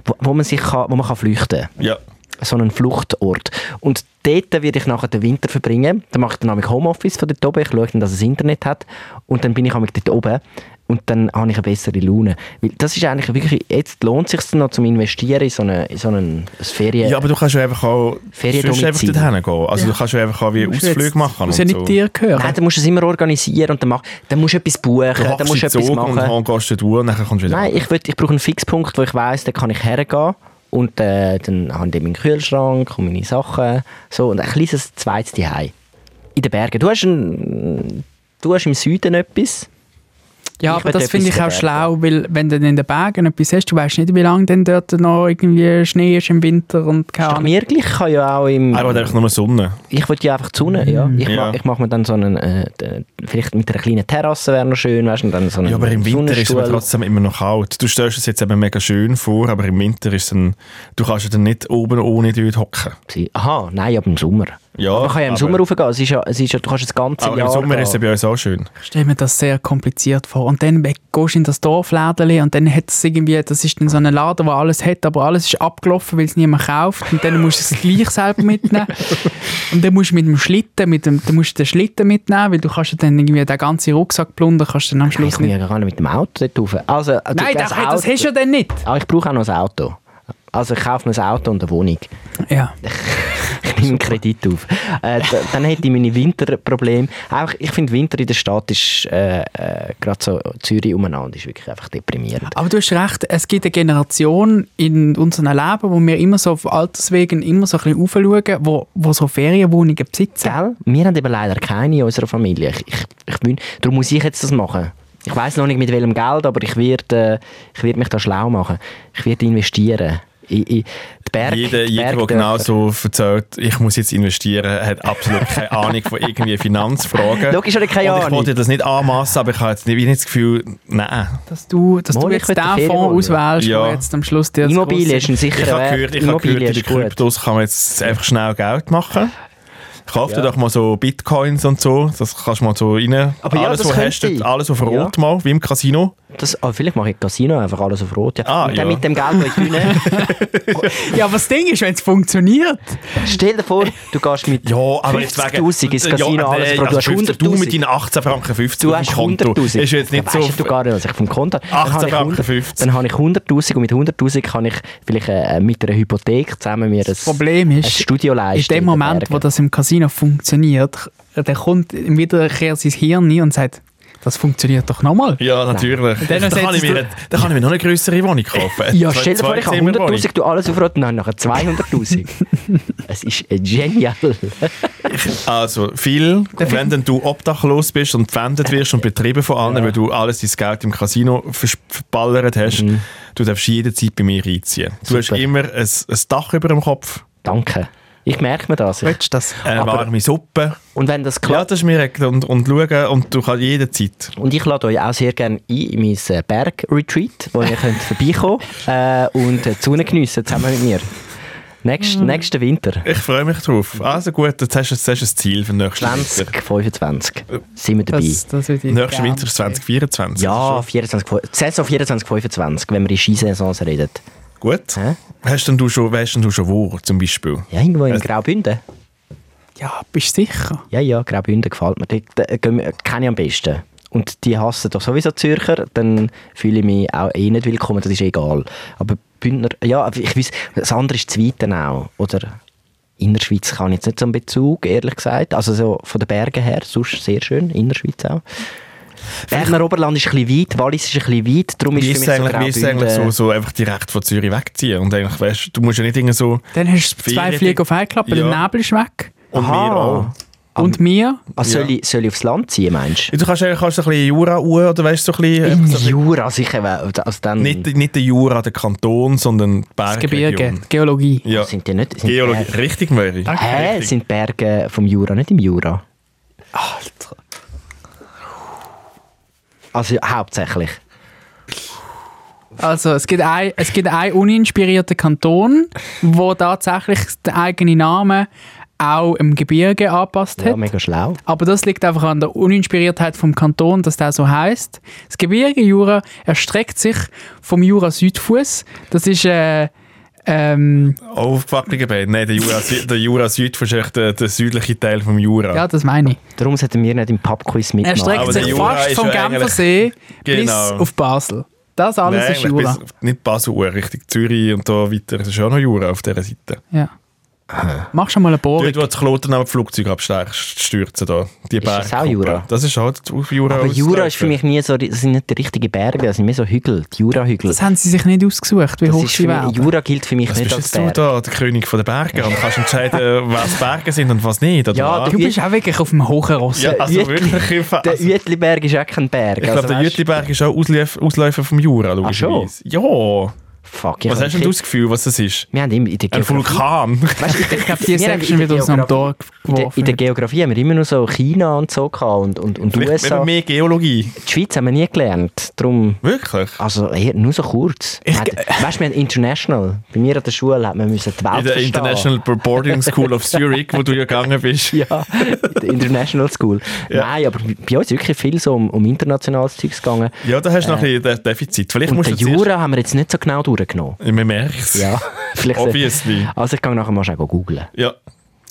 [SPEAKER 2] wo, wo man sich kann, wo man kann flüchten kann.
[SPEAKER 1] Ja.
[SPEAKER 2] So einen Fluchtort. Und dort werde ich nachher den Winter verbringen. Dann mache ich dann nämlich Homeoffice von dort oben. Ich schaue dann, dass es Internet hat. Und dann bin ich nämlich dort oben. Und dann habe ich eine bessere Laune. Weil das ist eigentlich wirklich, jetzt lohnt es sich noch zum Investieren in so eine, in so einen ein Ferien...
[SPEAKER 1] ja, aber du kannst ja einfach auch
[SPEAKER 2] Feriendomizil.
[SPEAKER 1] sonst einfach dorthin gehen. Also du kannst ja einfach auch wie
[SPEAKER 3] musst
[SPEAKER 1] Ausflüge machen.
[SPEAKER 3] Muss ja
[SPEAKER 1] und
[SPEAKER 3] nicht
[SPEAKER 1] so.
[SPEAKER 3] dir gehören.
[SPEAKER 2] Nein, dann musst du es immer organisieren und dann, mach, dann musst du etwas buchen,
[SPEAKER 1] Du
[SPEAKER 2] dann
[SPEAKER 1] hockst in
[SPEAKER 2] musst
[SPEAKER 1] den
[SPEAKER 2] du etwas
[SPEAKER 1] Zug
[SPEAKER 2] machen.
[SPEAKER 1] und dann gehst du durch und dann kommst du wieder
[SPEAKER 2] Nein, ich, würd- ich brauche einen Fixpunkt, wo ich weiss, da kann ich hergehen und äh, dann habe ich meinen Kühlschrank und meine Sachen so und ein kleines zweites Zuhause. In den Bergen. Du hast, ein, du hast im Süden etwas.
[SPEAKER 3] Ja,
[SPEAKER 2] Ich
[SPEAKER 3] aber
[SPEAKER 2] will
[SPEAKER 3] das
[SPEAKER 2] etwas
[SPEAKER 3] finde ich auch
[SPEAKER 2] verbergen.
[SPEAKER 3] schlau, weil wenn du dann in den Bergen etwas hast, du weißt nicht, wie lange denn dort noch irgendwie Schnee ist im Winter und keine
[SPEAKER 2] Doch
[SPEAKER 3] Ahnung.
[SPEAKER 2] mir gleich kann ja auch im...
[SPEAKER 1] Aber einfach nur Sonne.
[SPEAKER 2] ich will ja einfach die Sonne, ja. Ich,
[SPEAKER 1] Ah, Ja.
[SPEAKER 2] ma- ich mache mir dann so einen... Äh, d- vielleicht mit einer kleinen Terrasse wäre noch schön, weißt du, und dann so einen
[SPEAKER 1] Ja, aber im Winter ist es aber
[SPEAKER 2] Sonnenstuhl.
[SPEAKER 1] trotzdem immer noch kalt. Du stellst es jetzt eben mega schön vor, aber im Winter ist dann, du kannst ja dann nicht oben ohne dort hocken.
[SPEAKER 2] gewesen. Aha, nein, aber im Sommer.
[SPEAKER 1] Ja,
[SPEAKER 2] aber man kann ja
[SPEAKER 1] Oh,
[SPEAKER 2] im
[SPEAKER 1] aber-
[SPEAKER 2] Sommer raufgehen. Es ist ja, es ist ja, genau. du kannst das ganze
[SPEAKER 1] Aber
[SPEAKER 2] Jahr
[SPEAKER 1] im Sommer
[SPEAKER 2] gehen.
[SPEAKER 1] ist es ja bei uns auch schön.
[SPEAKER 3] Ich stelle mir das sehr kompliziert vor. Und dann we- gehst du in das Dorflädeli und dann hat es irgendwie, das ist dann so ein Laden, der alles hat, aber alles ist abgelaufen, weil es niemand kauft. Und dann musst du es gleich selber mitnehmen. Und dann musst du mit dem Schlitten, mit dem, dann musst du den Schlitten mitnehmen, weil du kannst ja dann irgendwie den ganzen Rucksack plundern, kannst dann
[SPEAKER 2] Nein,
[SPEAKER 3] am
[SPEAKER 2] Ich
[SPEAKER 3] Schluss
[SPEAKER 2] komme
[SPEAKER 3] nicht...
[SPEAKER 2] ja gar nicht mit dem Auto dort rauf. Also, äh, du-
[SPEAKER 3] Nein, das,
[SPEAKER 2] Auto,
[SPEAKER 3] das hast du ja dann nicht.
[SPEAKER 2] Ah, ich brauche auch noch ein Auto. Also ich kaufe mir ein Auto und eine Wohnung.
[SPEAKER 3] Ja.
[SPEAKER 2] Ich nehme einen Kredit auf. Äh, d- dann hätte ich meine Winterprobleme. Auch, ich finde Winter in der Stadt ist äh, äh, gerade so Zürich umeinander ist wirklich einfach deprimierend.
[SPEAKER 3] Aber du hast recht, es gibt eine Generation in unserem Leben, wo wir immer so auf Alterswegen immer so ein bisschen raufschauen, wo, wo so Ferienwohnungen besitzen.
[SPEAKER 2] Gell? Wir haben eben leider keine in unserer Familie. Ich, ich, ich bin, darum muss ich jetzt das machen. Ich weiß noch nicht mit welchem Geld, aber ich werde äh, ich werd mich da schlau machen. Ich werde investieren. In, in die Berg,
[SPEAKER 1] Jeder,
[SPEAKER 2] die
[SPEAKER 1] jeder der
[SPEAKER 2] Bergdörfer.
[SPEAKER 1] genau so erzählt, ich muss jetzt investieren, hat absolut keine Ahnung von irgendwie Finanzfragen.
[SPEAKER 2] Logisch hat er keine
[SPEAKER 1] Und ich
[SPEAKER 2] Ahnung.
[SPEAKER 1] wollte das nicht anmassen, aber ich habe jetzt nicht, wie nicht das Gefühl, nein.
[SPEAKER 3] Dass du, dass
[SPEAKER 2] Mal,
[SPEAKER 3] du
[SPEAKER 2] ich
[SPEAKER 3] jetzt
[SPEAKER 2] will eine
[SPEAKER 3] den Fonds
[SPEAKER 2] Ferienwohnung.
[SPEAKER 3] auswählst,
[SPEAKER 1] Ja.
[SPEAKER 3] der jetzt am Schluss dir das
[SPEAKER 2] Immobilie
[SPEAKER 3] grosse-
[SPEAKER 2] ist ein
[SPEAKER 1] Ich
[SPEAKER 2] sicherer
[SPEAKER 1] habe
[SPEAKER 2] Wert.
[SPEAKER 1] gehört, ich habe gehört,
[SPEAKER 2] Immobilie
[SPEAKER 1] in den
[SPEAKER 2] ist gut.
[SPEAKER 1] Kryptos kann man jetzt einfach schnell Geld machen. Kauf dir doch mal so Bitcoins und so. Das kannst du mal so rein.
[SPEAKER 2] Aber ja,
[SPEAKER 1] alles,
[SPEAKER 2] das
[SPEAKER 1] was
[SPEAKER 2] könnte
[SPEAKER 1] hast,
[SPEAKER 2] ich.
[SPEAKER 1] alles auf Rot
[SPEAKER 2] Ja.
[SPEAKER 1] mal, wie im Casino.
[SPEAKER 2] Das, ah, vielleicht mache ich Casino einfach alles auf Rot. Ja.
[SPEAKER 1] Ah,
[SPEAKER 2] und dann
[SPEAKER 1] ja.
[SPEAKER 2] mit dem Geld, das ich gewinne.
[SPEAKER 3] Ja, aber das Ding ist, wenn es funktioniert.
[SPEAKER 2] Stell dir vor, du gehst mit
[SPEAKER 1] Ja, aber jetzt wegen...
[SPEAKER 2] 50'000 ins Casino,
[SPEAKER 1] Ja,
[SPEAKER 2] alles
[SPEAKER 1] nee,
[SPEAKER 2] pro, du hast
[SPEAKER 1] also 50 Du mit
[SPEAKER 2] 100'000.
[SPEAKER 1] deinen 18 Franken 50
[SPEAKER 2] Du
[SPEAKER 1] auf
[SPEAKER 2] hast
[SPEAKER 1] dem Konto.
[SPEAKER 2] 100'000.
[SPEAKER 1] Ist jetzt nicht
[SPEAKER 2] ja,
[SPEAKER 1] so...
[SPEAKER 2] weisst du gar nicht, was ich vom Konto habe. Dann habe.
[SPEAKER 1] 18
[SPEAKER 2] ich 100
[SPEAKER 1] 50.
[SPEAKER 2] Dann habe ich 100'000 und mit 100'000 kann ich vielleicht äh, mit einer Hypothek zusammen mir ein,
[SPEAKER 3] Problem
[SPEAKER 2] ein
[SPEAKER 3] ist,
[SPEAKER 2] Studio leisten.
[SPEAKER 3] in dem
[SPEAKER 2] den
[SPEAKER 3] Moment, wo
[SPEAKER 2] Bergen.
[SPEAKER 3] das im Casino funktioniert, der kommt wiederkehrt sein Hirn nie und sagt, das funktioniert doch nochmal.
[SPEAKER 1] Ja, natürlich.
[SPEAKER 3] dann
[SPEAKER 1] Da kann,
[SPEAKER 3] setzt
[SPEAKER 1] ich mir,
[SPEAKER 3] du-
[SPEAKER 1] eine- da kann ich mir noch eine größere Wohnung kaufen.
[SPEAKER 2] Ja,
[SPEAKER 1] Zwei-
[SPEAKER 2] stell dir vor, ich habe
[SPEAKER 1] Zweizimmerwohnung.
[SPEAKER 2] 100'000, du alles auf Rot und dann nachher 200'000. es ist äh, genial.
[SPEAKER 1] Also, viel, wenn denn du obdachlos bist und gepfändet wirst und betrieben von allen, weil du alles dein Geld im Casino vers- verballert hast, du darfst jederzeit bei mir reinziehen. Du hast
[SPEAKER 2] Mhm. Super.
[SPEAKER 1] immer ein, ein Dach über dem Kopf,
[SPEAKER 2] Danke. Ich merke mir das.
[SPEAKER 3] Willst du das?
[SPEAKER 1] eine
[SPEAKER 2] Aber-
[SPEAKER 1] warme Suppe.
[SPEAKER 2] Und wenn das klappt,
[SPEAKER 1] Ja, das ist mir recht. und, und schauen und du kannst jederzeit.
[SPEAKER 2] Und ich lade euch auch sehr gerne ein in mein äh, Berg-Retreat, wo ihr könnt vorbeikommen äh, und äh, die Sonne geniessen zusammen mit mir. Nächst, Nächsten Winter,
[SPEAKER 1] Ich freue mich
[SPEAKER 2] Mhm.
[SPEAKER 1] drauf. Also gut, jetzt hast du, jetzt hast du ein Ziel für den nächsten Winter.
[SPEAKER 2] 2025, sind wir dabei.
[SPEAKER 3] Das, das würde ich
[SPEAKER 1] Nächsten
[SPEAKER 3] gerne
[SPEAKER 1] Winter ist 2024.
[SPEAKER 2] ja, 24, fün- Saison 24, 25, wenn wir in Skisaisons reden.
[SPEAKER 1] Gut.
[SPEAKER 2] Hä?
[SPEAKER 1] Hast denn du schon, weißt denn du schon wo, zum Beispiel?
[SPEAKER 2] Ja, irgendwo in
[SPEAKER 1] Es-
[SPEAKER 2] Graubünden.
[SPEAKER 3] sehen. Ja, bist du sicher?
[SPEAKER 2] Ja, ja, Graubünden gefällt mir. Die, die, gehen wir- kenne ich am besten. Und die hassen doch sowieso Zürcher, dann fühle ich mich auch eh nicht willkommen, das ist egal. Aber Bündner, ja, ich weiß, das andere ist Zweiten auch, oder? Innerschweiz kann ich jetzt nicht so einen Bezug, ehrlich gesagt. Also so von den Bergen her, sonst sehr schön, Innerschweiz auch. Berner Oberland ist ein bisschen weit, Wallis ist ein bisschen weit, darum ist
[SPEAKER 1] Wie
[SPEAKER 2] für
[SPEAKER 1] ist
[SPEAKER 2] mich
[SPEAKER 1] es
[SPEAKER 2] so
[SPEAKER 1] eigentlich, wie ist es
[SPEAKER 2] Graubünden...
[SPEAKER 1] eigentlich so, so einfach direkt von Zürich wegziehen? Und eigentlich, weißt, du musst ja nicht irgendwie so...
[SPEAKER 3] Dann hast du zwei
[SPEAKER 1] Ferien-
[SPEAKER 3] Fliegen auf einen Klappe, der
[SPEAKER 1] Ja.
[SPEAKER 3] Nebel ist weg.
[SPEAKER 1] Und
[SPEAKER 2] Aha.
[SPEAKER 1] wir auch.
[SPEAKER 3] Und mir?
[SPEAKER 2] Ah, soll, ich, soll ich aufs Land ziehen, meinst du?
[SPEAKER 1] Ja, Du kannst eigentlich kannst so ein bisschen Jura uhr oder weißt du, so ein bisschen...
[SPEAKER 2] Im
[SPEAKER 1] einfach so ein bisschen-
[SPEAKER 2] Jura sicher, also dann...
[SPEAKER 1] Nicht, nicht der Jura, der Kanton, sondern die
[SPEAKER 3] Das Gebirge,
[SPEAKER 1] Bergregion.
[SPEAKER 3] Geologie.
[SPEAKER 1] Ja.
[SPEAKER 2] Sind die nicht... Sind die
[SPEAKER 1] Geologie.
[SPEAKER 2] Berge-
[SPEAKER 1] Richtig, Möri.
[SPEAKER 2] Hä?
[SPEAKER 1] Richtig.
[SPEAKER 2] Sind Berge vom Jura nicht im Jura?
[SPEAKER 3] Alter.
[SPEAKER 2] Also hauptsächlich.
[SPEAKER 3] Also es gibt ein- es gibt einen uninspirierten Kanton, wo tatsächlich den eigenen Namen auch im Gebirge angepasst
[SPEAKER 2] Ja,
[SPEAKER 3] hat.
[SPEAKER 2] mega schlau.
[SPEAKER 3] Aber das liegt einfach an der Uninspiriertheit vom Kanton, dass der so heißt. Das Gebirge Jura erstreckt sich vom Jura Südfuss. Das ist äh, ähm,
[SPEAKER 1] Aufgewackene Gebirge. Nein, der Jura, Sü- der Jura Süd ist eigentlich der, der südliche Teil vom Jura.
[SPEAKER 3] ja, das meine ich.
[SPEAKER 2] Darum sollten wir nicht im Pubquiz
[SPEAKER 3] Er
[SPEAKER 2] mitmachen.
[SPEAKER 3] erstreckt
[SPEAKER 1] aber
[SPEAKER 3] sich
[SPEAKER 1] der Jura
[SPEAKER 3] fast
[SPEAKER 1] ist
[SPEAKER 3] vom
[SPEAKER 1] ja
[SPEAKER 3] Genfersee bis
[SPEAKER 1] Genau.
[SPEAKER 3] auf Basel. Das alles
[SPEAKER 1] Nein,
[SPEAKER 3] ist
[SPEAKER 1] eigentlich
[SPEAKER 3] Jura.
[SPEAKER 1] bis- Nicht Basel-Uhr, richtig Zürich und da weiter. Das ist auch noch Jura auf dieser Seite.
[SPEAKER 3] Ja. Mach schon mal eine Bohrung.
[SPEAKER 1] Dort, wo das Kloten am Flugzeug abstürzen. Da. Die
[SPEAKER 2] Ist das auch
[SPEAKER 1] Berggruppe.
[SPEAKER 2] Jura?
[SPEAKER 1] Das ist halt auf Jura
[SPEAKER 2] Aber Jura ist für
[SPEAKER 1] ausgelaufen.
[SPEAKER 2] mich nie so, das sind nicht die richtigen Berge, das sind mehr so Hügel, die Jura-Hügel.
[SPEAKER 3] Das haben sie sich nicht ausgesucht, wie
[SPEAKER 2] Das
[SPEAKER 3] hoch
[SPEAKER 2] ist für
[SPEAKER 3] sie
[SPEAKER 2] mich,
[SPEAKER 3] werden.
[SPEAKER 2] Jura gilt für mich
[SPEAKER 1] Was bist
[SPEAKER 2] nicht als
[SPEAKER 1] jetzt du
[SPEAKER 2] Berg.
[SPEAKER 1] da, der König von den Bergen? Und kannst entscheiden, was Berge sind und was nicht, oder
[SPEAKER 2] Ja,
[SPEAKER 1] was?
[SPEAKER 3] Du bist auch wirklich auf dem hohen Ross.
[SPEAKER 1] Ja, also
[SPEAKER 2] Jütli-
[SPEAKER 1] wirklich. im Fall-
[SPEAKER 2] Der
[SPEAKER 1] also,
[SPEAKER 2] Uetliberg ist auch kein Berg.
[SPEAKER 1] ich glaube,
[SPEAKER 2] also
[SPEAKER 1] der
[SPEAKER 2] weißt-
[SPEAKER 1] Jütliberg ist auch Ausläuf, Ausläufer vom Jura, logischerweise. Ja. Was
[SPEAKER 2] Fuck, ich hab
[SPEAKER 1] hast denn du
[SPEAKER 2] viel-
[SPEAKER 1] das Gefühl, was das ist?
[SPEAKER 2] Wir haben immer in der
[SPEAKER 1] Ein
[SPEAKER 2] Geografie-
[SPEAKER 1] Vulkan.
[SPEAKER 2] Weißt du, in der-
[SPEAKER 3] Ich glaube, die
[SPEAKER 2] wir haben in
[SPEAKER 3] Section
[SPEAKER 2] der
[SPEAKER 3] wird aus dem
[SPEAKER 2] Geografie- in der- In
[SPEAKER 3] Tor
[SPEAKER 2] der
[SPEAKER 3] geworfen.
[SPEAKER 2] Geografie haben wir immer nur so China und so gehabt und, und, und
[SPEAKER 1] Vielleicht
[SPEAKER 2] USA.
[SPEAKER 1] eben
[SPEAKER 2] Die
[SPEAKER 1] mehr Geologie.
[SPEAKER 2] Schweiz haben wir nie gelernt. Darum
[SPEAKER 1] Wirklich?
[SPEAKER 2] Also eher nur so kurz. Ich, weißt du, wir haben International. Bei mir an der Schule hat man müssen die Welt
[SPEAKER 1] In der
[SPEAKER 2] verstehen.
[SPEAKER 1] International Boarding School of Zurich, wo du ja gegangen bist.
[SPEAKER 2] ja, in der International School. Nein, aber bei uns ist wirklich viel so um, um internationales Zeugs gegangen.
[SPEAKER 1] Ja, da hast du noch ein bisschen ein Defizit. Vielleicht
[SPEAKER 2] Äh. Und
[SPEAKER 1] musst
[SPEAKER 2] den
[SPEAKER 1] du zuerst-
[SPEAKER 2] Jura haben wir jetzt nicht so genau durchgenommen.
[SPEAKER 1] Man merkt es.
[SPEAKER 2] Ja, vielleicht so-
[SPEAKER 1] Obviously.
[SPEAKER 2] Also ich gehe nachher mal schon googlen.
[SPEAKER 1] Ja.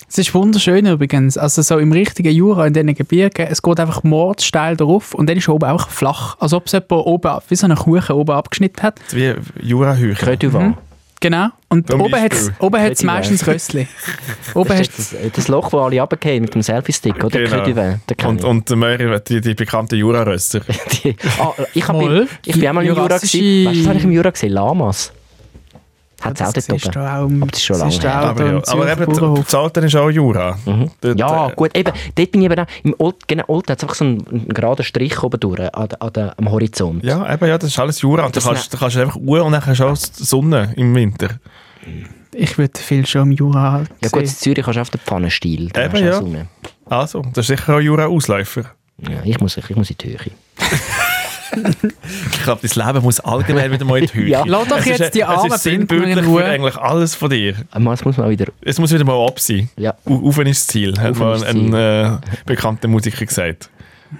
[SPEAKER 3] Es ist wunderschön übrigens. Also so im richtigen Jura, in diesen Gebirgen, es geht einfach mordsteil drauf und dann ist oben auch flach. Als ob es jemand oben, wie so einen Kuchen oben abgeschnitten hat.
[SPEAKER 1] Wie Jurahücher.
[SPEAKER 2] Könnte mhm.
[SPEAKER 3] Genau. Und
[SPEAKER 1] Zum
[SPEAKER 3] oben hat es
[SPEAKER 1] Beispiel.
[SPEAKER 3] oben hat's
[SPEAKER 2] Könnte
[SPEAKER 3] meistens Rössli. oben
[SPEAKER 2] Das
[SPEAKER 3] hat's
[SPEAKER 2] ist das, das Loch, wo alle runtergehen mit dem Selfie-Stick, oder? Genau.
[SPEAKER 1] Und, und der Möri, die, die bekannten Jurarösser.
[SPEAKER 2] Die, ah, ich, hab,
[SPEAKER 3] Mal.
[SPEAKER 2] ich bin einmal im Jura
[SPEAKER 3] Jurassische-
[SPEAKER 2] gewesen. Weißt du, was habe ich im Jura gesehen? Lamas. Hat es auch
[SPEAKER 3] das
[SPEAKER 2] dort
[SPEAKER 3] siehst du
[SPEAKER 2] oben.
[SPEAKER 3] auch im-
[SPEAKER 2] Aber das ist schon lange
[SPEAKER 3] siehst du
[SPEAKER 2] her.
[SPEAKER 3] auch da
[SPEAKER 1] Aber,
[SPEAKER 3] im
[SPEAKER 1] ja. aber
[SPEAKER 3] Zürcher
[SPEAKER 1] eben,
[SPEAKER 3] Bauernhof.
[SPEAKER 1] die Zalten ist auch Jura.
[SPEAKER 3] Mhm.
[SPEAKER 1] Dort,
[SPEAKER 2] Ja,
[SPEAKER 1] äh,
[SPEAKER 2] gut, eben, dort bin ich eben auch, im Old, genau, Old hat es einfach so einen, einen geraden Strich oben durch, an, der- an der, am Horizont.
[SPEAKER 1] Ja, eben, ja, das ist alles Jura. Und du
[SPEAKER 2] Das
[SPEAKER 1] kannst,
[SPEAKER 2] ne-
[SPEAKER 1] du kannst einfach Uhr und dann hast du auch die Sonne im Winter.
[SPEAKER 3] Ich würde viel schon im Jura
[SPEAKER 2] Ja gut, in
[SPEAKER 3] sehen.
[SPEAKER 2] Zürich kannst du auf den Pfannenstiel. da
[SPEAKER 1] Eben,
[SPEAKER 2] hast du auch
[SPEAKER 1] ja.
[SPEAKER 2] Sonne.
[SPEAKER 1] Also, das ist sicher auch Jura-Ausläufer.
[SPEAKER 2] ja. Ich muss, ich muss in die Höhe.
[SPEAKER 1] Ich glaube, dein Leben muss allgemein wieder mal in die Höhe.
[SPEAKER 2] Ja.
[SPEAKER 3] Lass doch
[SPEAKER 1] Es
[SPEAKER 3] jetzt
[SPEAKER 1] ist, äh,
[SPEAKER 3] die armen
[SPEAKER 1] Es ist
[SPEAKER 3] Bindungen in
[SPEAKER 1] sinnbildlich für
[SPEAKER 3] Ruhe.
[SPEAKER 1] eigentlich alles von dir.
[SPEAKER 2] Aber das muss man auch wieder.
[SPEAKER 1] Es muss wieder mal ab sein.
[SPEAKER 2] Ja.
[SPEAKER 1] U- Ufen ist das Ziel, hat
[SPEAKER 2] Ufen
[SPEAKER 1] mal
[SPEAKER 2] ist das
[SPEAKER 1] ein, äh, bekannter Musiker gesagt.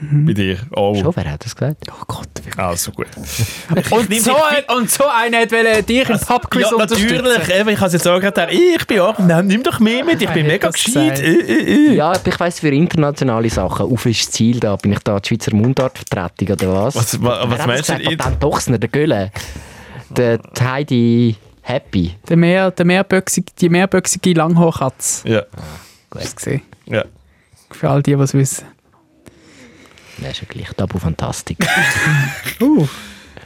[SPEAKER 3] Mhm.
[SPEAKER 1] Bei dir.
[SPEAKER 2] Schon,
[SPEAKER 1] Oh,
[SPEAKER 2] wer hat das gesagt?
[SPEAKER 3] Oh Gott.
[SPEAKER 1] also gut.
[SPEAKER 3] Und so, ein, und so einer hat wollen dich im Pubquiz
[SPEAKER 1] Also, ja, natürlich. Eben, ich habe jetzt auch gerade gedacht, ich bin auch, nein, nimm doch mehr mit, ich bin
[SPEAKER 3] Wer hat
[SPEAKER 1] mega
[SPEAKER 3] das
[SPEAKER 1] gescheit.
[SPEAKER 3] gesagt?
[SPEAKER 1] Äh, äh, äh.
[SPEAKER 2] Ja, ich weiss, für internationale Sachen. Auf ist das Ziel da. Bin ich da die Schweizer Mundartvertretung oder was?
[SPEAKER 1] Was, wa- was meinst du?
[SPEAKER 2] denn? Dan Dochsner, der Gülle. Der die Heidi Happy.
[SPEAKER 3] Der mehr, der mehrböchsige, die mehrböchsige Langhaarkatze.
[SPEAKER 1] Ja,
[SPEAKER 3] Hast du gesehen?
[SPEAKER 1] ja.
[SPEAKER 3] Für all die, die es wissen.
[SPEAKER 2] Das ist ja gleich Tabu Fantastik.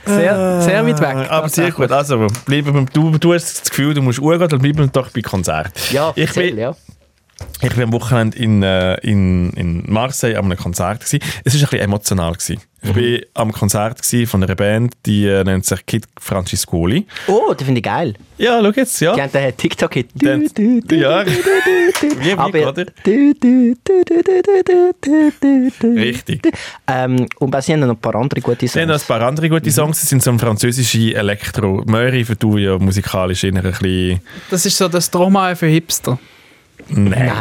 [SPEAKER 3] Sehr, sehr weit weg.
[SPEAKER 1] Äh, Aber sehr gut. Also, bleib beim, du, du hast das Gefühl, du musst umgehen, dann bleib doch bei Konzert.
[SPEAKER 2] Ja,
[SPEAKER 1] ich
[SPEAKER 2] erzähl,
[SPEAKER 1] bin,
[SPEAKER 2] ja.
[SPEAKER 1] ich bin am Wochenende in, äh, in, in Marseille an einem Konzert. Gewesen. Es war ein bisschen emotional. Gewesen. Ich war am Konzert gewesen von einer Band, die äh, nennt sich Kid Franciscoli.
[SPEAKER 2] Oh, den finde ich geil.
[SPEAKER 1] Ja, schau jetzt, ja.
[SPEAKER 2] Die haben den TikTok-Hit.
[SPEAKER 1] Dann- ja. Wie, wie,
[SPEAKER 2] Aber-
[SPEAKER 1] oder?
[SPEAKER 2] Du, du, du, du, du, du, du, du, du, du.
[SPEAKER 1] Richtig.
[SPEAKER 2] Ähm, und sie haben noch ein paar andere gute
[SPEAKER 1] Dann noch ein
[SPEAKER 2] Songs.
[SPEAKER 1] paar andere
[SPEAKER 2] Mhm.
[SPEAKER 1] gute Songs. Das sind so ein französische Elektro. Möri für du ja musikalisch eher ein bisschen...
[SPEAKER 3] Das ist so das Trauma für Hipster.
[SPEAKER 1] Nein.
[SPEAKER 2] Nein.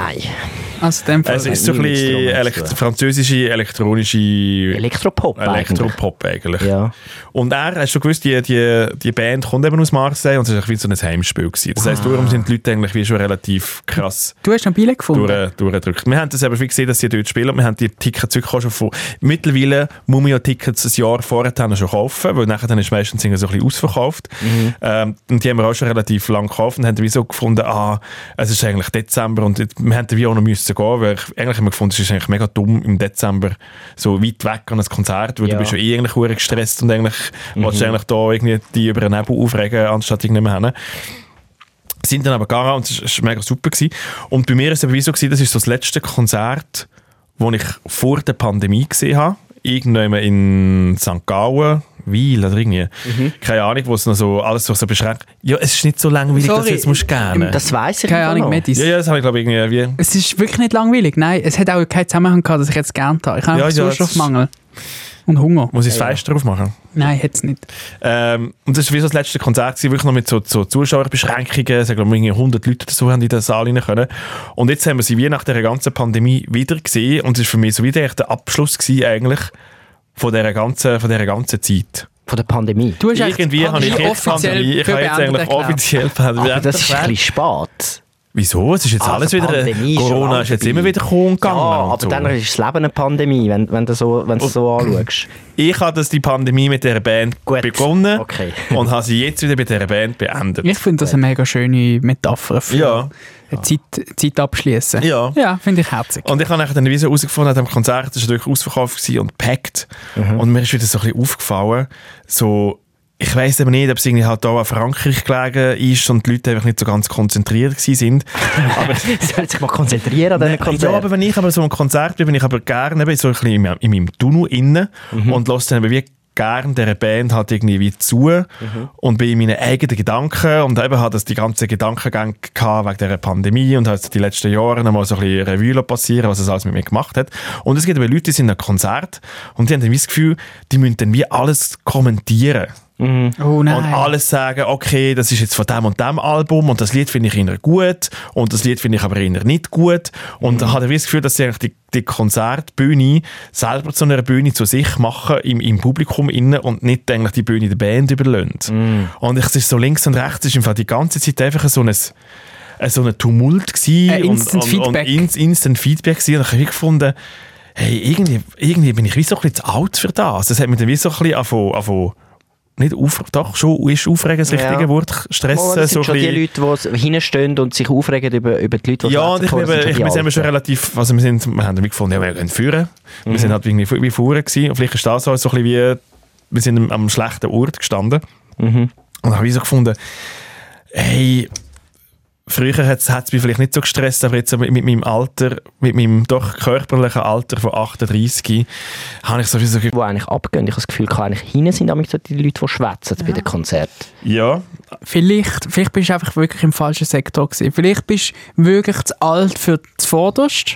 [SPEAKER 3] Also in dem Fall.
[SPEAKER 1] Es ist so ein
[SPEAKER 2] Hat nie mit
[SPEAKER 1] bisschen
[SPEAKER 2] Strom zu
[SPEAKER 1] elekt französische
[SPEAKER 2] tun.
[SPEAKER 1] elektronische...
[SPEAKER 2] Elektropop eigentlich.
[SPEAKER 1] Elektropop eigentlich.
[SPEAKER 2] Ja.
[SPEAKER 1] Und er, hast du gewusst, die, die, die Band kommt eben aus Marseille und es war wie so ein Heimspiel. Gewesen. Das heisst, darum sind die Leute eigentlich wie schon relativ krass
[SPEAKER 3] du hast noch Biele gefunden.
[SPEAKER 1] durch, äh, durchgedrückt. Wir haben das eben viel gesehen, dass sie dort spielen und wir haben die Tickets wirklich auch schon von... Mittlerweile muss man ja Tickets ein Jahr vorher schon kaufen, weil nachher dann ist meistens irgendwie so ein bisschen ausverkauft. Ähm, und die haben wir auch schon relativ lang gekauft und haben wie so gefunden, ah, es ist eigentlich Dezember und jetzt- wir haben wie auch noch müssen gehen, weil ich, eigentlich haben wir gefunden, es ist eigentlich mega dumm im Dezember so weit weg an ein Konzert, weil
[SPEAKER 2] Ja. Mhm.
[SPEAKER 1] du bist ja eh eigentlich verdammt gestresst und eigentlich willst du eigentlich da irgendwie die über den Nebel aufregen, anstatt irgendjemanden hin sind dann aber gegangen und es war- es war mega super. Gewesen. Und bei mir war es aber wie so, gewesen, das ist so das letzte Konzert, das ich vor der Pandemie gesehen habe. Irgendjemand in St. Gallen, Weil oder irgendwie.
[SPEAKER 2] Mhm.
[SPEAKER 1] Keine Ahnung, wo es noch so alles so- so beschränkt. Ja, es ist nicht so langweilig, dass
[SPEAKER 3] Sorry,
[SPEAKER 1] du jetzt musst gerne.
[SPEAKER 2] Das weiss ich
[SPEAKER 3] Keine
[SPEAKER 2] im Fall
[SPEAKER 3] Ahnung,
[SPEAKER 2] noch.
[SPEAKER 3] Medis.
[SPEAKER 1] Ja, ja, das habe ich glaube ich irgendwie. Wie
[SPEAKER 3] Es ist wirklich nicht langweilig. Nein, es hat auch keinen Zusammenhang gehabt, dass ich jetzt gelernt habe. Ich habe
[SPEAKER 1] Ja,
[SPEAKER 3] einfach
[SPEAKER 1] ja, das-
[SPEAKER 3] Sauerstoffmangel. Und Hunger.
[SPEAKER 1] muss ich das Fest drauf machen?
[SPEAKER 3] Nein, hat es nicht.
[SPEAKER 1] Ähm, und das war wie so das letzte Konzert, gewesen, wirklich noch mit so, so Zuschauerbeschränkungen. Es haben, glaube ich, irgendwie 100 Leute dazu haben in den Saal rein können. Und jetzt haben wir sie wie nach dieser ganzen Pandemie wieder gesehen. Und es war für mich so wieder echt der Abschluss gewesen, eigentlich von dieser ganzen, von dieser ganzen Zeit.
[SPEAKER 2] Von der Pandemie.
[SPEAKER 3] Du hast echt
[SPEAKER 1] Irgendwie habe ich
[SPEAKER 3] Pandemie
[SPEAKER 1] jetzt Pandemie, ich
[SPEAKER 3] für
[SPEAKER 1] habe jetzt
[SPEAKER 3] beendet
[SPEAKER 1] eigentlich
[SPEAKER 3] erklärt.
[SPEAKER 1] offiziell
[SPEAKER 2] Aber das ist ein bisschen
[SPEAKER 1] Pandemie.
[SPEAKER 2] spät.
[SPEAKER 1] Wieso? Es ist jetzt
[SPEAKER 2] Also
[SPEAKER 1] alles wieder...
[SPEAKER 2] Pandemie ist schon
[SPEAKER 1] Corona
[SPEAKER 2] lange
[SPEAKER 1] ist jetzt
[SPEAKER 2] vorbei.
[SPEAKER 1] immer wieder gekommen und
[SPEAKER 2] Ja,
[SPEAKER 1] gegangen. und
[SPEAKER 2] aber
[SPEAKER 1] so.
[SPEAKER 2] dann ist das Leben eine Pandemie, wenn, wenn du so, wenn du
[SPEAKER 1] Oh.
[SPEAKER 2] so anschaust.
[SPEAKER 1] Ich habe das, die Pandemie mit dieser Band
[SPEAKER 2] Gut.
[SPEAKER 1] begonnen
[SPEAKER 2] Okay.
[SPEAKER 1] und habe sie jetzt wieder mit dieser Band beendet.
[SPEAKER 3] Ich finde das eine mega schöne Metapher für
[SPEAKER 1] Ja.
[SPEAKER 3] eine Zeit, Zeit abschließen.
[SPEAKER 1] Ja.
[SPEAKER 3] Ja, finde ich herzig.
[SPEAKER 1] Und ich habe nachher dann wie so herausgefunden, an dem Konzert das war natürlich ausverkauft gewesen und packt. Und mir ist wieder so ein bisschen aufgefallen, so, ich weiß eben nicht, ob es irgendwie halt da an Frankreich gelegen ist und die Leute einfach nicht so ganz konzentriert gewesen sind.
[SPEAKER 2] Sie sollen sich mal konzentrieren an diesen
[SPEAKER 1] Ja, aber
[SPEAKER 2] Konzerten.
[SPEAKER 1] wenn ich aber so im Konzert bin, bin ich aber gerne eben so ein bisschen in, meinem- in meinem Tunnel innen
[SPEAKER 2] Mhm.
[SPEAKER 1] und lasse dann eben wie gerne dieser Band halt irgendwie wie zu
[SPEAKER 2] Mhm.
[SPEAKER 1] und bin in meinen eigenen Gedanken und eben hatte die ganzen Gedankengänge gehabt wegen dieser Pandemie und halt die letzten Jahre noch mal so ein bisschen Revue passieren, was es alles mit mir gemacht hat. Und es gibt aber Leute, die sind in einem Konzert und die haben dann wie das Gefühl, die müssen dann wie alles kommentieren.
[SPEAKER 3] Oh nein.
[SPEAKER 1] Und alles sagen, okay, das ist jetzt von dem und dem Album und das Lied finde ich eher gut und das Lied finde ich aber eher nicht gut.
[SPEAKER 3] Mhm.
[SPEAKER 1] Und ich habe das Gefühl, dass sie eigentlich die, die Konzertbühne selber zu einer Bühne zu sich machen im, im Publikum innen und nicht eigentlich die Bühne der Band überlöhnt.
[SPEAKER 3] Mhm.
[SPEAKER 1] Und es ist so links und rechts, ist im Fall die ganze Zeit einfach so ein äh, so ein Tumult gsi
[SPEAKER 3] Äh, Instant
[SPEAKER 1] und, und, und
[SPEAKER 3] Feedback.
[SPEAKER 1] ins, Instant Feedback gsi und ich habe gefunden, hey, irgendwie, irgendwie bin ich wie so ein bisschen zu alt für das. Das hat mich dann wie so ein bisschen angefangen, angefangen- nicht auf, doch schon, ist aufregen das richtige
[SPEAKER 2] Ja.
[SPEAKER 1] Wort, Stress,
[SPEAKER 2] Oh,
[SPEAKER 1] so
[SPEAKER 2] das sind schon
[SPEAKER 1] ein
[SPEAKER 2] die
[SPEAKER 1] bisschen-
[SPEAKER 2] Leute, die hinstehen und sich aufregen über, über die Leute, die
[SPEAKER 1] ja,
[SPEAKER 2] schwarze
[SPEAKER 1] und ich,
[SPEAKER 2] Kurse
[SPEAKER 1] bin,
[SPEAKER 2] sind,
[SPEAKER 1] ich
[SPEAKER 2] die
[SPEAKER 1] bin eben schon
[SPEAKER 2] Alten.
[SPEAKER 1] relativ, also wir sind, wir haben irgendwie gefunden, ja, wir gehen führen.
[SPEAKER 2] Mhm.
[SPEAKER 1] Wir sind halt irgendwie fu- wie vorher gewesen. Und vielleicht ist das auch so ein bisschen wie, wir sind am, am schlechten Ort gestanden.
[SPEAKER 2] Mhm.
[SPEAKER 1] Und habe ich so gefunden, hey, früher hat es mich vielleicht nicht so gestresst, aber jetzt so mit, mit meinem Alter, mit meinem doch körperlichen Alter von 38, habe ich sowieso ge-
[SPEAKER 2] die eigentlich abgehen. Ich habe das Gefühl, dass eigentlich hinten sind nämlich so die Leute, die schwätzen bei den Konzerten.
[SPEAKER 1] ja,
[SPEAKER 3] Vielleicht, vielleicht bist du einfach wirklich im falschen Sektor gewesen. Vielleicht bist du wirklich zu alt für das Vorderste.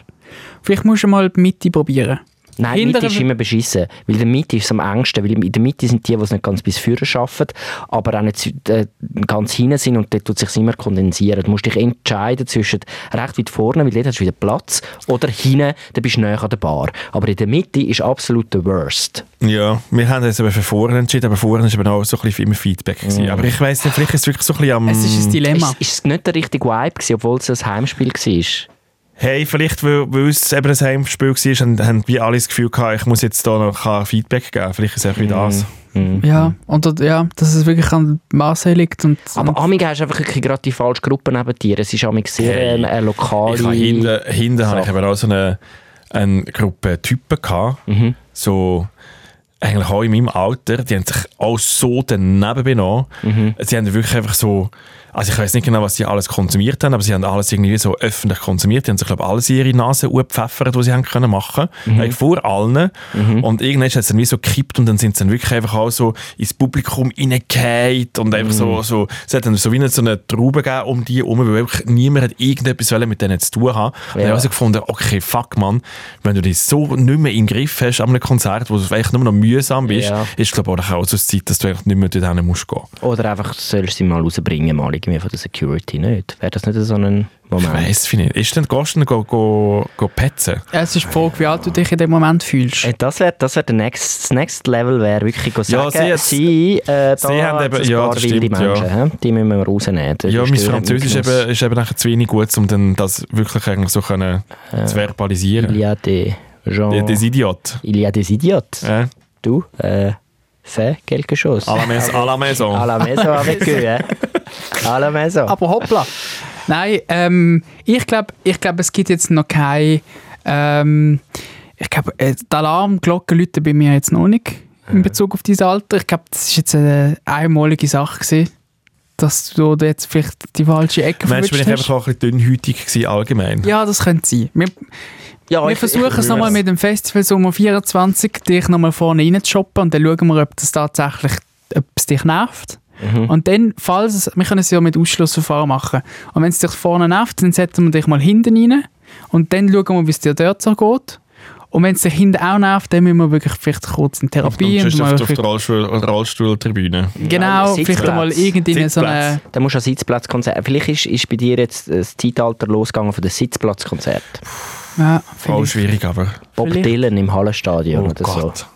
[SPEAKER 3] Vielleicht musst du mal die Mitte probieren.
[SPEAKER 2] Nein,
[SPEAKER 3] Hinter
[SPEAKER 2] Mitte ist
[SPEAKER 3] dem-
[SPEAKER 2] immer beschissen. Weil in der Mitte ist es am engsten. Weil in der Mitte sind die, die es nicht ganz bis vorne schaffen, aber auch nicht zu- äh, ganz hinten sind und dort tut es sich immer kondensieren. Du musst dich entscheiden zwischen recht weit vorne, weil dort hast du wieder Platz, oder hinten, dann bist du näher an der Bar. Aber in der Mitte ist absolut der Worst.
[SPEAKER 1] Ja, wir haben uns eben für vorne entschieden, aber vorne war eben auch so ein bisschen immer Feedback. Gewesen. Aber ich weiss nicht, vielleicht ist es wirklich so ein bisschen am...
[SPEAKER 3] Es ist ein Dilemma.
[SPEAKER 2] Ist, ist es nicht der richtige Vibe gewesen, obwohl es ein Heimspiel war?
[SPEAKER 1] Hey, vielleicht, weil, weil es eben ein Heimspiel war, haben, haben wir alle das Gefühl gehabt, ich muss jetzt da noch kein Feedback geben. Vielleicht ist es auch wieder das.
[SPEAKER 3] Ja, und dort- ja, dass es wirklich an Marseille liegt. Und,
[SPEAKER 2] Aber amig hast du einfach wirklich gerade die falsche Gruppe neben dir. Es ist amig sehr
[SPEAKER 1] Hey,
[SPEAKER 2] eine, eine lokale...
[SPEAKER 1] Ich habe hinten, hinten habe ich
[SPEAKER 2] Sache.
[SPEAKER 1] eben auch so eine, eine Gruppe Typen gehabt,
[SPEAKER 3] Mhm.
[SPEAKER 1] so eigentlich auch in meinem Alter, die haben sich auch so daneben benommen. Sie haben wirklich einfach so, also ich weiß nicht genau, was sie alles konsumiert haben, aber sie haben alles irgendwie so öffentlich konsumiert. Die haben sich, glaube ich, alles in ihre Nase gepfeffert, was sie haben können machen mhm. vor allen. Und irgendwann hat es dann wie so gekippt und dann sind sie dann wirklich einfach auch so ins Publikum reingefallen und einfach so, so, es hat dann so wie eine, so eine Traube gegeben um die herum, weil wirklich niemand hat irgendetwas wollen mit denen zu tun haben. Und
[SPEAKER 2] Ja.
[SPEAKER 1] ich habe also gefunden, okay, fuck man, wenn du dich so nicht mehr im Griff hast an einem Konzert, wo du eigentlich nur noch mühsam bist,
[SPEAKER 2] Ja.
[SPEAKER 1] ist glaube ich auch so eine Zeit, dass du eigentlich nicht mehr dort hin musst gehen.
[SPEAKER 2] Oder einfach sollst du sie mal rausbringen, mal irgendwie von der Security, nicht? Wäre das nicht so ein
[SPEAKER 1] Ich
[SPEAKER 2] Moment?
[SPEAKER 1] weiss es nicht. Ist denn, gehst du denn go, go, go petzen?
[SPEAKER 3] Ja, es ist die Frage, wie alt du dich in dem Moment fühlst.
[SPEAKER 2] Äh, Das wäre das wär der next, das next Level, wäre wirklich go
[SPEAKER 1] Ja,
[SPEAKER 2] sagen,
[SPEAKER 1] sie hat-
[SPEAKER 2] sie, äh, da
[SPEAKER 1] sie haben
[SPEAKER 2] hat's
[SPEAKER 1] eben-
[SPEAKER 2] ein
[SPEAKER 1] ja,
[SPEAKER 2] paar
[SPEAKER 1] das
[SPEAKER 2] wilde
[SPEAKER 1] stimmt,
[SPEAKER 2] Menschen,
[SPEAKER 1] ja.
[SPEAKER 2] hä? die müssen wir rausnehmen. Das
[SPEAKER 1] Ja, mein
[SPEAKER 2] stört
[SPEAKER 1] Französisch
[SPEAKER 2] mich.
[SPEAKER 1] eben, ist eben nachher zu wenig gut, um dann das wirklich eigentlich so können
[SPEAKER 2] Äh,
[SPEAKER 1] zu verbalisieren.
[SPEAKER 2] Il y a des gens...
[SPEAKER 1] Ja, das Idiot.
[SPEAKER 2] Il y a des idiots.
[SPEAKER 1] Ja. Ah.
[SPEAKER 2] Du, äh, fais quelque chose.
[SPEAKER 1] À la mais- à la maison.
[SPEAKER 2] À la maison avec eux, hä? À la maison.
[SPEAKER 3] Aber hoppla. Nein, ähm, ich glaube, ich glaub, es gibt jetzt noch keine. Ähm, ich glaube, äh, die Alarmglocken läuten bei mir jetzt noch nicht in Bezug auf dieses Alter. Ich glaube, das war jetzt eine einmalige Sache, gewesen, dass du da jetzt vielleicht die falsche Ecke
[SPEAKER 1] Meinst du, bin ich
[SPEAKER 3] verwischt
[SPEAKER 1] einfach
[SPEAKER 3] hast.
[SPEAKER 1] auch ein bisschen dünnhütig gewesen, allgemein?
[SPEAKER 3] Ja, das könnte sein. Wir,
[SPEAKER 2] Ja,
[SPEAKER 3] wir
[SPEAKER 2] Ah, ich- ich-
[SPEAKER 3] versuchen es nochmal mit dem Festival Sommer 24, dich nochmal vorne rein zu shoppen und dann schauen wir, ob das tatsächlich ob es dich nervt. Und dann, falls es, wir können es ja mit Ausschlussverfahren machen. Und wenn es dich vorne nervt, dann setzen wir dich mal hinten rein und dann schauen wir, wie es dir dort so geht. Und wenn es dich hinten auch nervt, dann müssen wir wirklich vielleicht kurz in Therapie.
[SPEAKER 1] Und sonst
[SPEAKER 3] mal
[SPEAKER 1] auf, auf der
[SPEAKER 3] vielleicht-
[SPEAKER 1] Rollstuhl, Rollstuhltribüne.
[SPEAKER 3] genau,
[SPEAKER 2] Sitzplatz.
[SPEAKER 3] vielleicht mal irgendwie so eine...
[SPEAKER 1] Sitzplatz.
[SPEAKER 2] Da musst du an Sitzplatzkonzert. Vielleicht ist, ist bei dir jetzt das Zeitalter losgegangen von den Sitzplatzkonzert.
[SPEAKER 3] Ja,
[SPEAKER 1] Auch
[SPEAKER 3] vielleicht.
[SPEAKER 1] schwierig, aber.
[SPEAKER 2] Bob
[SPEAKER 3] Vielleicht.
[SPEAKER 2] Dylan im Hallenstadion
[SPEAKER 1] Oh
[SPEAKER 2] oder so.
[SPEAKER 1] Gott.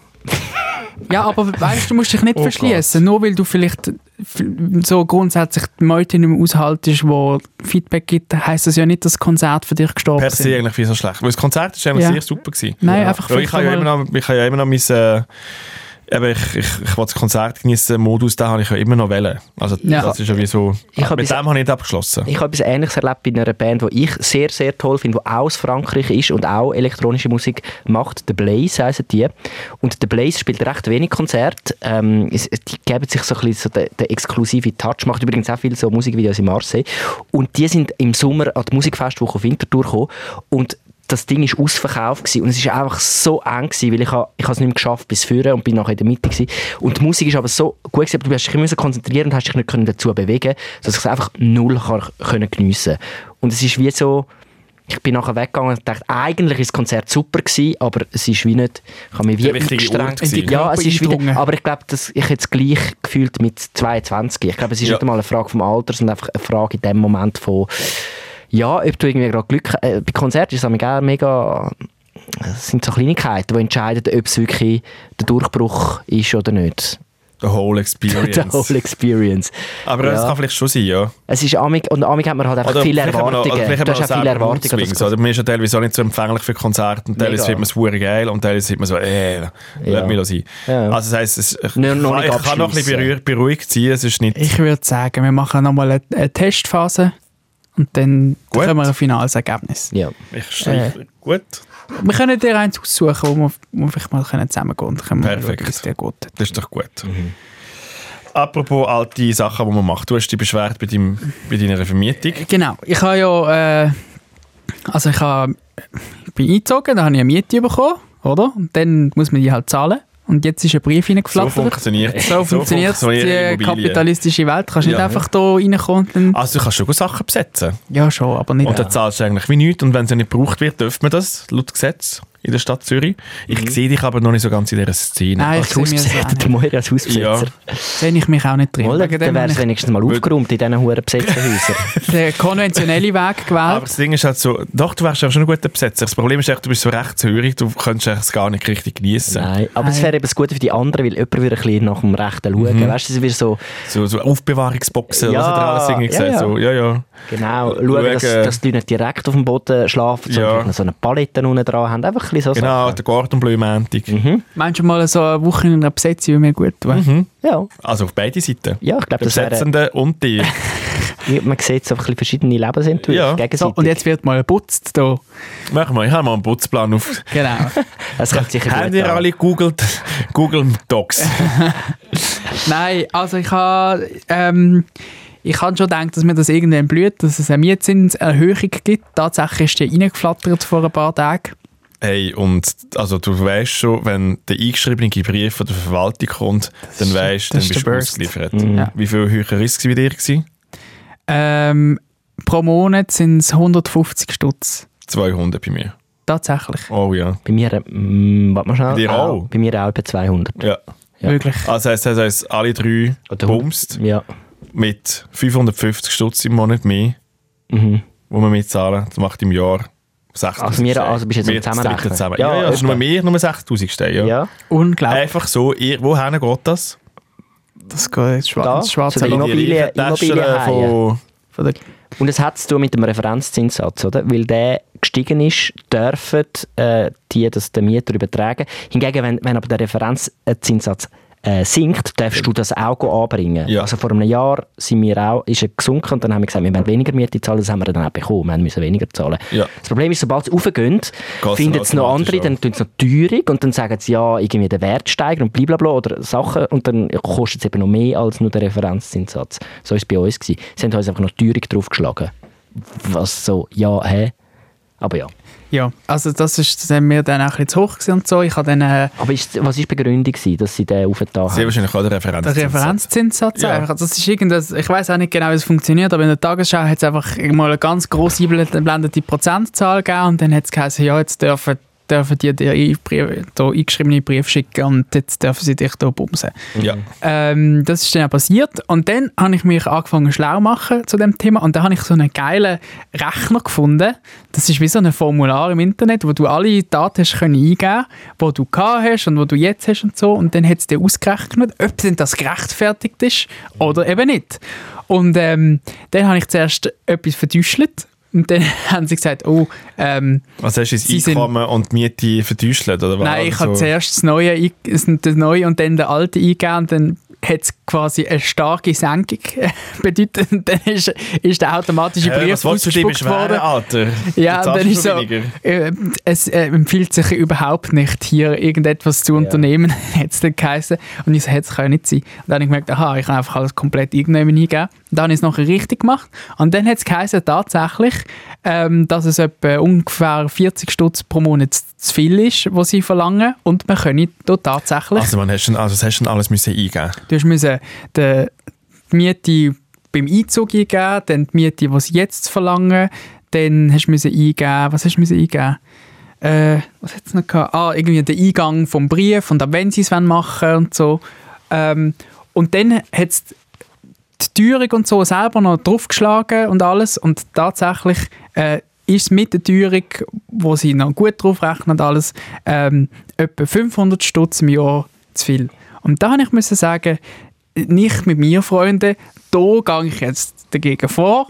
[SPEAKER 3] ja, aber weißt du, musst dich nicht
[SPEAKER 1] Oh
[SPEAKER 3] verschließen, nur weil du vielleicht f- so grundsätzlich die Leute nicht mehr aushaltest, wo Feedback gibt, heisst das ja nicht, dass Konzert für dich gestorben
[SPEAKER 1] Per
[SPEAKER 3] ist.
[SPEAKER 1] se eigentlich viel so schlecht. Weil das Konzert war eigentlich
[SPEAKER 3] Ja.
[SPEAKER 1] sehr super. Gewesen.
[SPEAKER 3] Nein, einfach
[SPEAKER 1] Weil ich
[SPEAKER 3] vielleicht
[SPEAKER 1] habe ja
[SPEAKER 3] einmal-
[SPEAKER 1] immer noch, ich habe ja immer noch mein, äh, eben, ich, ich, ich will das Konzert genießen, Modus, da habe ich ja immer noch wählen. Also
[SPEAKER 3] Ja.
[SPEAKER 1] das ist ja wie so,
[SPEAKER 2] Ich habe
[SPEAKER 1] mit
[SPEAKER 2] bis-
[SPEAKER 1] dem habe ich nicht abgeschlossen.
[SPEAKER 2] Ich habe etwas Ähnliches erlebt bei einer Band, die ich sehr, sehr toll finde, die auch aus Frankreich ist und auch elektronische Musik macht. The Blaze heissen die. Und The Blaze spielt recht wenig Konzerte. Ähm, es- die geben sich so ein bisschen so den, den exklusiven Touch. Macht übrigens auch viele so Musikvideos in Marseille. Und die sind im Sommer an die Musikfestwoche auf Winterthur gekommen. Und das Ding ist ausverkauft gewesen. und es ist einfach so eng gewesen, weil ich ha, ich habe es nicht mehr geschafft bis führen und bin nachher in der Mitte gewesen. und die Musik ist aber so gut gewesen, aber du hast dich müssen konzentrieren und hast dich nicht können dazu bewegen, dass ich es einfach null kann, können geniessen. Und es ist wie so ich bin nachher weggegangen und dachte, eigentlich ist das Konzert super gewesen, aber es ist wie nicht, ich habe mich wie
[SPEAKER 1] Der richtige Ort
[SPEAKER 2] angestrengt.
[SPEAKER 1] gewesen. In die
[SPEAKER 2] Ja, es ist
[SPEAKER 3] eingedrungen.
[SPEAKER 2] wieder, aber ich glaube, dass ich jetzt gleich gefühlt mit 22. Ich glaube, es ist
[SPEAKER 1] Ja.
[SPEAKER 2] nicht einmal eine Frage vom Alter, sondern einfach eine Frage in dem Moment von, ja, ob du irgendwie gerade Glück äh, Bei Konzerten ist es auch mega, es sind so Kleinigkeiten, die entscheiden, ob es wirklich der Durchbruch ist oder nicht.
[SPEAKER 1] The whole experience.
[SPEAKER 2] The whole experience.
[SPEAKER 1] aber das
[SPEAKER 2] Ja.
[SPEAKER 1] kann vielleicht schon sein, ja.
[SPEAKER 2] Es ist amig, und amig hat man halt einfach viele
[SPEAKER 1] vielleicht haben wir noch-
[SPEAKER 2] Erwartungen.
[SPEAKER 1] oder vielleicht haben wir
[SPEAKER 2] du hast
[SPEAKER 1] noch
[SPEAKER 2] auch viele
[SPEAKER 1] selber
[SPEAKER 2] Erwartungen.
[SPEAKER 1] Mood-Swings,
[SPEAKER 2] dass-
[SPEAKER 1] oder? Man ist ja teilweise auch nicht so empfänglich für Konzerte. Und teilweise
[SPEAKER 2] Mega.
[SPEAKER 1] findet man es verdammt geil und teilweise sieht man so, äh, ja. lass mich noch sein.
[SPEAKER 2] Ja.
[SPEAKER 1] Also das heisst, es, ich,
[SPEAKER 2] Nur
[SPEAKER 1] kann,
[SPEAKER 2] noch
[SPEAKER 1] ich
[SPEAKER 2] nicht
[SPEAKER 1] kann noch ein bisschen
[SPEAKER 2] abschliessen.
[SPEAKER 1] beruhigt, beruhigt sein. Es ist nicht...
[SPEAKER 3] Ich würde sagen, wir machen nochmal eine, eine Testphase und dann
[SPEAKER 1] Gut.
[SPEAKER 3] dann haben wir ein finales Ergebnis.
[SPEAKER 2] Ja.
[SPEAKER 1] Ich streiche.
[SPEAKER 2] Äh.
[SPEAKER 1] Gut.
[SPEAKER 3] Wir können dir eins aussuchen, wo wir, wo wir vielleicht mal können zusammengehen können. Dann können wir mal schauen,
[SPEAKER 1] Perfekt.
[SPEAKER 3] wie es dir geht.
[SPEAKER 1] Das ist doch gut.
[SPEAKER 2] Mhm.
[SPEAKER 1] Apropos alte Sachen, die man macht. Du hast dich beschwert bei, deinem, bei deiner Vermietung.
[SPEAKER 3] Genau, ich habe ja, äh, also ich, habe, ich bin eingezogen, dann habe ich eine Miete bekommen, oder? Und dann muss man die halt zahlen. Und jetzt ist ein Brief
[SPEAKER 1] So
[SPEAKER 3] reingeflattert.
[SPEAKER 1] funktioniert
[SPEAKER 3] So, funktioniert die
[SPEAKER 1] Immobilien.
[SPEAKER 3] kapitalistische Welt. Du kannst nicht
[SPEAKER 1] Ja.
[SPEAKER 3] einfach da reinkommen. und Dann,
[SPEAKER 1] Also du kannst schon gut Sachen besetzen.
[SPEAKER 3] ja schon, aber nicht.
[SPEAKER 1] Und dann zahlst du eigentlich wie nichts. Und wenn es ja nicht gebraucht wird, dürfte man das, laut Gesetz. in der Stadt Zürich. Ich
[SPEAKER 2] Mhm.
[SPEAKER 1] sehe dich aber noch nicht so ganz in dieser Szene.
[SPEAKER 3] Nein, ich
[SPEAKER 2] Als
[SPEAKER 3] sehe mich so auch
[SPEAKER 2] Hausbesetzer, der
[SPEAKER 3] nicht.
[SPEAKER 2] Moira als Hausbesetzer.
[SPEAKER 3] Sehe ich mich auch nicht drin.
[SPEAKER 2] Mal,
[SPEAKER 3] Wegen
[SPEAKER 2] dann
[SPEAKER 3] dem
[SPEAKER 2] wäre
[SPEAKER 3] habe
[SPEAKER 2] es
[SPEAKER 3] ich
[SPEAKER 2] wenigstens mal aufgeräumt in diesen huren besetzten Häusern.
[SPEAKER 3] den konventionellen Weg
[SPEAKER 1] Aber
[SPEAKER 3] gewählt.
[SPEAKER 1] das Ding ist halt so, doch, du wärst ja schon ein guter Besetzer. Das Problem ist echt, du bist so recht hörig, du könntest es gar nicht richtig genießen.
[SPEAKER 2] Nein, aber es
[SPEAKER 3] Nein.
[SPEAKER 2] wäre eben das Gute für die anderen, weil jemand würde ein bisschen nach dem Rechten schauen.
[SPEAKER 1] Mhm.
[SPEAKER 2] Weißt du, es wäre so,
[SPEAKER 1] So, so Aufbewahrungsboxen,
[SPEAKER 2] Ja,
[SPEAKER 1] was hat er alles irgendwie
[SPEAKER 2] ja,
[SPEAKER 1] gesagt?
[SPEAKER 2] ja.
[SPEAKER 1] So, ja, ja.
[SPEAKER 2] genau, schauen,
[SPEAKER 1] Äh, Schauen.
[SPEAKER 2] dass, dass die Leute nicht direkt auf dem Boden schlafen, sondern
[SPEAKER 1] Ja.
[SPEAKER 2] vielleicht noch so eine Palette unten dran haben. Einfach ein bisschen so
[SPEAKER 1] Genau,
[SPEAKER 2] Sachen.
[SPEAKER 1] der Gartenblümäntig.
[SPEAKER 2] Mhm.
[SPEAKER 3] Manchmal mal so eine Woche in einer Besetzung würde mir gut tun.
[SPEAKER 2] Ja,
[SPEAKER 1] Also auf beide Seiten.
[SPEAKER 2] ja ich glaube,
[SPEAKER 1] Der
[SPEAKER 2] das wäre,
[SPEAKER 1] Besetzende und die.
[SPEAKER 2] man sieht so ein bisschen verschiedene Lebensentwürfe
[SPEAKER 1] Ja.
[SPEAKER 3] So,
[SPEAKER 2] gegenseitig.
[SPEAKER 3] und jetzt wird mal geputzt hier.
[SPEAKER 1] Machen wir, ich habe mal einen Putzplan auf.
[SPEAKER 3] Genau.
[SPEAKER 2] das kommt sicher gut
[SPEAKER 1] Habt ihr
[SPEAKER 2] an.
[SPEAKER 1] alle googelt? Google Docs.
[SPEAKER 3] Nein, also ich habe ähm, ich hab schon gedacht, dass mir das irgendwann blüht, dass es eine Mietzinserhöhung gibt. Tatsächlich ist die reingeflattert vor ein paar Tagen.
[SPEAKER 1] Hey, und also du weißt schon, wenn der eingeschriebene Brief von der Verwaltung kommt, dann weißt du, dann
[SPEAKER 3] das ist
[SPEAKER 1] bist du
[SPEAKER 3] der Worst. Mhm.
[SPEAKER 1] ausgeliefert.
[SPEAKER 3] Ja.
[SPEAKER 1] Wie viel höherer Risk bei dir? Gewesen?
[SPEAKER 3] Ähm, pro Monat sind es 150 Stutz.
[SPEAKER 1] 200 bei mir.
[SPEAKER 3] Tatsächlich.
[SPEAKER 1] Oh ja.
[SPEAKER 2] Bei mir, ähm, warte mal schnell.
[SPEAKER 1] Bei dir
[SPEAKER 2] Ah,
[SPEAKER 1] auch?
[SPEAKER 2] Bei mir auch etwa 200.
[SPEAKER 1] ja.
[SPEAKER 2] Ja.
[SPEAKER 3] Wirklich.
[SPEAKER 1] Also das heisst, das heisst, alle drei
[SPEAKER 2] Oder
[SPEAKER 1] bumst
[SPEAKER 2] Ja.
[SPEAKER 1] mit 550 Stutz im Monat mehr,
[SPEAKER 2] Mhm.
[SPEAKER 1] wo wir mitzahlen. Das macht im Jahr 6000
[SPEAKER 2] Also wir- also bist du jetzt am
[SPEAKER 1] Wir das dritte
[SPEAKER 2] Zusammenrechnen?
[SPEAKER 1] zusammen.
[SPEAKER 2] Ja,
[SPEAKER 1] Ja, ja, das ist
[SPEAKER 2] etwa.
[SPEAKER 1] nur mehr, nur 6000 Steine. Ja.
[SPEAKER 2] Ja.
[SPEAKER 3] Unglaublich.
[SPEAKER 1] Einfach so, ihr, wohin geht das?
[SPEAKER 3] Das geht jetzt schwarz.
[SPEAKER 2] Da,
[SPEAKER 3] das schwarze
[SPEAKER 2] zu den
[SPEAKER 3] Loch.
[SPEAKER 1] In die
[SPEAKER 2] Immobilien-
[SPEAKER 1] reichen Taschen
[SPEAKER 2] Immobilienhaie.
[SPEAKER 1] von-
[SPEAKER 3] von der-
[SPEAKER 2] Und es hat zu tun mit dem Referenzzinssatz, oder? Weil der gestiegen ist, dürfen äh, die das den Mieter übertragen. Hingegen, wenn, wenn aber der Referenzzinssatz äh, sinkt, darfst du das auch go anbringen.
[SPEAKER 1] Ja.
[SPEAKER 2] Also vor einem Jahr sind wir auch, ist er gesunken und dann haben wir gesagt, wir wollen weniger Miete zahlen, das haben wir dann auch bekommen, wir müssen weniger zahlen.
[SPEAKER 1] Ja.
[SPEAKER 2] Das Problem ist, sobald es raufgeht,
[SPEAKER 1] Geht's
[SPEAKER 2] finden es noch
[SPEAKER 1] automatisch
[SPEAKER 2] andere, dann tun es noch teurer und dann sagen sie, ja, irgendwie der Wert steigt und blablabla oder Sachen und dann kostet es eben noch mehr als nur der Referenzzinssatz. So war es bei uns. Gewesen. Sie haben uns einfach noch teurer draufgeschlagen. Was so, ja, hä? Aber ja.
[SPEAKER 3] Ja, also das ist das haben wir dann auch ein bisschen zu hoch gewesen und so. Ich habe dann äh,
[SPEAKER 2] Aber ist, was war die Begründung, gewesen, dass sie den aufgetan
[SPEAKER 1] Sehr
[SPEAKER 2] haben?
[SPEAKER 1] wahrscheinlich auch der
[SPEAKER 3] den
[SPEAKER 1] Referenz.
[SPEAKER 3] Referenzzinssatz
[SPEAKER 1] Ja.
[SPEAKER 3] einfach. Das ist irgendwas, ich weiß auch nicht genau, wie es funktioniert, aber in der Tagesschau hat es einfach mal eine ganz gross eingeblendete Prozentzahl gegeben und dann hat es geheißen, ja, jetzt dürfen, dürfen die dir ein- Brief- da eingeschriebene Brief schicken und jetzt dürfen sie dich hier bumsen.
[SPEAKER 1] Ja.
[SPEAKER 3] Ähm, das ist dann auch passiert und dann habe ich mich angefangen schlau machen zu dem Thema und dann habe ich so einen geilen Rechner gefunden. Das ist wie so ein Formular im Internet, wo du alle Daten hast können eingeben, wo du gehabt hast und wo du jetzt hast und so und dann hat es dir ausgerechnet, ob denn das gerechtfertigt ist oder eben nicht. Und ähm, dann habe ich zuerst etwas verdüschelt und dann haben sie gesagt, oh, ähm,
[SPEAKER 1] Also hast du das
[SPEAKER 3] Sie sind-
[SPEAKER 1] Einkommen und die Miete vertäuscht? Oder was?
[SPEAKER 3] Nein, ich habe
[SPEAKER 1] Also-
[SPEAKER 3] zuerst das Neue, einge- das das Neue und dann den Alten eingegeben und dann hat es quasi eine starke Senkung bedeutet. Und dann ist, ist der automatische
[SPEAKER 1] Hä,
[SPEAKER 3] Brief
[SPEAKER 1] was willst du dir
[SPEAKER 3] ausgespuckt worden.
[SPEAKER 1] beschweren, Alter?
[SPEAKER 3] Ja,
[SPEAKER 1] Du
[SPEAKER 3] und dann
[SPEAKER 1] zahlst
[SPEAKER 3] ist so,
[SPEAKER 1] schon weniger.
[SPEAKER 3] äh, es äh, empfiehlt sich überhaupt nicht, hier irgendetwas zu unternehmen, hat es dann geheißen. Und ich so, «Hä, das kann ja nicht sein. Und dann habe ich gemerkt, aha, ich kann einfach alles komplett irgendjemandem hingeben. Und dann habe ich es nachher richtig gemacht. Und dann hat es geheißen, tatsächlich, ähm, dass es etwa ungefähr 40 Stutz pro Monat zu viel ist, was sie verlangen. Und man könne da tatsächlich,
[SPEAKER 1] Also, man hast du denn, also, das hast du denn alles müssen eingeben
[SPEAKER 3] du hast müssen die die Miete beim Einzug eingeben, dann die Miete, die sie jetzt verlangen, dann hast du müssen eingeben, was hast du müssen eingeben? Äh, was hat's noch gehabt? Ah, irgendwie den Eingang vom Brief und ab wenn sie es machen wollen und so. Ähm, und dann hat es die Teuerung und so selber noch draufgeschlagen und alles und tatsächlich äh, ist mit der Teuerung, wo sie noch gut draufrechnen und alles, ähm, etwa 500 Stutz im Jahr zu viel. Und da musste ich müssen sagen, nicht mit mir, Freunde, da gehe ich jetzt dagegen vor.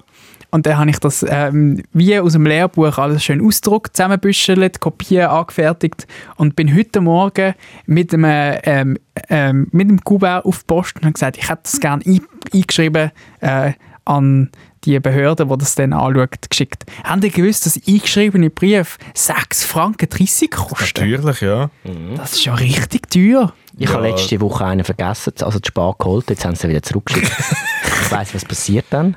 [SPEAKER 3] Und dann habe ich das ähm, wie aus dem Lehrbuch alles schön ausgedruckt, zusammenbüschelt, kopiert, angefertigt und bin heute Morgen mit dem, äh, ähm, ähm, mit dem Kuvert auf die Post und habe gesagt, ich hätte das gerne ein eingeschrieben äh, an die Behörde, die das dann anschaut, geschickt. Haben die gewusst, dass eingeschriebene Brief 6 Franken 30 kosten?
[SPEAKER 1] Natürlich, ja.
[SPEAKER 3] Das ist ja richtig teuer.
[SPEAKER 2] Ich habe letzte Woche einen vergessen, also zu spät geholt, jetzt haben sie ihn wieder zurückgeschickt. ich weiss, was passiert dann.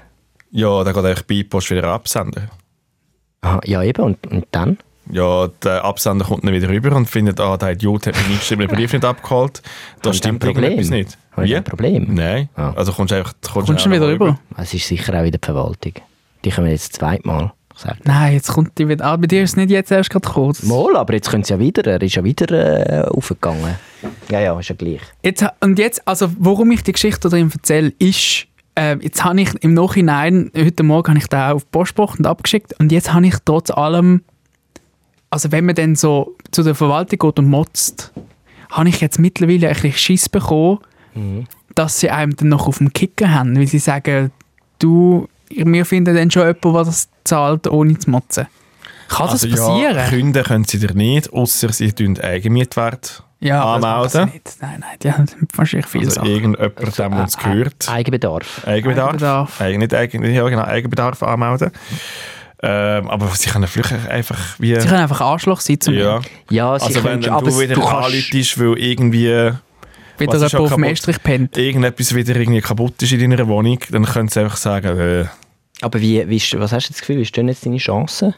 [SPEAKER 1] Ja, dann geht eigentlich die Post wieder absenden.
[SPEAKER 2] Aha, ja, eben, und, und dann?
[SPEAKER 1] Ja, der Absender kommt dann wieder rüber und findet, ah, der Idiot hat meinen eingeschriebenen Brief nicht abgeholt. Da
[SPEAKER 2] Haben Sie ein
[SPEAKER 1] stimmt
[SPEAKER 2] Problem?
[SPEAKER 1] irgendetwas nicht.
[SPEAKER 2] Haben Sie ein Problem?
[SPEAKER 1] Nein.
[SPEAKER 2] Ah.
[SPEAKER 1] Also kommst du einfach...
[SPEAKER 3] Kommst du schon wieder
[SPEAKER 1] einfach
[SPEAKER 3] rüber?
[SPEAKER 2] Es ist sicher auch in der Verwaltung. Die kommen jetzt zweimal. gesagt.
[SPEAKER 3] Nein, jetzt kommt die wieder. Ah, bei dir ist es nicht jetzt erst gerade kurz.
[SPEAKER 2] Mal, aber jetzt können sie ja wieder. Er ist ja wieder äh, aufgegangen. Ja, ja, ist ja gleich.
[SPEAKER 3] Jetzt, ha- und jetzt, also warum ich die Geschichte darin erzähle, ist, äh, jetzt habe ich im Nachhinein, heute Morgen habe ich den auch auf die Post gebracht und abgeschickt und jetzt habe ich trotz allem, also wenn man dann so zu der Verwaltung geht und motzt, habe ich jetzt mittlerweile ein bisschen Schiss bekommen,
[SPEAKER 1] Mhm.
[SPEAKER 3] dass sie einem dann noch auf dem Kicker haben, weil sie sagen, du, wir finden dann schon jemanden, der das zahlt, ohne zu motzen. Kann das Also passieren?
[SPEAKER 1] Also, Ja, künden können sie dir nicht, außer sie tun Eigenmietwert
[SPEAKER 3] Ja, aber das machen
[SPEAKER 1] anmelden.
[SPEAKER 3] sie nicht. Nein, nein, die haben wahrscheinlich viele
[SPEAKER 1] Also
[SPEAKER 3] Sachen.
[SPEAKER 1] irgendjemand, dem uns gehört.
[SPEAKER 2] äh,
[SPEAKER 1] Äh,
[SPEAKER 2] Eigenbedarf.
[SPEAKER 1] Eigenbedarf.
[SPEAKER 3] Eigenbedarf.
[SPEAKER 1] Eigen, nicht Eigen, ja, genau, Eigenbedarf anmelden. Ähm, aber sie können vielleicht einfach wie...
[SPEAKER 3] Sie können einfach Arschloch sein zu mir.
[SPEAKER 1] ja.
[SPEAKER 2] Ja, sie
[SPEAKER 1] Also wenn
[SPEAKER 2] können
[SPEAKER 1] dann
[SPEAKER 2] schon, aber
[SPEAKER 1] du wieder
[SPEAKER 2] du kannst...
[SPEAKER 1] anläutest, weil irgendwie
[SPEAKER 3] Wieder
[SPEAKER 1] Was ist
[SPEAKER 3] jemand
[SPEAKER 1] schon
[SPEAKER 3] auf dem
[SPEAKER 1] kaputt?
[SPEAKER 3] Estrich pennt.
[SPEAKER 1] irgendetwas wieder irgendwie kaputt ist in deiner Wohnung, dann können sie einfach sagen, äh,
[SPEAKER 2] Aber wie, wie, ist- was hast du das Gefühl, wie stehen jetzt deine Chancen?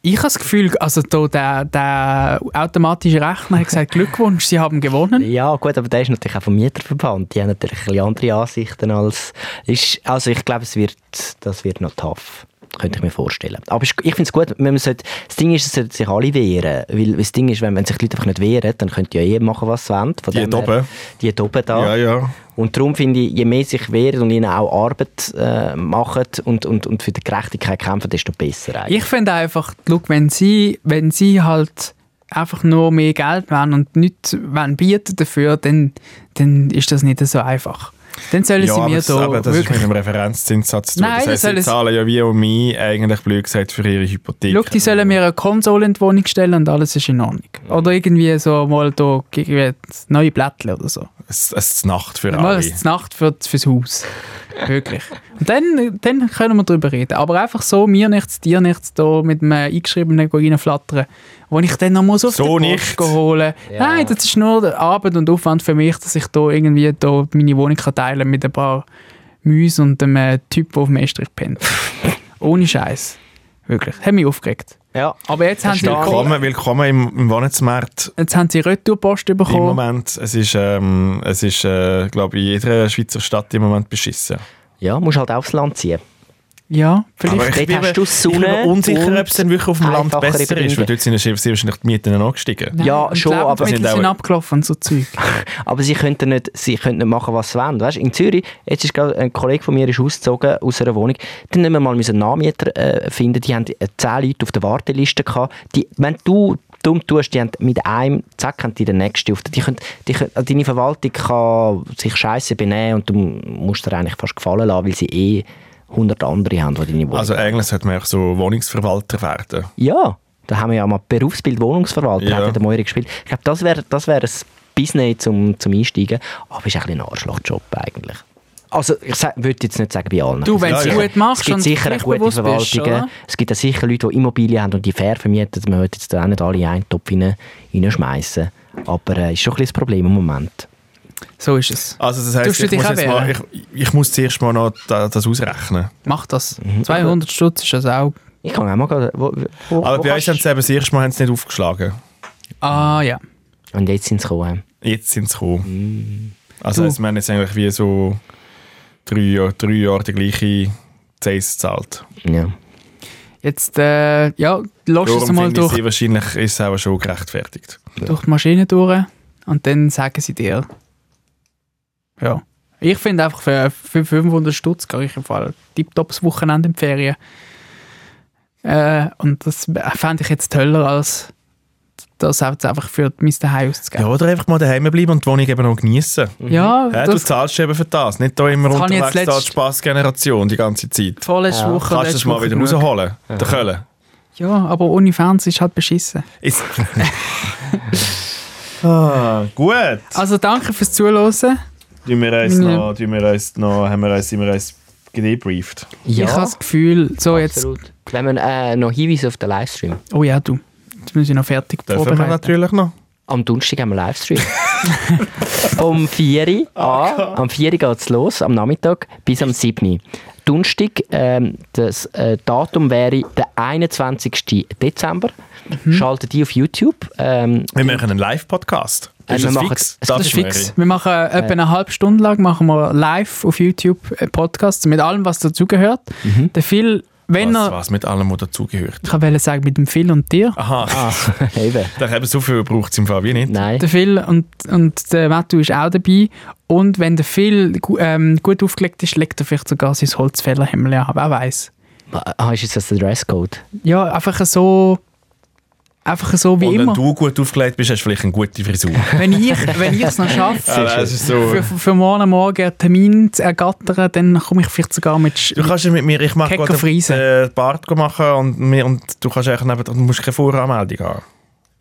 [SPEAKER 3] Ich habe das Gefühl, also da der, der automatische Rechner hat gesagt, Glückwunsch, Sie haben gewonnen.
[SPEAKER 2] Ja, gut, aber der ist natürlich auch vom Mieterverband. Die haben natürlich ein bisschen andere Ansichten als... Ist, also ich glaube, es wird, das wird noch tough. Könnte ich mir vorstellen. Aber ist- ich finde es gut, man sollte, das Ding ist, es sollten sich alle wehren. Weil das Ding ist, wenn, wenn sich die Leute einfach nicht wehren, dann könnt ihr ja eh machen, was sie wollen. Von
[SPEAKER 1] Die
[SPEAKER 2] dem
[SPEAKER 1] da
[SPEAKER 2] her-
[SPEAKER 1] oben.
[SPEAKER 2] Die da oben
[SPEAKER 1] ja,
[SPEAKER 2] da.
[SPEAKER 1] ja.
[SPEAKER 2] Und darum finde ich, je mehr sich wehren und ihnen auch Arbeit äh, machen und, und, und für die Gerechtigkeit kämpfen, desto besser eigentlich.
[SPEAKER 3] Ich finde einfach, schau, wenn Sie, wenn Sie halt einfach nur mehr Geld wollen und nichts wollen bieten dafür, dann, dann ist das nicht so einfach. Dann sollen
[SPEAKER 1] ja,
[SPEAKER 3] Sie
[SPEAKER 1] aber
[SPEAKER 3] mir
[SPEAKER 1] das, aber
[SPEAKER 3] da
[SPEAKER 1] das ist mit
[SPEAKER 3] wirklich...
[SPEAKER 1] einem Referenzzinssatz zu tun.
[SPEAKER 3] Nein,
[SPEAKER 1] das heisst,
[SPEAKER 3] das soll
[SPEAKER 1] sie
[SPEAKER 3] es-
[SPEAKER 1] zahlen ja wie und mich eigentlich blöd gesagt für ihre Hypothek.
[SPEAKER 3] Schau, die sollen mir eine Konsole in die Wohnung stellen und alles ist in Ordnung. Oder irgendwie so mal da irgendwie neue Blättchen oder so.
[SPEAKER 1] Es, es ist Nacht für
[SPEAKER 3] Mal
[SPEAKER 1] alle.
[SPEAKER 3] eine Nacht für, fürs Haus. Wirklich. Und dann, dann können wir drüber reden. Aber einfach so, mir nichts, dir nichts, da mit einem eingeschriebenen go reinflattern, wo ich dann noch muss auf
[SPEAKER 1] So
[SPEAKER 3] den
[SPEAKER 1] nicht.
[SPEAKER 3] Post holen
[SPEAKER 2] Ja.
[SPEAKER 3] Nein, das ist nur der Arbeit und Aufwand für mich, dass ich da irgendwie da meine Wohnung kann teilen mit ein paar Müs und einem äh, Typ, der auf dem Estrich pennt. Ohne Scheiß. Wirklich. Hat mich aufgeregt.
[SPEAKER 2] Ja.
[SPEAKER 3] Aber jetzt haben, sie,
[SPEAKER 1] Willkommen, willkommen im, im Wohnungsmarkt.
[SPEAKER 3] jetzt haben sie Retourpost
[SPEAKER 1] Im
[SPEAKER 3] bekommen.
[SPEAKER 1] Moment, es ist, ähm, es ist äh, glaube ich, in jeder Schweizer Stadt im Moment beschissen.
[SPEAKER 2] Ja, musst halt aufs Land ziehen.
[SPEAKER 3] Ja, vielleicht.
[SPEAKER 1] Aber ich
[SPEAKER 2] dort
[SPEAKER 1] bin,
[SPEAKER 2] hast
[SPEAKER 1] mir-
[SPEAKER 2] du
[SPEAKER 1] ich bin mir
[SPEAKER 2] Sonne
[SPEAKER 1] unsicher,
[SPEAKER 2] und
[SPEAKER 1] ob es dann wirklich auf dem Land
[SPEAKER 2] einfachere
[SPEAKER 1] besser ist, weil
[SPEAKER 2] Bedingungen.
[SPEAKER 1] dort sind sie wahrscheinlich die Mieten dann angestiegen.
[SPEAKER 2] Ja,
[SPEAKER 3] und
[SPEAKER 2] schon, aber-
[SPEAKER 3] Lebensmittel
[SPEAKER 1] Sind auch-
[SPEAKER 3] sind abgelaufen, so Zeug.
[SPEAKER 2] Aber sie könnten nicht, sie könnten nicht machen, was sie wollen. Weißt, in Zürich, jetzt ist gerade ein Kollege von mir ist ausgezogen aus einer Wohnung. Dann haben wir mal einen Nachmieter äh, finden. Die haben äh, zehn Leute auf der Warteliste gehabt. Die, wenn du dumm tust, die haben mit einem zack haben die den nächsten auf. der- Die können, die können, also deine Verwaltung kann sich scheiße benehmen und du musst dir eigentlich fast gefallen lassen, weil sie eh 100 andere haben, die deine Wohnung
[SPEAKER 1] Also eigentlich sollte man auch so Wohnungsverwalter werden.
[SPEAKER 2] Ja, da haben wir ja mal Berufsbild Wohnungsverwalter,
[SPEAKER 1] Ja.
[SPEAKER 2] hat der Moira gespielt. Ich glaube, das wäre das wär ein Business zum, zum Einsteigen. Aber ist ein bisschen ein Arschlochjob eigentlich. Also ich sag- würde jetzt nicht sagen bei allen.
[SPEAKER 3] Du, wenn
[SPEAKER 1] Ja,
[SPEAKER 3] du es
[SPEAKER 1] ja.
[SPEAKER 3] gut machst
[SPEAKER 2] es gibt
[SPEAKER 3] und
[SPEAKER 2] sicher eine gute
[SPEAKER 3] pflichtbewusst bist,
[SPEAKER 2] Verwaltungen.
[SPEAKER 3] oder?
[SPEAKER 2] Es gibt auch sicher Leute, die Immobilien haben und die fair vermieten. Man sollte jetzt da auch nicht alle in einen Topf rein- reinschmeissen. Aber es äh, ist schon ein bisschen das Problem im Moment.
[SPEAKER 3] So ist es.
[SPEAKER 1] Also das heisst,
[SPEAKER 3] Darfst du
[SPEAKER 1] ich
[SPEAKER 3] dich
[SPEAKER 1] muss,
[SPEAKER 3] auch
[SPEAKER 1] jetzt mal, ich, ich muss zuerst mal noch da, das ausrechnen.
[SPEAKER 3] Mach das. 200 Stutz ist das auch.
[SPEAKER 2] Mhm. Ich kann auch mal... gehen. Wo,
[SPEAKER 3] Oh,
[SPEAKER 2] wo,
[SPEAKER 1] Aber
[SPEAKER 2] wo
[SPEAKER 1] bei uns haben
[SPEAKER 2] kannst-
[SPEAKER 1] sie eben das erste Mal haben sie nicht aufgeschlagen.
[SPEAKER 3] Ah ja.
[SPEAKER 2] Und jetzt sind sie gekommen.
[SPEAKER 1] Jetzt sind sie gekommen. Also
[SPEAKER 3] Du.
[SPEAKER 1] heisst, wir haben jetzt eigentlich wie so drei, Jahr- drei Jahre die gleiche Zeis gezahlt.
[SPEAKER 2] Ja.
[SPEAKER 3] Jetzt, äh, ja, lass es
[SPEAKER 1] Darum
[SPEAKER 3] mal
[SPEAKER 1] finde ich
[SPEAKER 3] durch,
[SPEAKER 1] sie wahrscheinlich ist es auch schon gerechtfertigt.
[SPEAKER 3] durch die Maschine durch und dann sagen sie dir. Ja. Ich finde einfach für, für 500 Stutz gehe ich im Fall tiptops Wochenende in die Ferien. Äh, und das fände ich jetzt toller, als das jetzt einfach für mein Zuhause
[SPEAKER 1] Ja,
[SPEAKER 3] auszugeben.
[SPEAKER 1] oder einfach mal daheim bleiben und die Wohnung eben noch geniessen.
[SPEAKER 3] Ja,
[SPEAKER 1] Hä, du
[SPEAKER 3] das
[SPEAKER 1] zahlst eben für das. Nicht da immer
[SPEAKER 3] Das habe ich
[SPEAKER 1] unterwegs
[SPEAKER 3] jetzt
[SPEAKER 1] da die
[SPEAKER 3] letzt-
[SPEAKER 1] Spaßgeneration die ganze Zeit.
[SPEAKER 3] vorletzte
[SPEAKER 2] Ja.
[SPEAKER 3] Woche.
[SPEAKER 1] Kannst du
[SPEAKER 3] letzte
[SPEAKER 1] das mal
[SPEAKER 3] Woche
[SPEAKER 1] wieder
[SPEAKER 3] genug.
[SPEAKER 1] rausholen? Der Köln.
[SPEAKER 3] Ja, aber ohne Fernsehen ist halt beschissen.
[SPEAKER 1] Ist ah, gut.
[SPEAKER 3] Also danke fürs Zuhören.
[SPEAKER 1] Tun wir uns
[SPEAKER 3] Meine-
[SPEAKER 1] noch, tun wir uns noch, haben wir uns, sind wir uns gedebrieft.
[SPEAKER 2] ja.
[SPEAKER 3] Ich habe das Gefühl, so jetzt.
[SPEAKER 2] absolut. Wenn man äh, noch Hinweise auf den Livestream.
[SPEAKER 3] Oh ja, du. Jetzt müssen wir noch fertig
[SPEAKER 1] Dürfen wir
[SPEAKER 3] vorbereiten.
[SPEAKER 1] natürlich noch.
[SPEAKER 2] Am Donnerstag haben wir Livestream. um 4 Uhr an. Am 4 Uhr geht es los, am Nachmittag bis am 7 Uhr. Donnerstag, ähm, das äh, Datum wäre der 21. Dezember. Schaltet die auf YouTube. Ähm,
[SPEAKER 1] Wir machen einen Live-Podcast.
[SPEAKER 2] Äh,
[SPEAKER 1] Ist
[SPEAKER 2] wir
[SPEAKER 3] Also
[SPEAKER 1] das
[SPEAKER 2] machen-
[SPEAKER 1] fix?
[SPEAKER 2] das
[SPEAKER 3] Das ist
[SPEAKER 1] Mary.
[SPEAKER 3] fix. Wir machen äh, etwa eine halbe äh,
[SPEAKER 2] Mhm.
[SPEAKER 3] Stunde lang machen wir live auf YouTube einen Podcast mit allem, was dazugehört. Der Phil Wenn
[SPEAKER 1] Was,
[SPEAKER 3] er,
[SPEAKER 1] was mit allem, was dazugehört.
[SPEAKER 3] ich wollte sagen, mit dem Phil und dir.
[SPEAKER 1] Aha,
[SPEAKER 3] Ah.
[SPEAKER 2] Eben.
[SPEAKER 1] da haben so viel braucht es im Fall wie nicht.
[SPEAKER 2] Nein.
[SPEAKER 3] Der Phil und, und der Matthew ist auch dabei. Und wenn der Phil gu ähm, gut aufgelegt ist, legt er vielleicht sogar sein Holzfällerhemd an. Wer weiß.
[SPEAKER 2] Ah, ist jetzt das der Dresscode?
[SPEAKER 3] Ja, einfach so. Einfach so wie
[SPEAKER 1] Und wenn
[SPEAKER 3] immer.
[SPEAKER 1] du gut aufgelegt bist, hast du vielleicht eine gute Frisur. Ah,
[SPEAKER 3] Wenn ich wenn ich es noch schaffe,
[SPEAKER 1] das ist so.
[SPEAKER 3] für, für morgen Morgen einen Termin zu ergattern, dann komme ich vielleicht sogar mit. Sch
[SPEAKER 1] Du kannst ja mit mir, ich mache
[SPEAKER 3] Kecker
[SPEAKER 1] gerade
[SPEAKER 3] Friese.
[SPEAKER 1] den äh, Bart machen und, mir, und du kannst eigentlich neben, du musst keine Voranmeldung haben.
[SPEAKER 3] Ah.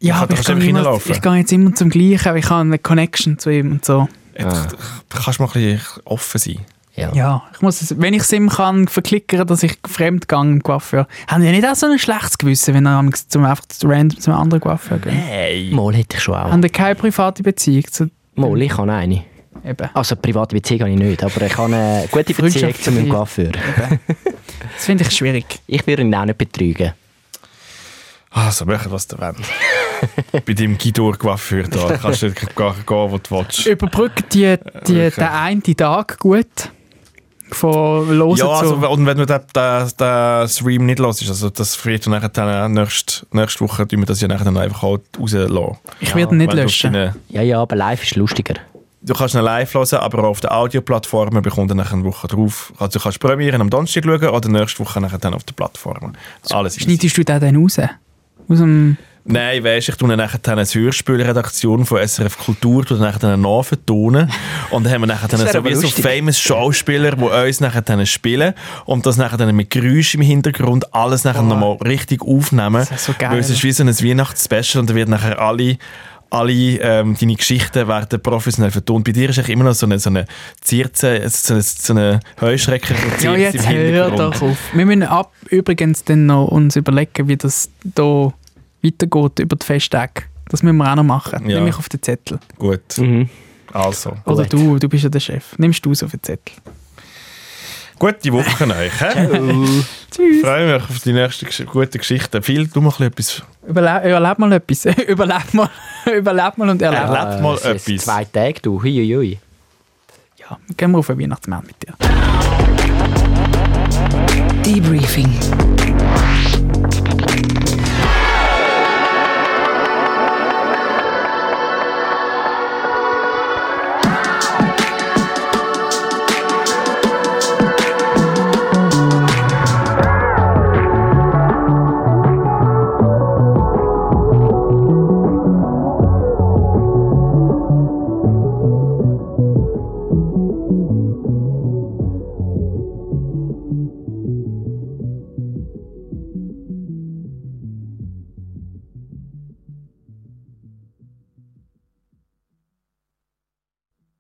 [SPEAKER 3] ja,
[SPEAKER 1] kann-
[SPEAKER 3] aber
[SPEAKER 1] kannst
[SPEAKER 3] ich, gehe
[SPEAKER 1] einfach
[SPEAKER 3] immer,
[SPEAKER 1] reinlaufen.
[SPEAKER 3] ich gehe jetzt immer zum Gleichen, weil ich habe eine Connection zu ihm und so.
[SPEAKER 1] Jetzt, Du kannst mal ein bisschen offen sein.
[SPEAKER 2] Ja.
[SPEAKER 3] Ja, ich muss es, wenn ich es ihm kann verklickern, dass ich fremd gehe im Coiffeur, haben die nicht auch so ein schlechtes Gewissen, wenn er am- zum, einfach zu random zum anderen Coiffeur geht?
[SPEAKER 1] Hey!
[SPEAKER 2] Mal hätte ich schon auch.
[SPEAKER 3] Haben die keine private Beziehung zu
[SPEAKER 2] Mal, ich habe eine.
[SPEAKER 3] eben?
[SPEAKER 1] Ah.
[SPEAKER 2] Also private Beziehung habe ich nicht, aber ich habe eine gute Beziehung
[SPEAKER 3] Freundschaft
[SPEAKER 2] zu meinem
[SPEAKER 3] für-
[SPEAKER 2] Coiffeur.
[SPEAKER 3] Das finde ich schwierig.
[SPEAKER 2] Ich würde ihn auch nicht betrügen.
[SPEAKER 1] Also, machen was du willst. Bei deinem Guido-Coiffeur da kannst du nicht gar- gehen, wo du willst.
[SPEAKER 3] Überbrücke die, die,
[SPEAKER 1] wirklich.
[SPEAKER 3] den einen Tag gut von los
[SPEAKER 1] Ja, also,
[SPEAKER 3] zu...
[SPEAKER 1] und wenn du den, den, den Stream nicht hörst, also das friert und nachher dann nächste, nächste Woche tun wir das ja nachher dann einfach halt rauslassen.
[SPEAKER 3] ich werde ihn nicht
[SPEAKER 1] Wenn du auf
[SPEAKER 3] löschen.
[SPEAKER 1] deine-
[SPEAKER 2] Ja, ja, aber live ist lustiger.
[SPEAKER 1] Du kannst ihn live hören, aber auch auf den Audioplattformen bekommt er nachher eine Woche drauf. Also du kannst die Premiere am Donnerstag schauen oder nächste Woche nachher dann auf den Plattformen. Alles easy.
[SPEAKER 3] Schneidest du den dann raus? Aus dem...
[SPEAKER 1] Nein, weisst, ich tue dann nachher dann eine Hörspielredaktion von SRF Kultur, tue dann nachher dann nachvertonen und dann haben wir nachher dann
[SPEAKER 2] wäre
[SPEAKER 1] so,
[SPEAKER 2] aber
[SPEAKER 1] wie so
[SPEAKER 2] lustig.
[SPEAKER 1] famous Schauspieler, die uns nachher dann spielen und das nachher dann mit Geräusch im Hintergrund alles nachher nochmal richtig aufnehmen.
[SPEAKER 3] Das ist so geil.
[SPEAKER 1] Weil es ist wie so ein Weihnachtsspecial und da wird nachher alle alle ähm, deine Geschichten werden professionell vertont. Bei dir ist eigentlich immer noch so eine, so eine Zierze, so eine, so eine Heuschrecke von
[SPEAKER 3] Ja,
[SPEAKER 1] Zierze
[SPEAKER 3] jetzt hör doch auf. Wir müssen ab, übrigens dann noch uns überlegen, wie das hier weitergeht über die Festtage. Das müssen wir auch noch machen.
[SPEAKER 1] Ja.
[SPEAKER 3] Nimm mich auf den Zettel.
[SPEAKER 1] Gut,
[SPEAKER 2] Mhm.
[SPEAKER 1] also.
[SPEAKER 3] Oder
[SPEAKER 2] Gut.
[SPEAKER 3] du, du bist ja der Chef. Nimmst du es auf den Zettel.
[SPEAKER 1] Gute Woche an euch. hä? Ich freue mich auf die nächste Gesch gute Geschichte. Phil, du mach ein bisschen
[SPEAKER 3] Überle überleb mal etwas. überleb, mal, überleb mal und erleb.
[SPEAKER 1] Erleb. Lebt mal
[SPEAKER 2] Ah, es sind
[SPEAKER 1] etwas.
[SPEAKER 2] Zwei Tage, du. Hui, hui, hui.
[SPEAKER 3] Ja, gehen wir auf den Weihnachtsmarkt mit dir.
[SPEAKER 4] Debriefing.